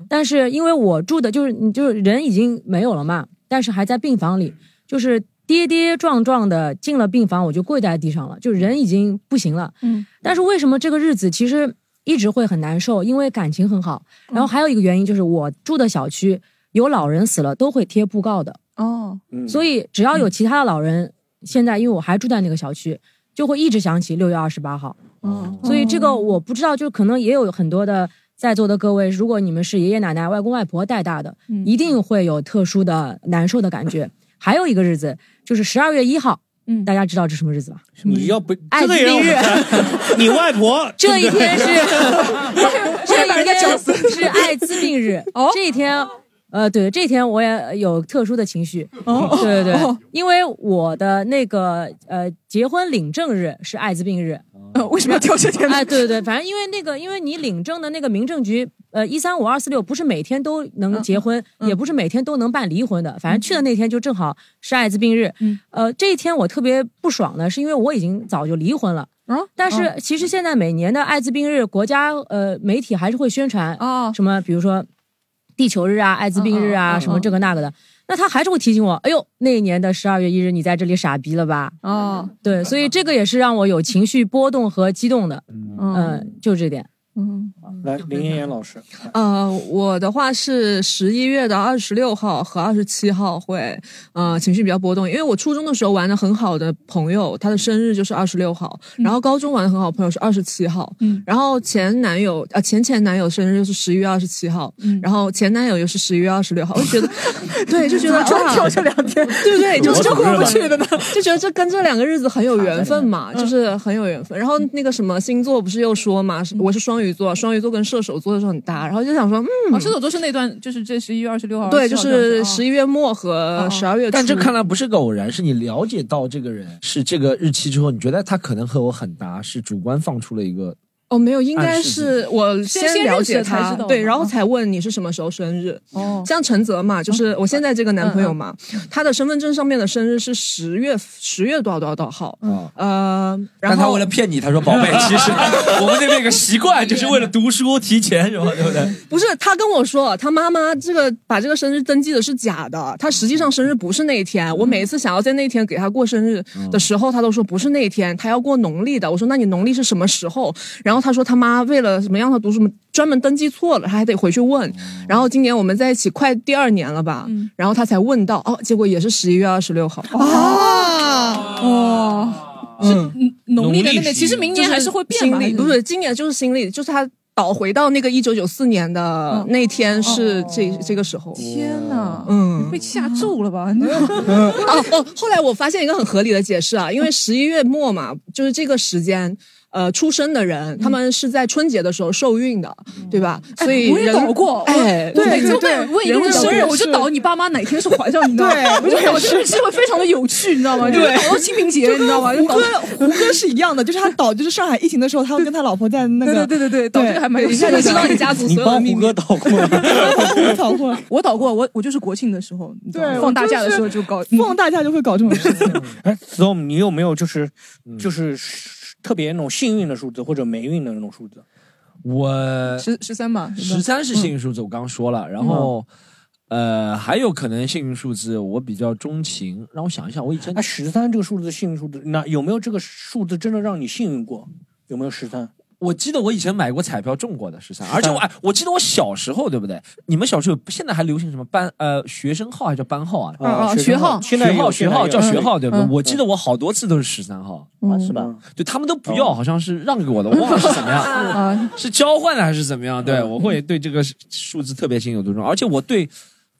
但是因为我住的就是你就是人已经没有了嘛，但是还在病房里，就是跌跌撞撞的进了病房，我就跪在地上了，就人已经不行了。
嗯，
但是为什么这个日子其实一直会很难受？因为感情很好，然后还有一个原因就是我住的小区有老人死了都会贴布告的。
哦，
所以只要有其他的老人，现在因为我还住在那个小区，就会一直想起六月二十八号。
嗯，
所以这个我不知道，就是可能也有很多的在座的各位，如果你们是爷爷奶奶、外公外婆带大的，
嗯
一定会有特殊的难受的感觉。还有一个日子就是十二月一号，
嗯，
大家知道这什么日子吧？
你要不
爱
这个也
情
让
日
我 (laughs) 你外婆
(laughs) 这一
对不对
天是，
(laughs)
这一天是艾滋病日。哦，这一天，呃，对，这一天我也有特殊的情绪。
哦
对对对
哦，
因为我的那个呃结婚领证日是艾滋病日。
呃 (laughs) 为什么要挑这天呢
哎，对对对，反正因为那个，因为你领证的那个民政局，呃，一三五二四六不是每天都
嗯
能结婚，也不是每天都能办离婚的。反正去的那天就正好是艾滋病日。
嗯
呃，这一天我特别不爽的是，因为我已经早就离婚了。
啊！
但是其实现在每年的艾滋病日，国家呃媒体还是会宣传
哦，
什么比如说地球日啊、艾滋病日
嗯
啊，
嗯嗯
什么这个那个的。那他还是会提醒我，哎呦，那一年的十二月一日你在这里傻逼了吧？
哦，
对，所以这个也是让我有情绪波动和激动的，
嗯
嗯，就这点。
嗯，
来林妍妍老师，
呃，我的话是十一月的二十六号和二十七号会，呃，情绪比较波动，因为我初中的时候玩的很好的朋友，他的生日就是二十六号，然后高中玩的很好的朋友是二十七号，
嗯
然后前男友啊、呃前前男友生日就是十一月二十七号，
嗯
然后前男友又是十一月二十六号，我就觉
(laughs)
得，对，就觉得
怎么
啊
挑这两天
对不对？就
我
是
怎么过不去的 (laughs)
呢，就觉得这跟这两个日子很有缘分嘛，
嗯
就是很有缘分。然后那个什么星座不是又说嘛，
嗯
是我是双鱼座，双鱼座跟射手座是很搭，然后就想说，嗯，
哦，射手座是那段，就是这十一月二十六号，
对，就
24号这
是
样子
十一月末和哦十二月初。
但这看来不是个偶然，是你了解到这个人是这个日期之后，你觉得他可能和我很搭，是主观放出了一个
哦，没有，应
暗
该
示
是我
先先
了
认识
解
了才
他
知道，
对，
的嗯
然后才问你是什么时候生日。
哦，
像陈泽嘛，
哦
就是我现在这个男朋友嘛，
嗯嗯
他的身份证上面的生日是十月十月多少多少多少号，
嗯
呃，然
但
后
他为了骗你，他说：“宝贝，其实我们那边有个习惯，就是为了读书提前什么，对不对？”
不是，他跟我说，他妈妈这个把这个生日登记的是假的，他实际上生日不是那一天。我每一次想要在那一天给他过生日的时候，他都说不是那一天，他要过农历的。我说那你农历是什么时候？然后他说他妈为了什么让他读什么，专门登记错了，他还得回去问。然后今年我们在一起快第二年了吧，然后他才问到，哦，结果也是十一月二十六号。
啊，哦，
是
农历的那个，其实明年还是会变吧
新历，不是今年就是新历，就是他倒回到那个一九九四年的
嗯
那
哦
天是这、这个时候。
天哪，
嗯， (laughs)
被吓住了吧？你
哦哦，后来我发现一个很合理的解释啊，因为十一月末嘛，就是这个时间。呃，出生的
嗯
人，他们是在春节的时候受孕的，对吧？所以
我也
人
倒过，
哎，
我
对
每次
对
问问一个
人
人生日，
是
我就倒你爸妈哪天是怀上，你知道吗？
对
我就
我
倒
也是
这个机会非常的有趣，你知道吗？就是
对
倒到清明节，
就
你
跟
知道吗？就
胡
倒
歌胡歌是一样的，就是他导就是上海疫情的时候，他会跟他老婆在那个
对对对对导
对
这个还蛮有
一下
趣
就
的知道你家族所有的秘密
你帮
胡歌
导过，导过，
我倒过，我我就是国庆的时候，你知道吗
对，
放大假的时候就搞，
放大假就会搞这种事情。
Storm，你有没有就是就是特别那种幸运的数字或者霉运的那种数字？
我
(laughs) 十十三嘛，嗯
十三是幸运数字，我刚刚说
嗯
了，然后。呃，还有可能幸运数字，我比较钟情。让我想一想，我以前
哎，十三这个数字幸运数字，那有没有这个数字真的让你幸运过？有没有十三？
我记得我以前买过彩票中过的十三，而且我哎，我记得我小时候对不对？你们小时候有现在还流行什么班呃学生号还叫班号啊？
嗯嗯嗯学生号
学
学号
号
现
学
在有
号叫
现在有
学号对不对
嗯？
我记得我好多次都是十三号，
啊
嗯是吧？
对他们都
哦
不要，好像是让给我的，我忘了是怎么
嗯
样，
啊，
是交换的还是怎么样？对
嗯
我会对这个数字特别情有独钟，而且我对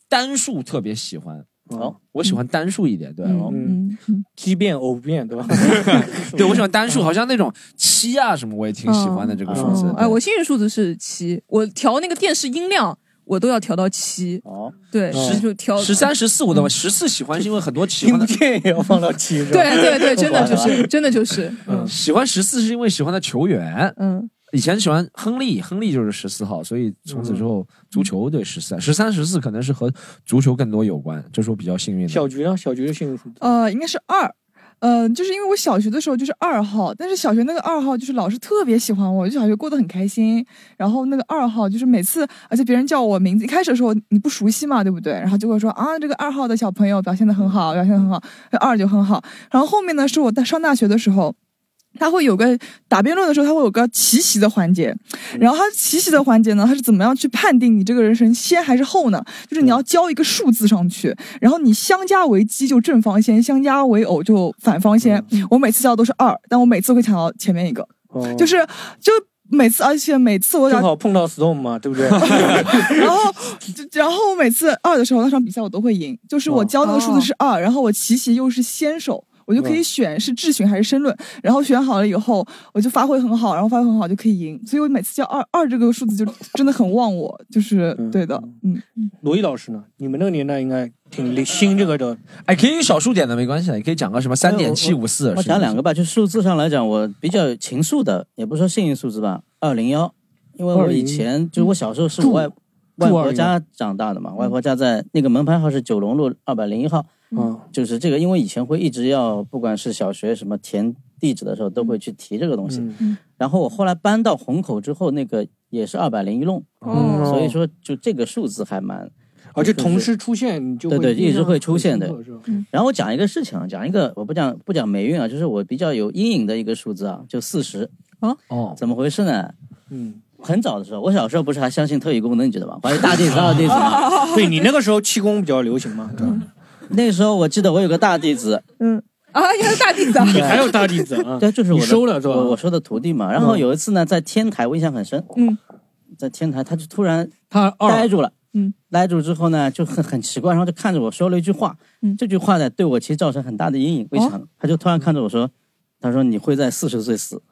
单数特别喜欢。哦我喜欢单数一点，对，哦
嗯，
奇嗯变偶变，对吧？
(laughs)
嗯
对我喜欢单数，好像那种七啊什么，我也挺喜欢的这个数字
嗯。哎，我幸运数字是七，我调那个电视音量，我都要调到七。
哦，
对，
嗯
十
就调
十三、十四我都十四喜欢是因为很多
(laughs)
喜欢的
电也要放到七
对对
(laughs)
对，真的就是真的就是，
喜欢十四是因为喜欢的球员，
嗯，
以前喜欢亨利，亨利就是十四号，所以从此之
嗯
后足球对十三、十三、十四可能是和足球更多有关，这是我比较幸运的。
小菊呢？小菊的幸运数字
呃，应该是二。嗯，就是因为我小学的时候就是二号，但是小学那个二号就是老师特别喜欢我，就小学过得很开心。然后那个二号就是每次，而且别人叫我名字，一开始的时候你不熟悉嘛，对不对？然后就会说啊，这个二号的小朋友表现的很好，表现得很好，二就很好。然后后面呢，是我在上大学的时候。他会有个打辩论的时候，他会有个奇袭的环节，然后他奇袭的环节呢，他是怎么样去判定你这个人是先还是后呢？就是你要交一个数字上去，然后你相加为积就正方先，相加为偶就反方先。我每次叫都是二，但我每次会抢到前面一个，
哦
就是就每次，而且每次我
正
打
好碰到 Storm 嘛，对不
(laughs)
对？
然后，就然后每次二的时候那场比赛我都会赢，就是我教那个数字是二，然后我奇袭又是先手。我就可以选是质询还是申论，然后选好了以后，我就发挥很好，然后发挥很好就可以赢。所以我每次叫二二这个数字就真的很旺我，就是对的，嗯。
罗毅老师呢？你们那个年代应该挺新这个的。
哎，可以少数点的没关系的，你可以讲个什么三点七五四。
我讲两个吧，就数字上来讲，我比较情愫的，也不是说幸运数字吧，二零幺，因为我以前就我
嗯
小时候是我外外婆家长大的嘛，外婆家在那个门牌号是九龙路二百零一号，
嗯，
就是这个，因为以前会一直要，不管是小学什么填地址的时候，都会去提这个东西。
嗯
然后我后来搬到虹口之后，那个也是二百零一弄，
哦
所以说就这个数字还蛮，
而且同
就是
时出现，你就
对对，
印
一直
象
会出现的嗯
很深刻是吧。
然后我讲一个事情啊，讲一个我不讲不讲霉运啊，就是我比较有阴影的一个数字啊，就四十
啊
哦，
怎么回事呢？
(laughs)
嗯，。
很早的时候，我小时候不是还相信特异功能，你知道吧？怀疑大弟子、二弟子嘛
(laughs)
对你那个时候气功比较流行嘛？
那时候我记得我有个大弟子，
嗯啊， (laughs) 你还是
(laughs)
大弟子啊？
大弟子啊
(laughs) 对，就是我的
你收了是吧
我我收的徒弟嘛。然后有一次呢，在天台，我印象很深。
嗯，
在天台，他就突然
他
呆住了。
嗯，
呆住之后呢，就很很奇怪，然后就看着我说了一句话。
嗯，哦
这句话呢，对我其实造成很大的阴影。为啥呢？他就突然看着我说：“他说你会在四十岁死。”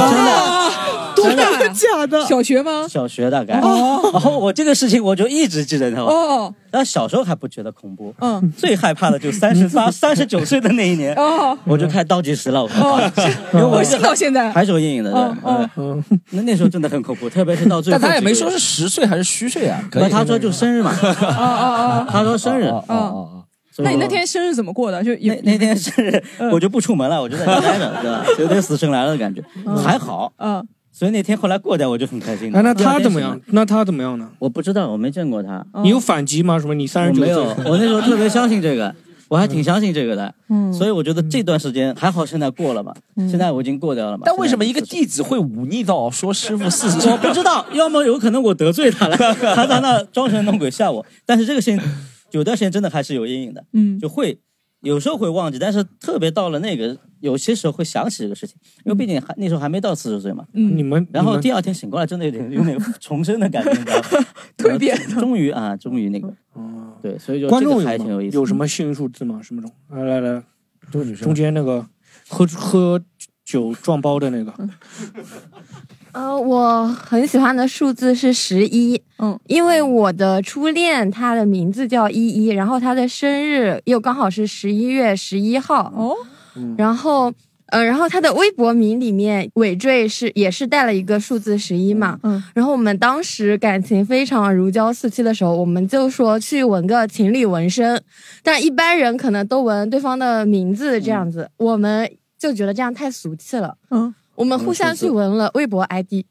啊，
真
(laughs)
的
的
假的？
小学吗？
小学大概。
哦
然后我这个事情我就一直记得，你知
嗯
道吧？
哦。
但小时候还不觉得恐怖。
嗯。
最害怕的就三十
(laughs)
八、三十九岁的那一年。
哦。
我就开始倒计时了，我靠 (laughs)
哦，
因为我
信到
(laughs)
现
嗯
在
还是有阴影的，
哦
对，嗯，那那时候真的很恐怖，特别是到最后
但他
几个月。
也没说是十岁还是虚岁啊，可
那
以。
他说就生日嘛，
哦哦
他说生日，
哦。那你那天生日怎么过的？就那
(laughs) 那天生日
嗯
我就不出门了，我就在家待着，对
(laughs)
吧？有点死神来了的感觉，还好，
嗯，
所以那天后来过掉我就很开心了。
哎，那
第二
啊
他
天
怎么
醒
样？那他怎么样呢？
我不知道，我没见过他。
嗯
你有反击吗？什么？你三十
嗯我
九
没
岁？
有， (laughs) 我那时候特别相信这个，我还挺相信这个的。
嗯
所以我觉得这段时间还好，现在过了吧，现在我已经过掉了嘛。
但为什么一个弟子会忤逆到说师傅四十？
(laughs) 我不知道，要么有可能我得罪他了，他在那装神弄鬼吓我。但是这个事情，有段时间真的还是有阴影的，
嗯
就会有时候会忘记，但是特别到了那个，有些时候会想起这个事情，因为毕竟还那时候还没到四十岁嘛。
嗯
你们
然
你
后
们
第二天醒过来，真的有点有点重生的感觉，你知道吗？
蜕变，
终于啊，终于那个，对，所以就
观
这
众
个还
有
挺
吗
有意思的。
有什么幸运数字吗？什么种？来来来，
都是
中间那个喝喝酒撞包的那个，
嗯
呃，我很喜欢的数字是十一，
嗯，
因为我的初恋他的名字叫依依，然后他的生日又刚好是十一月十一号，
哦，
嗯
然后。呃，然后他的微博名里面尾缀是也是带了一个数字十一嘛，
嗯，
然后我们当时感情非常如胶似漆的时候，我们就说去纹个情侣纹身，但一般人可能都纹对方的名字这样子，我们就觉得这样太俗气了，
嗯，
我们互相去纹了微博 ID，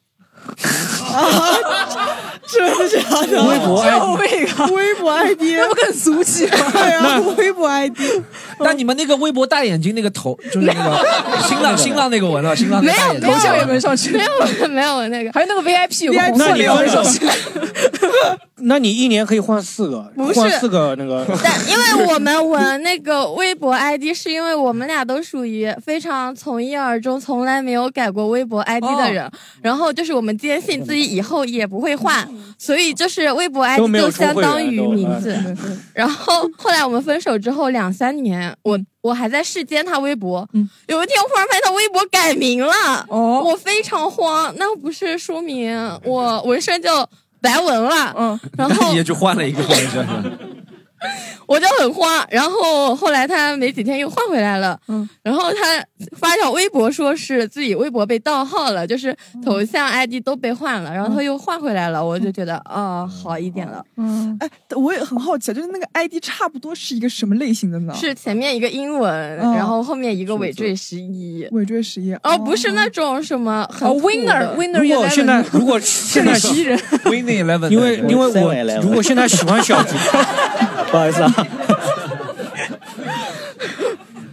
真的假的？
微博 ID
救命啊！微博 ID，那
不更俗气吗？
对啊，微博 ID。
(laughs) 但你们那个微博大眼睛那个头，就是那
(laughs)
个新浪新浪那个纹了，新浪那个大眼睛
头像也纹上去，
没
(laughs)
有没有那个，
还有那个 VIP 有个
VIP
红色的也纹上去，
(laughs) 那你一年可以换四个，
不是
换四个那个。
(laughs)
因为我们纹那个微博 ID，是因为我们俩都属于非常从一而终，从来没有改过微博 ID 的
哦
人。然后就是我们坚信自己以后也不会换，所以就是微博 ID
嗯都没哎有
就相当于名
啊
字 (laughs)
充会员。
然后后来我们分手之后两三年，我
嗯
我还在世间他微博，有一天我忽然发现他微博改名了，
哦，
我非常慌，那不是说明我纹身就白纹了？
嗯，
然后
也去换了一个纹身。
我就很慌。然后后来他没几天又换回来了，
嗯
然后他发一条微博说是自己微博被盗号了，就是头像 ID 都被换了，然后他又换回来了，我就觉得啊、好一点了。
嗯，哎，我也很好奇，就是那个 ID 差不多是一个什么类型的呢？
是前面一个英文，
嗯
然后后面一个尾缀十一。
尾缀十一。
哦，不是那种什么很
哦
酷的
，winner，winner
如果现在如果现在
十一人，
Winning Eleven，
因为因为我如果现在喜欢小吉，不好意思啊。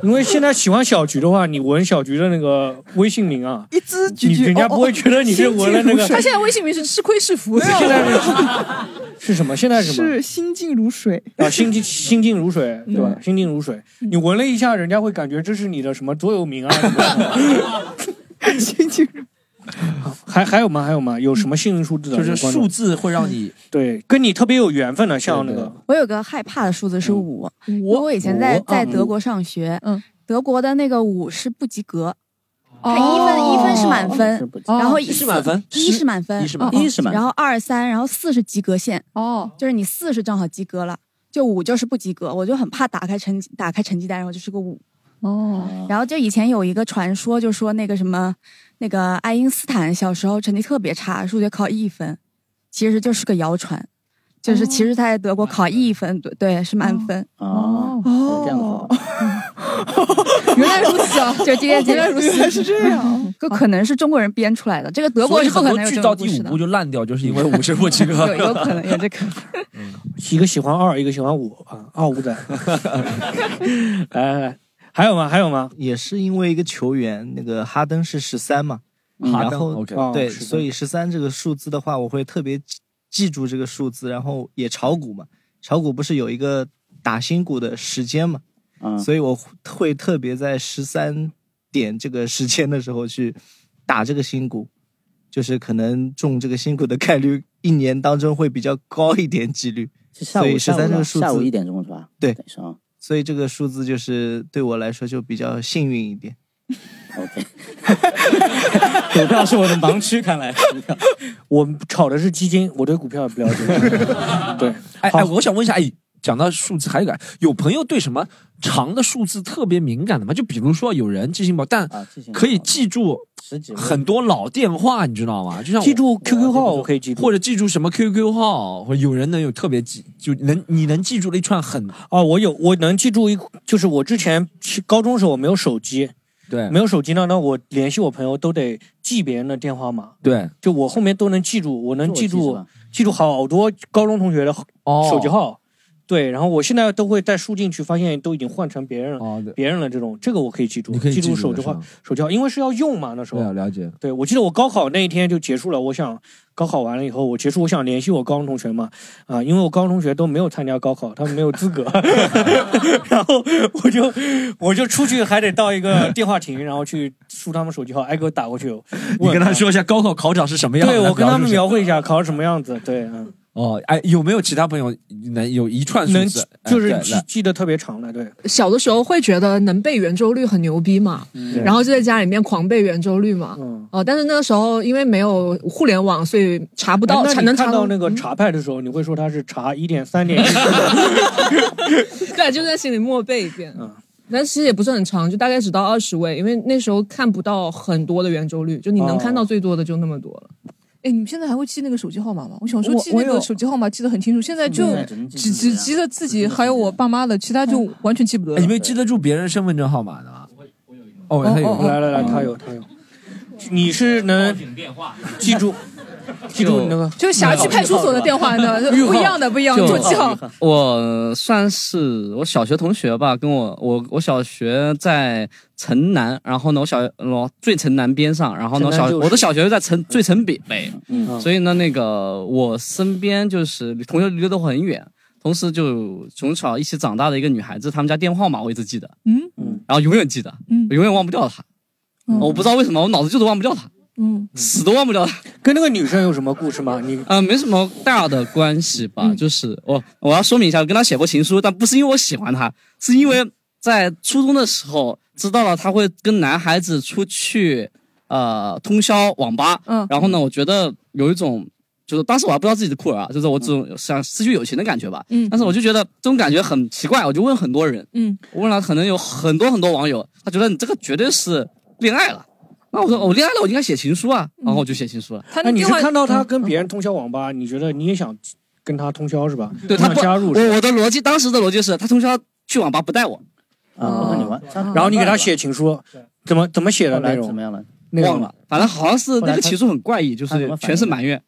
因为现在喜欢小菊的话，你纹小菊的那个微信名啊，
一只
菊菊你人
哦
家不会觉得你是纹了那个
他现在微信名是吃亏是福。
现在是什么？现在是什么？
是心静如水。 (laughs)
啊，心静心静如水，对吧？
嗯
心静如水，你闻了一下，人家会感觉这是你的什么座右铭啊？什么
(laughs)
的还还有吗？还有吗？有什么幸运数字的？
就是
有观众
数字会让你
(laughs) 对跟你特别有缘分的，像那个
我有个害怕的数字
嗯
是五，因为我以前在
五
在
嗯
德国上学，德国的那个五是不及格。它
哦
一分一分是满分，
哦
然后
一是满分
一是满
一
分，
是满分
哦
一是满分
然后二三，然后四是及格线，哦，就是你四是正好及格了，就五就是不及格，我就很怕打开成绩，打开成绩单，然后就是个五，
哦
然后就以前有一个传说，就说那个什么，那个爱因斯坦小时候成绩特别差，数学考一分，其实就是个谣传，就是其实他在德国考一分，对对是满分。
哦，
这样 (laughs) 子，原来如此啊！就今天，
原来
(laughs)
如此原来是这样，
就可能是中国人编出来的，这个德国
所以
是不
很
可
多
能有
剧
这
到
种
第
故事
五
的。
部就烂掉，就是因
(laughs)
为
五十不及格
有有可能有这可能。
(laughs) 一个喜欢二，一个喜欢五啊，
(laughs)
二五仔。来来来，哎还有吗？还有吗？
也是因为一个球员，那个哈登是十三嘛，
嗯哈登
然后
OK 哦
对，
是的
所以十三这个数字的话，我会特别记记住这个数字，然后也炒股嘛，炒股不是有一个打新股的时间嘛，啊
嗯
所以我会特别在十三点这个时间的时候去打这个新股， (laughs) 就是可能中这个新股的概率一年当中会比较高一点几率，
下午
所以十
下午
三这
吧
个数字
下午一点钟是吧？
对，
是啊。
所以这个数字就是对我来说就比较幸运一点。
(laughs) 股票是我的盲区，看来。
我炒的是基金，我对股票也不了
(laughs)
解。对，
哎哎，我想问一下，哎，讲到数字还有个，有朋友对什么长的数字特别敏感的吗？就比如说有人记性不好，但
啊
可以记住很多老电话，你知道吗？就像
记
住
QQ 号，我可以记
住，或者记住什么 QQ 号，或者有人能有特别记，就能你能记住了一串很
哦，我有，我能记住一，就是我之前是高中时候我没有手机，
对
没有手机呢，那我联系我朋友都得记别人的电话码，
对
就我后面都能记住，我能记
这我记
住
是吧
记住好多高中同学的
哦
手机号，对，然后我现在都会再输进去，发现都已经换成别人了，
哦对
别人了这种，这个我可以记住，
你可以
记
记
住
住
手
的
机
是
号
吧，
手机号，因为是要用嘛那时候，
对啊，了解。
对，我记得我高考那一天就结束了。我想高考完了以后，我结束，我想联系我高中同学嘛，啊，因为我高中同学都没有参加高考，他们没有
(laughs)
资格。 (laughs) 然后我就我就出去，还得到一个电话亭，然后去输他们手机号，挨个打过去。
你跟他说一下高考考场是什么样的，
啊对我跟他们
描
描
述
绘一下考什么样子。对，嗯，
哦，哎，有没有其他朋友能有一串数
能
字，
就是呃
哎对
记
来
记得特别长的，对。
小的时候会觉得能背圆周率很牛逼嘛，
嗯
然后就在家里面狂背圆周率嘛。哦，但是那个时候因为没有互联网，所以查不到，
哎
才
那
能
你
查
看到那
个。
个茶派的时候，你会说它是茶一点三点一。
(laughs) 对，就在心里默背一遍。但其实也不是很长，就大概只到二十位，因为那时候看不到很多的圆周率，就你
哦
能看到最多的就那么多了。
哎，你们现在还会记那个手机号码吗？我小时候
我
记那
我有
个手机号码记得很清楚，现在就
现在只能记
只只记得自己，还有我爸妈的，其他就完全记不得
哎
了
你。们记得住别人身份证号码的吗？我有一个。哦，他有一个，
来来来，他有他有。你是能记住记住你那个，
就是辖区派出所的电话呢，
(laughs)
预
不一样
哎
的，不一样的，
就
做记号。
我算是我小学同学吧，跟我我我小学在城南，然后呢，我小我最城南边上，然后呢，我
城南
小
就是
我的小学在城最城北北，
嗯
所以呢，那个我身边就是同学离得我很远，同时就从小一起长大的一个女孩子，她们家电话号码我一直记得，
嗯
然后永远记得，
嗯
我永远忘不掉她，
嗯
我不知道为什么，我脑子就是忘不掉她，
嗯
死都忘不掉她。
跟那个女生有什么故事吗？你嗯
呃，没什么大的关系吧，就是我我要说明一下，我跟她写过情书，但不是因为我喜欢她，是因为在初中的时候知道了她会跟男孩子出去，呃，通宵网吧，
嗯
然后呢，我觉得有一种
就是当时我还不知道自己的酷儿啊，就是我这种想失去友情的感觉吧。
嗯
但是我就觉得这种感觉很奇怪，我就问很多人，
嗯，
我问了可能有很多很多网友，他觉得你这个绝对是恋爱了。那我说哦我恋爱了，我应该写情书
嗯
啊，然后我就写情书了。
哎你是看到
嗯
他跟别人通宵网吧，你觉得你也想跟他通宵是吧？
对他
想
不
加入是吧
我我的逻辑当时的逻辑是他通宵去网吧不带我，
啊，然后你给他写情书，怎么怎么写的内容？
怎么样了？
忘了，反正好像是那个情书很怪异，就是全是埋怨，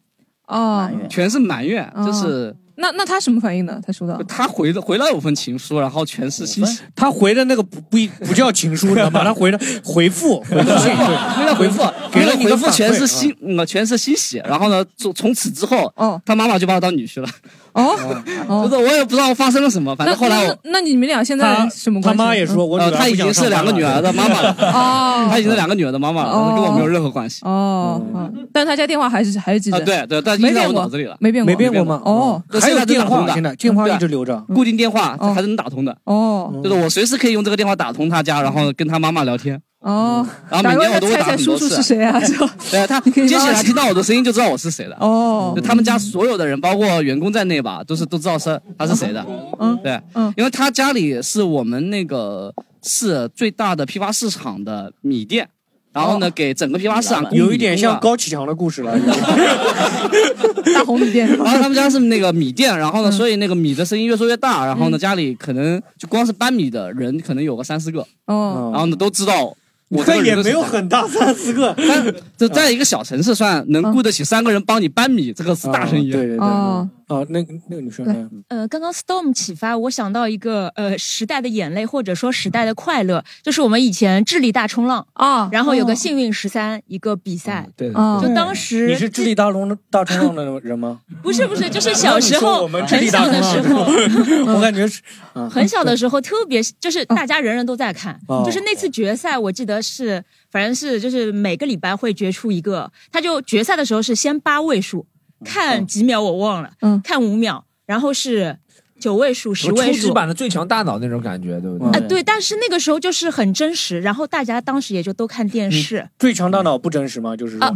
哦，
全是埋怨，
哦
就是
那那他什么反应呢？他收到
他回的回了我封情书，然后全是信息。
他回的那个不不一不叫情书，你知道吗？他回的回复，回复信，
没有回复，
给了
那个
你
回
个
复
反馈
全是欣，嗯，全是欣喜。然后呢，从从此之后，
哦，
他妈妈就把我当女婿了。
哦，
(laughs) 就是我也不知道发生了什么，反正后来我
那那那你们俩现在什么关系？嗯
呃，他已经是两个女儿的妈妈了，
哦
他已经是两个女儿的妈妈了，
哦
跟我没有任何关系。嗯
哦，好但他家电话还是还是记
啊，
着。
对对，但
没
印在
变
我
过
脑子里了，
没变过，
没变过嗯吗
哦，嗯
就
还有
现在都
电
打通
话，
的
现在电话一直留着。嗯
固定电话还是能打通的，
哦
就是我随时可以用这个电话打通他家，然后跟他妈妈聊天。
哦，
嗯然后每天我都会
打
打
(laughs) 开
很
叔
多
叔
次。
是谁啊？就
对他
你可以
接起
帮我
来
写
听到我的声音就知道我是谁的。
哦
就他们家所有的人，包括员工在内吧，都是都知道是他是谁的。
嗯
对，
嗯，
因为他家里是我们那个市最大的批发市场的米店，然后
哦
呢，给整个批发市场
嗯
供
有一
米
点
供
像
的 (laughs)
高启强的故事了。
大红米店。
(laughs)
嗯
然后他们家是那个米店，然后呢，所以那个米的声音越做越大，然后呢，家里可能就光是搬米的人可能有个三四个，
哦
然后呢都知道我
但也没有很大，三四个，
但 (laughs) 就在一个小城市算
嗯
能雇得起三个人帮你搬米，这个是大生意。
对对
对哦
啊，那个那个女生，
对
嗯
呃，刚刚 Storm 启发我想到一个呃时代的眼泪，或者说时代的快乐，就是我们以前智利大冲浪
啊
然后有个
哦
幸运十三一个比赛，
嗯对
就当时
你是智力大
(laughs)
冲的大冲浪的人吗？嗯
不是不是，就是小时候
我们智
很
力
小
大冲
的时候， (laughs)
浪，我感觉是啊
很小的时候特别就是大家人人都在看，
哦
就是那次决赛，我记得是反正是就是每个礼拜会决出一个，他就决赛的时候是先八位数，
嗯
看几秒我忘了，
嗯，
看五秒，然后是九位数、十
什么
位
初级
数。
版的最强大脑那种感觉，对不对？
啊，对，但是那个时候就是很真实，然后大家当时也就都看
嗯
电
(laughs)
视，
最强大脑不真实吗？就是
啊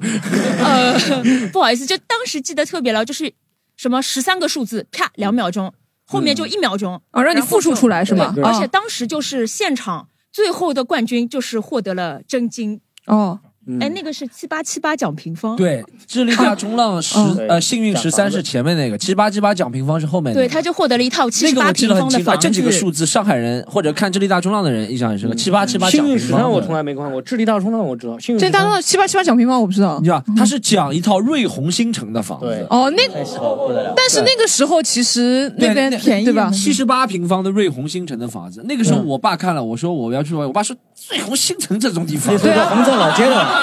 啊
说，
呃，不好意思，就当时记得特别牢，就是什么十三个数字，啪，两秒钟，后面
嗯
就一秒钟
啊让你
然后
复述
就
出来是吗
对
啊
而且当时就是现场最后的冠军就是获得了真金，
哦，
哎，那个是七八七八奖平方，
嗯对，智力大冲浪十
嗯
呃幸运十三是前面那个，七八七八奖平方是后面那
对，
个。
他就获得了一套七
那
十
个我
八
记
平
得很
方的
清楚，啊
房子，
这几个数字，上海人或者看智力大冲浪的人印象很深刻。七八七八
幸
奖
运
平
十
方
三
的，
我从来没看过，智力大冲浪我知道，幸运
这
十
大
三
到七八七八奖评吗？我不知道
你。知道他是讲一套瑞虹新城的房子。
哦，那但嗯是
对
那个时候其实
对
那边便宜
对吧
嘛？？
七十八平方的瑞虹新城的房子，那个时候
嗯
我爸看了，我说我要去玩，我爸说瑞虹新城这种地方，
对啊
红镇老街的，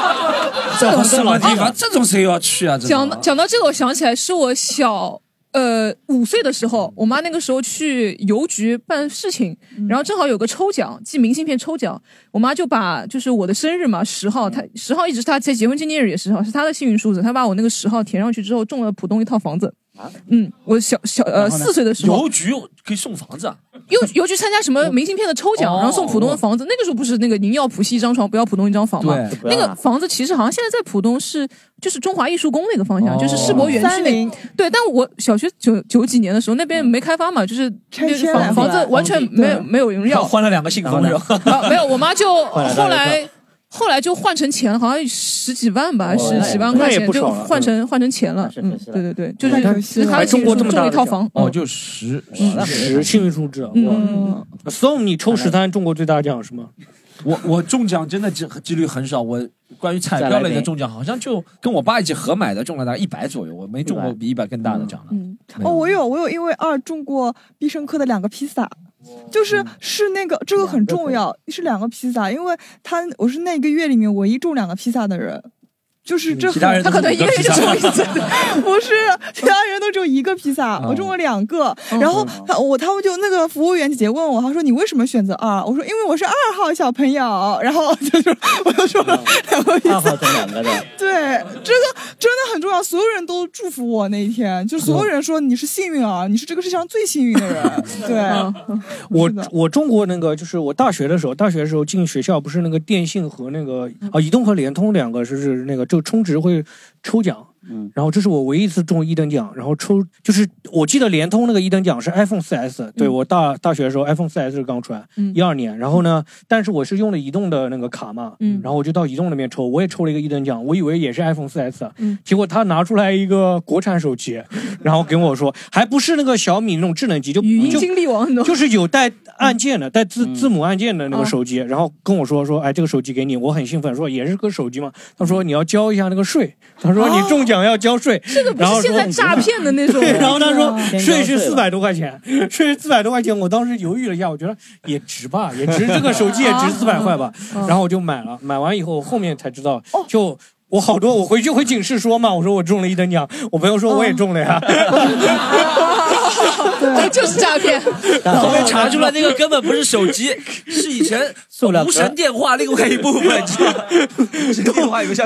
这种
这
什
种
么地
啊
方，这种谁要去啊？这
讲
种
到讲到这个，我想起来是我小呃五岁的时候，我妈那个时候去邮局办事情，然后正好有个抽奖，寄明信片抽奖，我妈就把就是我的生日嘛，十号，她十号一直是她在结婚纪念日也十号是她的幸运数字，她把我那个十号填上去之后，中了浦东一套房子。嗯，我小小呃
然后呢
四岁的时候，
邮局可以送房子啊。
(laughs) 邮邮局参加什么明信片的抽奖，
哦
然后送浦东的房子。那个时候不是那个“宁要浦西一张床，不要浦东一张房”嘛
对？
那个房子其实好像现在在浦东是就是中华艺术宫那个方向，就是世博园区
三
那。对，但我小学九九几年的时候，那边没开发嘛，就是
拆
就是
迁
房
了
啊房子
对
完全
啊
没有没有人要，
换了两个信封是吧？
啊， (laughs) 没有，我妈就
换来大家
后来
乐
后来就换成钱，好像十几万吧，十
那也
几万
那
块
也
钱
不
就
少了
换成换成钱了。嗯，对对对，就是就是她中了一套房，
哦，就十
十幸运数字，啊
嗯，
Storm，你抽十三中国最大奖是吗？
我我中奖真的几几率很少，我关于彩
再来
票
一
类的
遍
中奖，好像就跟我爸一起合买的中了大概一百左右，我没中过比一百更大的奖的。
嗯
没有
哦，我有，我有，因为二中过必胜客的两个披萨，
嗯
就是是那个这个很重要，是两个披萨，因为他我是那个月里面唯一中两个披萨的人。就是这
嗯其他人
很，
都他可能中一个披萨一 (laughs) 个月就中一次
(laughs) 不是，其他人都只有一个披萨，我中
嗯
了两个。然后他我他们就那个服务员姐姐问我，她说你为什么选择二？我说因为我是二号小朋友。然后就是我就说了
(laughs)
两个披萨，
两个的，
对，这个真的很重要。所有人都祝福我那一天，就所有人说你是幸运啊儿，你是这个世界上最幸运的人。对，
我我中国那个就是我大学的时候，大学的时候进学校不
嗯
是那个电信和那个啊移动和联通两个是是那个就充值会抽奖，嗯，然后这是我唯一一次中一等奖，然后抽就是我记得联通那个一等奖是 iPhone 4S，对、我大大学的时候 iPhone 4S 是刚出来，
嗯
一二年，然后呢，但是我是用的移动的那个卡嘛，
嗯
然后我就到移动那边抽，我也抽了一个一等奖，我以为也是 iPhone 4S，
嗯
结果他拿出来一个国产手机，然后跟我说还不是那个小米那种智能机，就语
音经历王
就就是有
嗯
带按键的，带字字母按键的那个手机，然后跟我说说，哎，这个手机给你，我很兴奋，说也是个手机嘛，他说你要交一下那个税，他说你中奖要交税，
嗯哦这个不
然后
是现
说
在诈骗的那种啊
对，然后他说
哇
税是四百多块钱，税是四百多块钱，我当时犹豫了一下，我觉得也值吧，也值这个手机也值
啊
四百块吧
嗯，
然后我就买了，买完以后后面才知道，
哦
就我好多我回去会警示说嘛，我说我中了一等奖，我朋友说我也中了呀，
(laughs) 哦
(laughs)
对，就是诈骗。
后面查出来那个根本不是手机，是以前无线电话另外一部分。
都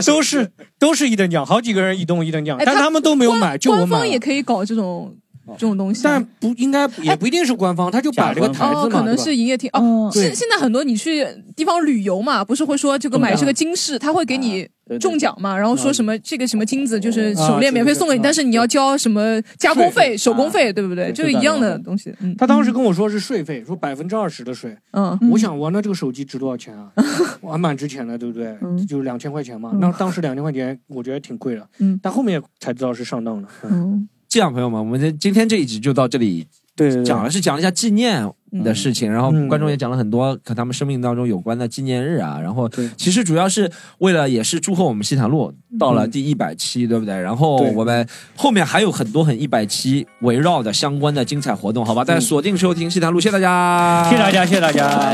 都是都是一等奖，好几个人一动一等奖，
哎
但他们都没有买，就我
官
买
方也
了。
可以搞这种这种东西，啊但
不应该也不一定是官方，他就摆了个台
哦
子，嘛，
可能
对吧
是营业厅哦。
对
现现在很多你去地方旅游嘛，不是会说这个买这个金饰，他会给你
啊对对
中奖嘛，然后说什么这个什么金子就是手链
啊
免费送给你，
对对对
但是你要交什么加工费、手工费，对不对？
对
就是一样的东西。嗯，
他当时跟我说是税费，说百分之二十的税。
嗯
我想哇，那这个手机值多少钱
(laughs)
啊？我还蛮值钱的，对不对？就两千块钱嘛
嗯。
那当时两千块钱，我觉得挺贵的。
嗯
但后面才知道是上当的。
嗯，
这样，朋友们，我们这今天这一集就到这里。
对嗯
讲了是讲了一下纪念的事情，然后观众也讲了很多和他们生命当中有关的纪念日啊。然后其实主要是为了也是祝贺我们西坦路到
嗯
了第一百期，对不对？然后
对
我们后面还有很多很一百期围绕的相关的精彩活动，好吧？大家锁定收听西坦路，谢谢大家，
嗯谢谢大家，谢谢大家。